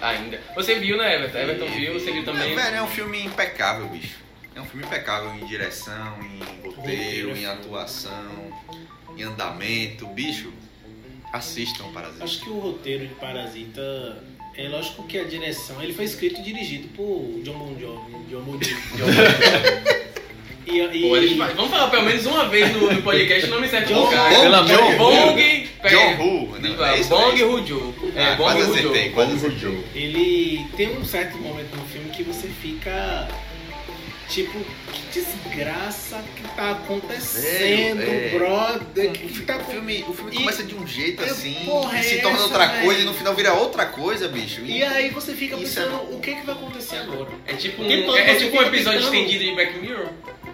Speaker 3: ainda. Você viu, né, Everton? Everton viu, você viu também.
Speaker 1: Não, velho, é um filme impecável, bicho. É um filme impecável em direção, em roteiro, em atuação, em andamento. Bicho, assistam Parasita.
Speaker 2: Acho que o roteiro de Parasita. É lógico que a direção. Ele foi escrito e dirigido por John Bon Jovi. John Bon Jovi. e, e-
Speaker 3: Pô, eles- Vamos falar pelo menos uma vez no, no podcast, não me serve
Speaker 2: John
Speaker 3: pro cara.
Speaker 1: Bong,
Speaker 3: Pelo amor de
Speaker 1: John
Speaker 3: Bong,
Speaker 1: John Woo, né? É isso
Speaker 3: Bong
Speaker 1: mesmo.
Speaker 3: Rujo. É,
Speaker 1: Ah,
Speaker 3: Bong
Speaker 1: quase
Speaker 3: Rujo.
Speaker 1: acertei, quase acertei.
Speaker 2: Ele tem um certo momento no filme que você fica tipo, que desgraça que tá acontecendo,
Speaker 1: É, é.
Speaker 2: brother, que, que tá
Speaker 1: O filme, o filme
Speaker 2: E-
Speaker 1: começa de um jeito
Speaker 2: Eu-
Speaker 1: assim,
Speaker 2: porra,
Speaker 1: que se
Speaker 2: é
Speaker 1: torna
Speaker 2: essa,
Speaker 1: outra
Speaker 2: velho?
Speaker 1: coisa e no final vira outra coisa, bicho.
Speaker 2: E aí você fica
Speaker 1: Isso é
Speaker 2: pensando, o que que vai acontecer agora?
Speaker 3: É tipo
Speaker 2: Tem
Speaker 3: um,
Speaker 2: todo
Speaker 3: é, é
Speaker 2: mundo
Speaker 3: tipo um
Speaker 2: fica
Speaker 3: episódio
Speaker 2: tentando.
Speaker 3: estendido de Black Mirror.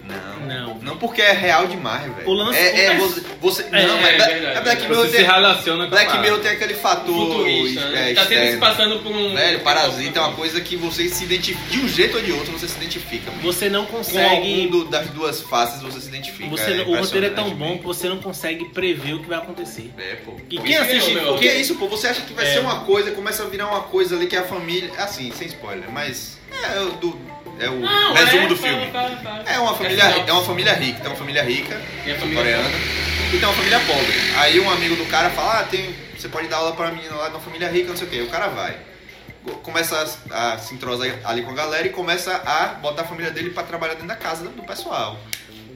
Speaker 1: Não.
Speaker 2: Não.
Speaker 1: Não porque é real demais, velho.
Speaker 2: O lance-
Speaker 1: é, é
Speaker 2: o-
Speaker 1: você, você- não,
Speaker 3: é,
Speaker 1: é,
Speaker 3: é
Speaker 1: Bla-
Speaker 3: verdade.
Speaker 1: é Black
Speaker 3: Você
Speaker 1: Mirror
Speaker 5: Você se
Speaker 1: tem,
Speaker 5: relaciona com
Speaker 1: Black
Speaker 5: a-
Speaker 1: Mirror tem aquele fator
Speaker 3: Futurista, né?
Speaker 1: é,
Speaker 3: Tá sendo se
Speaker 1: externo.
Speaker 3: passando por um.
Speaker 1: Velho, parasita é uma coisa que você se identifica de um jeito ou de outro, você se identifica. mano.
Speaker 2: Você não
Speaker 1: Com algum
Speaker 2: consegue.
Speaker 1: do- das duas faces você se identifica.
Speaker 2: Você,
Speaker 1: é
Speaker 2: não- o roteiro é tão
Speaker 1: impressionante,
Speaker 2: bom que você não consegue prever o que vai acontecer.
Speaker 1: velho. É, pô.
Speaker 2: E
Speaker 3: Por
Speaker 2: quem
Speaker 3: isso que
Speaker 2: assiste.
Speaker 3: eu, meu,
Speaker 1: Porque
Speaker 2: quem-
Speaker 1: é isso, pô, você acha que vai
Speaker 2: É.
Speaker 1: ser uma coisa, começa a virar uma coisa ali que é a família. Assim, sem spoiler, mas. É, o do, é o
Speaker 3: Não,
Speaker 1: resumo
Speaker 3: é,
Speaker 1: do
Speaker 3: fala,
Speaker 1: filme.
Speaker 3: fala, fala.
Speaker 1: É uma família,
Speaker 3: É,
Speaker 1: é uma família rica, tem uma família rica,
Speaker 3: Tem a família é
Speaker 1: coreana, e tem uma família pobre. Aí um amigo do cara fala, ah, tem, você pode dar aula pra menina lá de uma família rica, não sei o quê. O cara vai. Começa a, a se entrosar ali com a galera e começa a botar a família dele pra trabalhar dentro da casa do pessoal.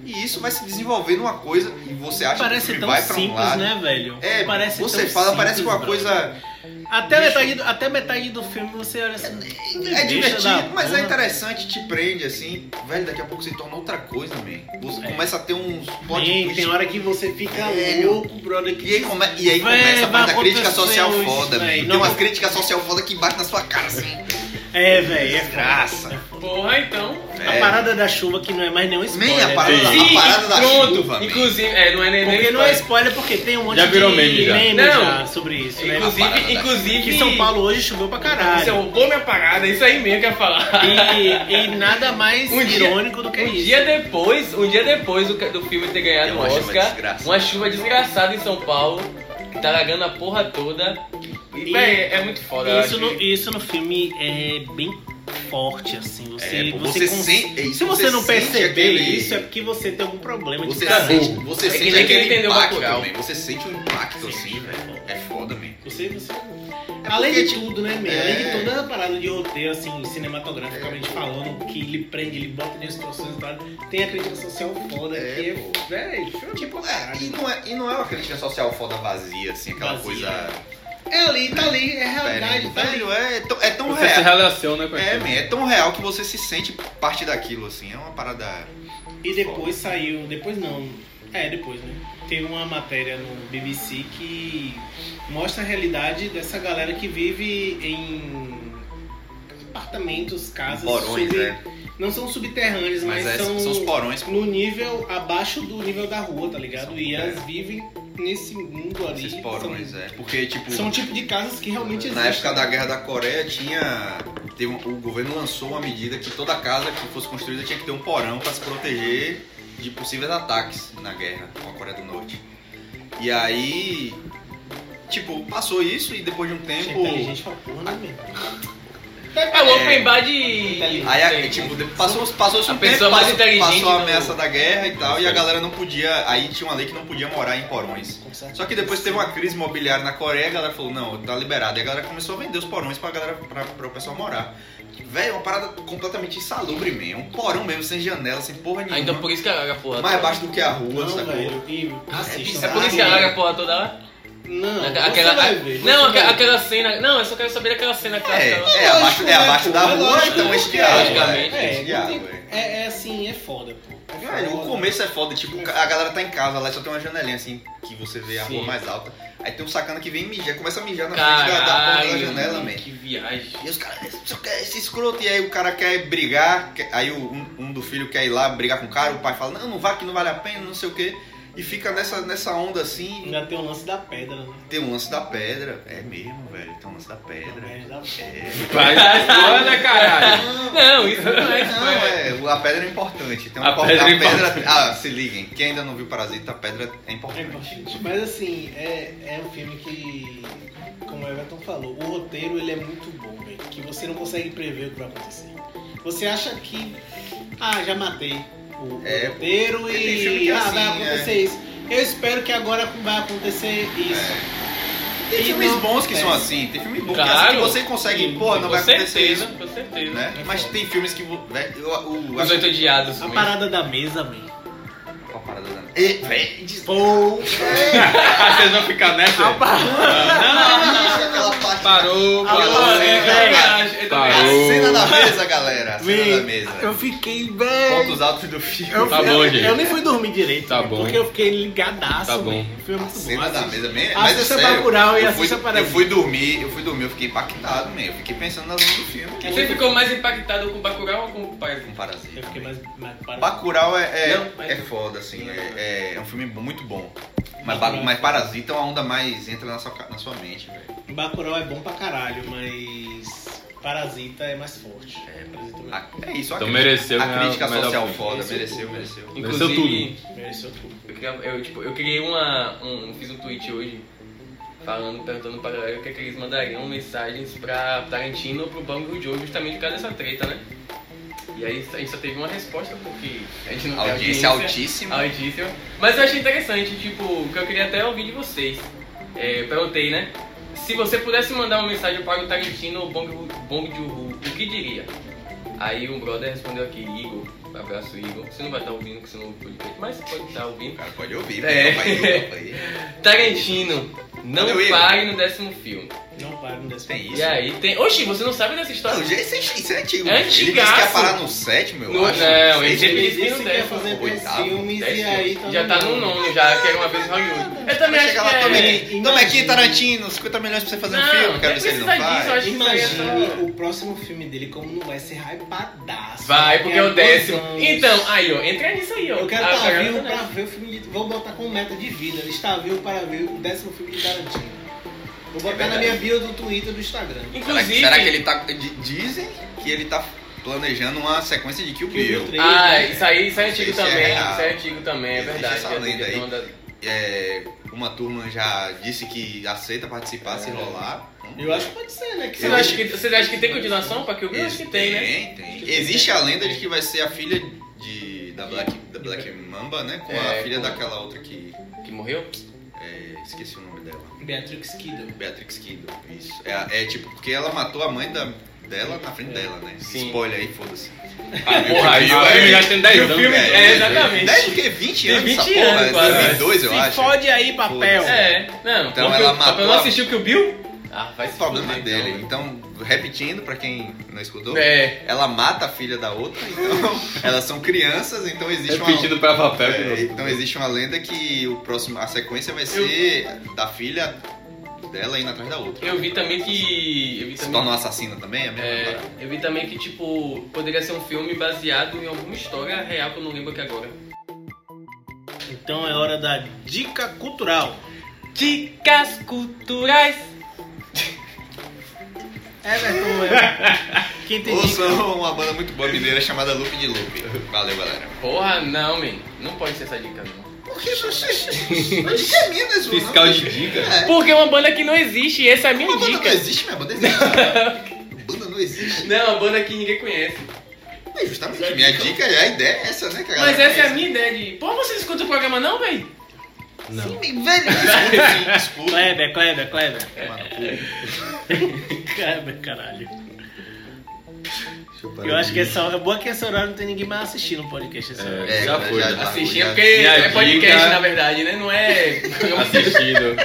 Speaker 1: E isso vai se desenvolvendo uma coisa e você acha que o
Speaker 2: Parece
Speaker 1: filme
Speaker 2: tão
Speaker 1: vai pra um
Speaker 2: simples,
Speaker 1: lado.
Speaker 2: né, velho?
Speaker 1: É,
Speaker 2: parece
Speaker 1: você
Speaker 2: tão
Speaker 1: fala, parece que
Speaker 2: simples,
Speaker 1: uma
Speaker 2: brother.
Speaker 1: coisa.
Speaker 2: Até
Speaker 1: Bicho.
Speaker 2: metade, do, até metade do filme você olha assim.
Speaker 1: É
Speaker 2: bicho da
Speaker 1: divertido, mas
Speaker 2: porra.
Speaker 1: é interessante, te prende assim. Velho, daqui a pouco se torna outra coisa, man. Você
Speaker 2: É.
Speaker 1: começa a ter uns plot
Speaker 2: Tem,
Speaker 1: twist
Speaker 2: tem hora que você fica
Speaker 1: Velho.
Speaker 2: louco, brother. Que
Speaker 1: E aí, come- e aí
Speaker 2: Véi,
Speaker 1: começa a
Speaker 2: vai
Speaker 1: parte da crítica
Speaker 2: acontecer
Speaker 1: social
Speaker 2: isso,
Speaker 1: foda,
Speaker 2: véi.
Speaker 1: bicho.
Speaker 2: Não-
Speaker 1: Tem umas críticas social foda que bate na sua cara, assim.
Speaker 2: É, velho, é
Speaker 1: Desgraça.
Speaker 2: foda, é foda.
Speaker 3: Porra, então.
Speaker 1: É.
Speaker 2: A parada da chuva que não é mais nenhum spoiler.
Speaker 1: Nem a parada,
Speaker 2: né?
Speaker 1: a parada da
Speaker 3: pronto.
Speaker 1: chuva. man.
Speaker 3: Inclusive, é, não é nem
Speaker 2: Porque
Speaker 3: nem
Speaker 2: não é
Speaker 3: spoiler.
Speaker 2: spoiler, porque tem um monte
Speaker 5: Já virou
Speaker 2: de
Speaker 5: meme já.
Speaker 3: Não. é
Speaker 2: já sobre isso, né?
Speaker 8: A parada
Speaker 3: Inclusive,
Speaker 8: da-
Speaker 3: inclusive.
Speaker 2: Que São Paulo hoje choveu pra
Speaker 3: Você
Speaker 2: caralho.
Speaker 3: roubou minha parada, isso aí mesmo que eu ia falar.
Speaker 2: E, e nada mais
Speaker 3: Um dia-
Speaker 2: irônico do que
Speaker 3: um
Speaker 2: isso.
Speaker 3: dia depois, um dia depois do, ca- do filme ter
Speaker 1: É
Speaker 3: ganhado
Speaker 8: Eu
Speaker 3: o
Speaker 8: acho uma
Speaker 3: Oscar,
Speaker 8: desgraça.
Speaker 3: uma chuva desgraçada em São Paulo, que tá lagando a porra toda. E,
Speaker 2: E-
Speaker 3: véi, é muito foda. eu
Speaker 2: Isso
Speaker 3: acho.
Speaker 2: no, isso no filme é bem forte, assim. Você,
Speaker 1: É, pô,
Speaker 2: você
Speaker 1: você
Speaker 2: cons-
Speaker 1: sente- é isso,
Speaker 2: se você,
Speaker 1: você
Speaker 2: não
Speaker 1: sente
Speaker 2: perceber
Speaker 1: aquele-
Speaker 2: isso, é porque você tem algum problema
Speaker 1: Você tá
Speaker 2: de tabu.
Speaker 1: sente, você
Speaker 3: É que
Speaker 1: sente
Speaker 3: nem quem
Speaker 1: aquele
Speaker 3: entendeu
Speaker 1: impacto
Speaker 3: Bacurau.
Speaker 1: também. Você sente o impacto assim, velho. É foda, man.
Speaker 2: Você, você-
Speaker 1: É
Speaker 2: Além
Speaker 1: porque,
Speaker 2: de
Speaker 1: tipo,
Speaker 2: tudo, né, meu?
Speaker 1: é.
Speaker 2: Além de toda a parada de roteiro, assim, cinematograficamente falando, que ele prende, ele bota de instruções e tal, tem a crítica social foda,
Speaker 1: É,
Speaker 2: que é,
Speaker 1: pô.
Speaker 2: velho, show de
Speaker 1: Tipo, é, e,
Speaker 2: caralho.
Speaker 1: não é, e não é uma crítica social foda vazia, assim, aquela
Speaker 2: Vazia.
Speaker 1: coisa.
Speaker 2: É ali, tá ali, é realidade,
Speaker 1: Velho,
Speaker 2: tá ali.
Speaker 1: velho, é, tão- é tão
Speaker 5: Você se
Speaker 1: real.
Speaker 5: relaciona com
Speaker 1: É,
Speaker 5: aquilo.
Speaker 1: man, é tão real que você se sente parte daquilo, assim. É uma parada.
Speaker 2: E depois saiu, depois não, é, depois, né? Teve uma matéria no BBC que mostra a realidade dessa galera que vive em apartamentos, casas,
Speaker 1: Porões,
Speaker 2: sub-
Speaker 1: né?
Speaker 2: não são subterrâneos, mas,
Speaker 1: Mas é,
Speaker 2: são,
Speaker 1: são... os porões. pô.
Speaker 2: no nível abaixo do nível da rua, tá ligado? E elas vivem nesse mundo ali.
Speaker 1: É. Esses porões,
Speaker 2: são,
Speaker 1: é. Porque, tipo.
Speaker 2: são um tipo de casas que realmente
Speaker 1: Na
Speaker 2: existem.
Speaker 1: época da Guerra da Coreia tinha. teve um- o governo lançou uma medida que toda casa que fosse construída tinha que ter um porão para se proteger de possíveis ataques na guerra com a Coreia do Norte. E aí. Tipo, passou isso e depois de um tempo.
Speaker 2: Inteligente pra porra, né, meu?
Speaker 3: É o open bar de.
Speaker 1: Aí,
Speaker 3: Sei,
Speaker 1: a- tipo, de- passou, passou
Speaker 3: A
Speaker 1: um
Speaker 3: pessoa
Speaker 1: tempo,
Speaker 3: mais
Speaker 1: passou,
Speaker 3: inteligente
Speaker 1: passou a
Speaker 3: do-
Speaker 1: ameaça da guerra e tal, e a
Speaker 5: Diferente.
Speaker 1: galera não podia. Aí tinha uma lei que não podia morar em porões.
Speaker 2: Com certeza.
Speaker 1: Só que depois teve uma crise imobiliária na Coreia, a galera falou, não, tá liberado. E a galera começou a vender os porões pra galera, pra, pra o pessoal morar. Velho, é uma parada completamente insalubre mesmo. Um porão mesmo, sem janela, sem porra nenhuma.
Speaker 3: Ainda Ah, então por isso que alaga a porra
Speaker 1: mais
Speaker 3: toda.
Speaker 1: baixo do que a rua,
Speaker 2: Não,
Speaker 1: sacou?
Speaker 2: velho. E assistam. tá?
Speaker 3: É por isso que
Speaker 1: né?
Speaker 3: alaga a porra toda lá?
Speaker 2: Não, você
Speaker 3: aquela,
Speaker 2: vai ver.
Speaker 3: não,
Speaker 2: você
Speaker 3: aque-
Speaker 2: vai ver.
Speaker 3: aquela cena. Não, eu só quero saber daquela cena que
Speaker 1: É,
Speaker 3: ela tava-
Speaker 1: é, abaixo, é
Speaker 2: né,
Speaker 1: abaixo
Speaker 2: pô?
Speaker 1: da
Speaker 2: É
Speaker 1: rua,
Speaker 2: lógico,
Speaker 1: então é
Speaker 2: é,
Speaker 1: esquiado,
Speaker 3: logicamente.
Speaker 1: velho. É
Speaker 2: É, não
Speaker 1: esquiado,
Speaker 2: tem-
Speaker 1: velho.
Speaker 2: é, é assim, é foda, pô. É
Speaker 1: Velho, o
Speaker 2: foda.
Speaker 1: começo é foda, tipo, a galera tá em casa, lá só tem uma janelinha assim, que você vê a rua mais alta. Aí tem um sacana que vem mijar, começa a mijar na frente da, da porta da
Speaker 3: Caralho,
Speaker 1: janela, man.
Speaker 3: que viagem.
Speaker 1: E os caras, "Esse- esse- esse escroto, e aí o cara quer brigar, quer- aí o- um, um do filho quer ir lá brigar com o cara, o pai fala, não, não vai que não vale a pena, não sei o quê. E fica nessa, nessa onda assim,
Speaker 2: Ainda tem o lance da pedra, né?
Speaker 1: tem um lance da pedra. É mesmo, velho, tem um lance da pedra.
Speaker 2: Da pedra.
Speaker 1: É.
Speaker 5: Vai, olha, caralho.
Speaker 3: Não, isso não é.
Speaker 1: Não, é, a pedra é importante. Tem um
Speaker 5: A
Speaker 1: corte-
Speaker 5: pedra é
Speaker 1: Ah, se liguem, quem ainda não viu Parasita, a pedra é
Speaker 2: É
Speaker 1: importante.
Speaker 2: importante. Mas assim, é, é um filme que, como o Everton falou, o roteiro ele é muito bom, velho. Que você não consegue prever o que vai acontecer. Você acha que. Ah, já matei o, o
Speaker 1: É,
Speaker 2: roteiro
Speaker 1: porque tem filme
Speaker 2: e.
Speaker 1: que é
Speaker 2: ah,
Speaker 1: assim,
Speaker 2: vai acontecer isso. Eu espero que agora vai acontecer isso.
Speaker 1: Tem
Speaker 2: E
Speaker 1: filmes
Speaker 2: não
Speaker 1: bons que são
Speaker 2: acontece.
Speaker 1: assim, tem filme bom que, é assim
Speaker 3: É Claro.
Speaker 1: que você consegue, porra, não
Speaker 3: com
Speaker 1: vai acontecer
Speaker 3: certeza,
Speaker 1: isso.
Speaker 3: Com certeza.
Speaker 1: Né? Mas tem filmes que. vo- Né, eu, eu, eu
Speaker 3: Os
Speaker 1: acho
Speaker 3: oito
Speaker 1: É,
Speaker 3: odiados.
Speaker 2: A
Speaker 3: mesmo.
Speaker 2: parada da mesa, velho.
Speaker 1: Qual a parada da. E, véi, des-
Speaker 2: Pô,
Speaker 1: É,
Speaker 5: Vocês vão ficar nessa?
Speaker 1: Aquela parte-
Speaker 5: Parou,
Speaker 3: Pô,
Speaker 5: parou.
Speaker 1: Alô,
Speaker 3: é,
Speaker 1: velho.
Speaker 3: verdade, é
Speaker 5: Parou.
Speaker 1: A
Speaker 3: verdade.
Speaker 1: cena da mesa, galera. A cena da
Speaker 2: eu
Speaker 1: mesa.
Speaker 2: fiquei, velho.
Speaker 1: Pontos altos do filme.
Speaker 2: Eu,
Speaker 5: Tá
Speaker 2: eu-
Speaker 5: bom, gente.
Speaker 2: eu nem fui dormir direito,
Speaker 5: Tá
Speaker 2: velho,
Speaker 5: bom.
Speaker 2: porque eu fiquei ligadaço.
Speaker 5: Tá bom.
Speaker 2: velho. O filme é
Speaker 1: A
Speaker 2: muito bom,
Speaker 1: cena da
Speaker 2: assiste.
Speaker 1: mesa, man, mas é
Speaker 2: Assista
Speaker 1: sério.
Speaker 2: Bacurau e
Speaker 1: eu fui,
Speaker 2: assista Parasita.
Speaker 1: eu fui dormir, eu fui dormir, eu fiquei impactado, man. Eu fiquei pensando na luz do filme.
Speaker 3: E Você ficou mais impactado com o Bacurau ou com o
Speaker 1: Com
Speaker 3: Parasita?
Speaker 1: Parasita.
Speaker 2: Eu fiquei
Speaker 1: man.
Speaker 2: mais. mais para-
Speaker 1: Bacurau é, é,
Speaker 3: Não, mas-
Speaker 1: é foda, assim. É, é- é um filme muito bom. Mas,
Speaker 2: Bacurau.
Speaker 1: ba- mas Parasita é uma onda mais entra na sua, ca- na sua mente, velho.
Speaker 2: Bacurau é bom pra caralho, mas. Parasita é mais forte. É, Parasita é
Speaker 1: A- É isso, a,
Speaker 5: Então
Speaker 1: crítica-
Speaker 5: mereceu
Speaker 1: a
Speaker 5: ganhar
Speaker 1: crítica
Speaker 5: o melhor
Speaker 1: social
Speaker 5: filme.
Speaker 1: foda.
Speaker 2: Mereceu
Speaker 1: Mereceu, mereceu.
Speaker 5: Mereceu
Speaker 3: Inclusive,
Speaker 2: mereceu tudo.
Speaker 3: eu, queria- eu, tipo, eu criei uma. Um, fiz um tweet hoje falando, perguntando pra galera o que, é que eles mandariam mensagens pra Tarantino ou pro Bang Joe justamente por causa dessa treta, né? E aí a gente só teve uma resposta porque a gente não tem
Speaker 1: Audiência altíssima.
Speaker 3: Altíssima. Mas eu achei interessante, tipo, o que eu queria até ouvir de vocês. É, eu perguntei, né? Se você pudesse mandar uma mensagem para o Tarantino ou Bong, Bong Joon-ho, o que diria? Aí um brother respondeu aqui, Igor, um abraço Igor. Você não vai estar ouvindo, que você não ouve o podcast, mas pode estar
Speaker 1: O
Speaker 3: ouvindo.
Speaker 1: cara pode ouvir,
Speaker 3: É.
Speaker 1: velho. Papai, papai.
Speaker 3: Tarantino, não
Speaker 1: Valeu, Igor.
Speaker 3: pare no décimo filme.
Speaker 2: Não Claro, no décimo.
Speaker 1: Tem isso.
Speaker 3: E aí tem. Oxi, você não sabe dessa
Speaker 1: Não,
Speaker 3: história?
Speaker 1: já isso, é, isso é antigo.
Speaker 3: É
Speaker 1: ele disse que ia
Speaker 3: antigaço.
Speaker 1: parar no sétimo, eu
Speaker 3: Não,
Speaker 1: acho.
Speaker 3: não, ele
Speaker 1: Sexto,
Speaker 3: sempre
Speaker 2: Ele
Speaker 3: disse que
Speaker 2: disse
Speaker 3: não
Speaker 2: que ia
Speaker 3: deve.
Speaker 2: fazer três
Speaker 1: Oitavo,
Speaker 2: filmes e
Speaker 3: Décimo.
Speaker 2: aí tá
Speaker 3: já
Speaker 2: no
Speaker 3: tá no
Speaker 2: nono.
Speaker 3: nono, já quero uma vez em Hollywood. Eu também
Speaker 1: Vai
Speaker 3: acho que
Speaker 1: chegar lá, toma
Speaker 3: é.
Speaker 1: aqui, toma aqui,
Speaker 2: Imagina.
Speaker 1: Tarantino, 50 milhões pra você fazer um
Speaker 3: Não,
Speaker 1: filme. Quero
Speaker 3: nem
Speaker 1: ver se ele não
Speaker 3: precisa disso, eu
Speaker 1: faz.
Speaker 3: acho que isso aí é só-
Speaker 2: Imagine o próximo filme dele como não vai ser hypadaço.
Speaker 3: Vai, porque é o décimo. Então, aí, ó, entra nisso aí, ó.
Speaker 2: Eu quero
Speaker 3: Ah,
Speaker 2: estar
Speaker 3: cara,
Speaker 2: vivo
Speaker 3: tá
Speaker 2: pra ver o filme de... Vou botar como meta de vida. Estar vivo para ver o décimo filme de Tarantino. Vou botar na
Speaker 1: verdade.
Speaker 2: minha bio do Twitter e do Instagram.
Speaker 1: Será que,
Speaker 3: Inclusive.
Speaker 1: será que ele tá. di- Dizem que ele tá planejando uma sequência de Kill
Speaker 2: Kill
Speaker 1: Bill.
Speaker 2: Bill
Speaker 3: Ah, isso aí, isso aí é antigo
Speaker 1: né? Isso é
Speaker 3: também.
Speaker 1: real.
Speaker 3: Isso aí é antigo também, é
Speaker 1: Existe
Speaker 3: verdade.
Speaker 1: essa
Speaker 3: que é
Speaker 1: lenda
Speaker 3: antigo,
Speaker 1: aí.
Speaker 3: tem uma da-
Speaker 1: É, uma turma já disse que aceita participar,
Speaker 3: É.
Speaker 1: se rolar.
Speaker 2: Eu acho que pode ser, né? Que
Speaker 3: Vocês
Speaker 2: será-
Speaker 3: acham que, vocês acham que tem continuação pra Kill Bill? Acho que tem, né?
Speaker 1: Tem, tem. Existe a lenda de que vai ser a filha de, da, Black, da Black Mamba, né? Com a
Speaker 3: É,
Speaker 1: filha
Speaker 3: com-
Speaker 1: daquela outra que.
Speaker 3: Que morreu?
Speaker 1: é, esqueci o nome dela.
Speaker 2: Beatrix Kiddo.
Speaker 1: Beatrix Kiddo, isso. É, é tipo, porque ela matou a mãe da, dela na frente dela, né?
Speaker 3: É. Sim.
Speaker 1: Spoiler aí, foda-se.
Speaker 3: Ah, porra, aí
Speaker 1: Viu, aí?
Speaker 3: vai já tem 10
Speaker 1: Viu o
Speaker 3: anos.
Speaker 1: filme?
Speaker 3: É, exatamente.
Speaker 1: 10 o quê? 20 anos? essa
Speaker 3: 20
Speaker 1: porra,
Speaker 3: anos,
Speaker 1: é
Speaker 3: quase.
Speaker 1: 2002, eu
Speaker 6: Se
Speaker 1: acho.
Speaker 6: fode aí, papel.
Speaker 3: É, não.
Speaker 1: Então
Speaker 3: porque
Speaker 1: ela
Speaker 3: o-
Speaker 1: matou
Speaker 3: porque eu não
Speaker 1: a-
Speaker 3: assistiu Kill Bill? Ah, vai
Speaker 1: É o
Speaker 3: se
Speaker 1: problema
Speaker 3: fuder,
Speaker 1: dele. Então, repetindo pra quem não escutou,
Speaker 3: então. É.
Speaker 1: ela mata a filha da outra, então elas são crianças, então existe uma.
Speaker 5: Repetindo pra papel de
Speaker 1: É,
Speaker 5: novo.
Speaker 1: então existe uma lenda que o próximo, a sequência vai ser da filha dela indo atrás da outra.
Speaker 3: Eu vi também que. Eu vi
Speaker 1: Se
Speaker 3: também
Speaker 1: torna uma assassina também, é a mesma
Speaker 3: É,
Speaker 1: parada.
Speaker 3: eu vi também que, tipo, poderia ser um filme baseado em alguma história real que eu não lembro aqui agora.
Speaker 6: Então é hora da dica cultural.
Speaker 3: Dicas culturais!
Speaker 6: É, velho. Quem tem dica?
Speaker 1: Ouçam uma banda muito boa mineira chamada Loop de Loop. Valeu, galera.
Speaker 3: Porra, não, man. Não pode ser essa dica, não.
Speaker 1: Por que Onde que é Minas, mano?
Speaker 5: um Fiscal de dica.
Speaker 3: Porque é uma banda que não existe, e essa é a minha
Speaker 1: Uma banda não
Speaker 3: dica.
Speaker 1: existe, minha banda existe. cara. banda não existe.
Speaker 3: Não, é uma banda que ninguém conhece.
Speaker 1: É justamente, minha dica, a ideia é essa, né, cara?
Speaker 3: Mas essa é a minha ideia de. Pô, você não escuta o programa, não, véi?
Speaker 1: Sim, bem velho. Escuta, sim, escuta.
Speaker 6: Kleber, Kleber, Kleber.
Speaker 1: Tomar no cu.
Speaker 6: Kleber, caralho.
Speaker 1: Deixa parar
Speaker 6: Eu acho
Speaker 1: de-
Speaker 6: que essa hora. É boa que essa hora não tem ninguém mais assistindo o podcast. Essa hora.
Speaker 1: É,
Speaker 5: Já
Speaker 1: cara,
Speaker 5: foi, já.
Speaker 3: Assistir,
Speaker 1: já-
Speaker 3: porque
Speaker 5: Minha
Speaker 3: é podcast,
Speaker 5: dica-
Speaker 3: na verdade, né? Não é.
Speaker 5: assistido.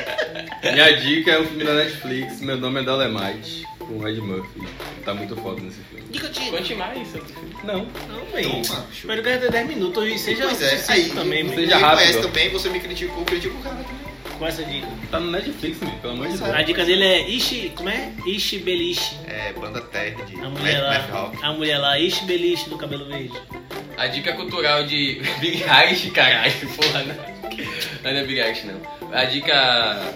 Speaker 5: Minha dica é um filme da Netflix, meu nome é Dolemite, com o Ed Murphy. Tá muito foda nesse filme.
Speaker 6: Dica de.
Speaker 3: Conte mais sobre o filme.
Speaker 5: Não.
Speaker 6: Não, bem.
Speaker 1: Toma.
Speaker 6: Espero que ter 10 minutos e seja
Speaker 1: Pois é,
Speaker 6: sucinto
Speaker 1: aí.
Speaker 6: também,
Speaker 1: você
Speaker 6: bem.
Speaker 5: Seja
Speaker 1: me conhece
Speaker 5: rápido.
Speaker 1: também, você me criticou, critica o cara também.
Speaker 6: Com essa dica.
Speaker 5: Tá no Netflix, meu, pelo amor de
Speaker 1: Pois é.
Speaker 5: Deus.
Speaker 6: A dica dele é Ishi. Como é? Ishi Beliche.
Speaker 1: É, banda terra de
Speaker 6: A mulher
Speaker 1: Math
Speaker 6: lá.
Speaker 1: Hawk.
Speaker 6: A mulher lá, Ishi Beliche do cabelo verde.
Speaker 3: A dica cultural de Big Eyes, caralho, porra, não. Não é Big Eyes, não. A dica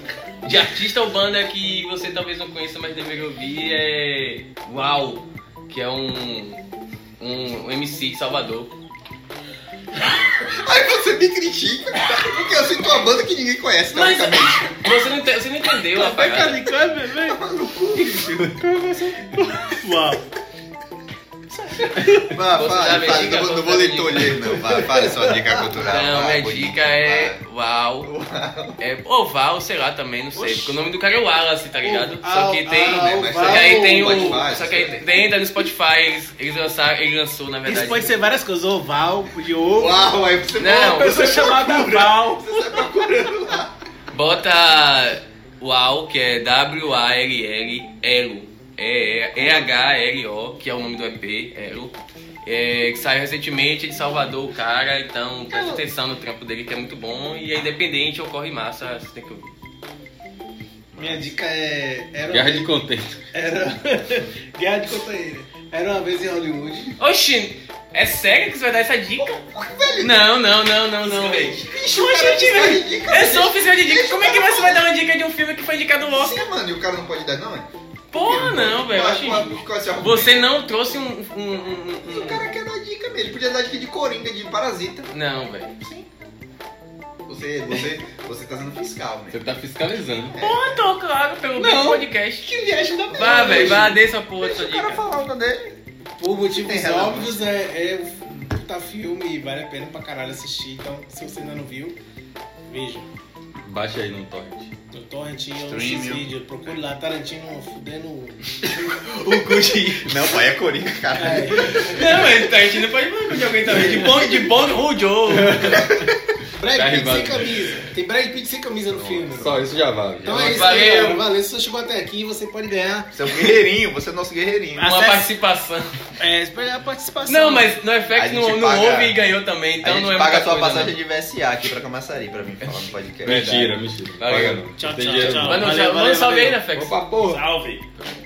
Speaker 3: de artista ou banda que você talvez não conheça, mas deveria ouvir é Uau, que é um, um MC de Salvador.
Speaker 1: Aí você me critica, porque eu sinto uma banda que ninguém conhece,
Speaker 3: Mas- é-
Speaker 1: teoricamente.
Speaker 3: Então, Você não, ente- você não entendeu a parada.
Speaker 6: Kleber,
Speaker 1: Tá
Speaker 6: velho. é Uau.
Speaker 1: Vá,
Speaker 3: Você
Speaker 1: fala,
Speaker 3: já me
Speaker 1: fala,
Speaker 3: diga,
Speaker 1: não, vou- não
Speaker 3: você
Speaker 1: vou
Speaker 3: me
Speaker 1: ler
Speaker 3: diga.
Speaker 1: teu olho, não. Vá, fala sua dica cultural.
Speaker 3: Não,
Speaker 1: vá,
Speaker 3: minha
Speaker 1: bonito,
Speaker 3: dica é
Speaker 1: vá.
Speaker 3: Uau. É Oval, sei lá também, não sei. Porque o nome do cara é Wallace, tá ligado? Só que tem.
Speaker 1: ah, né, mas
Speaker 3: Só que aí tem o.
Speaker 1: Spotify,
Speaker 3: Só que aí tem ainda no Spotify, eles, eles lançaram, ele lançou, na verdade.
Speaker 6: Isso pode ser várias coisas. Oval, Yo.
Speaker 1: Uau, aí você
Speaker 3: Não.
Speaker 6: Eu sou chamada Val.
Speaker 1: Você sai procurando lá.
Speaker 3: Bota Uau, que é W-A-L-L, Elo. E-H-L-O, que é o nome do EP, Elo. É, que saiu recentemente de Salvador, o cara, então presta atenção no trampo dele que é muito bom e é independente, ocorre massa, você tem que ouvir.
Speaker 2: Minha dica é. Era
Speaker 5: Guerra de contento.
Speaker 2: Era. Guerra de contra ele. Era uma vez em Hollywood.
Speaker 3: Oxi, é sério que você vai dar essa dica? Não, não, não, não, não, velho.
Speaker 1: Bicho, o cara
Speaker 3: gente,
Speaker 1: te dá
Speaker 3: velho.
Speaker 1: dica.
Speaker 3: Eu sou oficial de dica, como é que você vai dar uma dica de um filme que foi indicado no Oscar?
Speaker 1: Sim, mano, e o cara não pode dar, não? é?
Speaker 3: Porra, não, velho, eu acho
Speaker 1: Qual- qual-
Speaker 3: injusto.
Speaker 1: qual é o seu argumento?
Speaker 3: Você não trouxe um- um- um-
Speaker 1: E
Speaker 3: um,
Speaker 1: o cara quer dar dica mesmo. Ele podia dar dica de coringa, de parasita.
Speaker 3: Não, velho.
Speaker 1: Você, você, você tá sendo fiscal, né?
Speaker 5: Você tá fiscalizando.
Speaker 3: Porra, tô, claro, pelo bem do podcast.
Speaker 1: Que viagem da
Speaker 3: Vá,
Speaker 1: merda,
Speaker 3: velho,
Speaker 1: bicho.
Speaker 3: vá, dê essa porra
Speaker 1: Deixa
Speaker 3: essa
Speaker 1: o cara
Speaker 3: dica.
Speaker 1: falar o nome dele.
Speaker 2: Por
Speaker 1: Tem
Speaker 2: motivos
Speaker 1: relevância.
Speaker 2: óbvios, é, é um puta filme e vale a pena pra caralho assistir. Então, se você ainda não viu, veja.
Speaker 5: Baixa aí no torrent.
Speaker 2: No Torrent ou no
Speaker 1: Streaming.
Speaker 2: X-Video. Procure lá, Tarantino fudendo.
Speaker 3: O Gucci.
Speaker 1: Não, pai, é coringa, cara.
Speaker 2: É,
Speaker 3: Tá
Speaker 1: tá
Speaker 3: Não, mas a gente não pode falar de alguém também. De bom, de bom, o Joe.
Speaker 2: Brad Pitt
Speaker 3: Carregado.
Speaker 2: sem camisa. Tem Brad Pitt sem camisa no filme.
Speaker 5: Só isso já vale.
Speaker 2: Então é isso aí,
Speaker 3: Valeu.
Speaker 2: galera. Valeu. Se você chegou até aqui, você pode ganhar.
Speaker 1: Você é um guerreirinho, você é nosso guerreirinho.
Speaker 2: Ah,
Speaker 3: Uma
Speaker 2: Acesse-
Speaker 3: participação.
Speaker 2: É, pode ganhar a participação.
Speaker 3: Não, mas no
Speaker 1: A
Speaker 3: FX
Speaker 1: gente
Speaker 3: não, não
Speaker 1: paga-
Speaker 3: houve e ganhou também, então
Speaker 1: a
Speaker 3: não
Speaker 1: gente
Speaker 3: é
Speaker 1: paga a
Speaker 3: muita
Speaker 1: sua
Speaker 3: coisa,
Speaker 1: passagem de VSA aqui pra Camaçari pra mim falar no podcast.
Speaker 5: Mentira, mentira.
Speaker 3: Valeu.
Speaker 5: Paga não.
Speaker 2: Tchau,
Speaker 5: Tem
Speaker 2: tchau,
Speaker 5: dinheiro
Speaker 2: tchau.
Speaker 5: não.
Speaker 3: Mas não,
Speaker 2: Valeu,
Speaker 3: já,
Speaker 2: valeu,
Speaker 3: manda um salve aí,
Speaker 2: valeu.
Speaker 3: né, Fex?
Speaker 5: Opa, porra.
Speaker 2: Salve.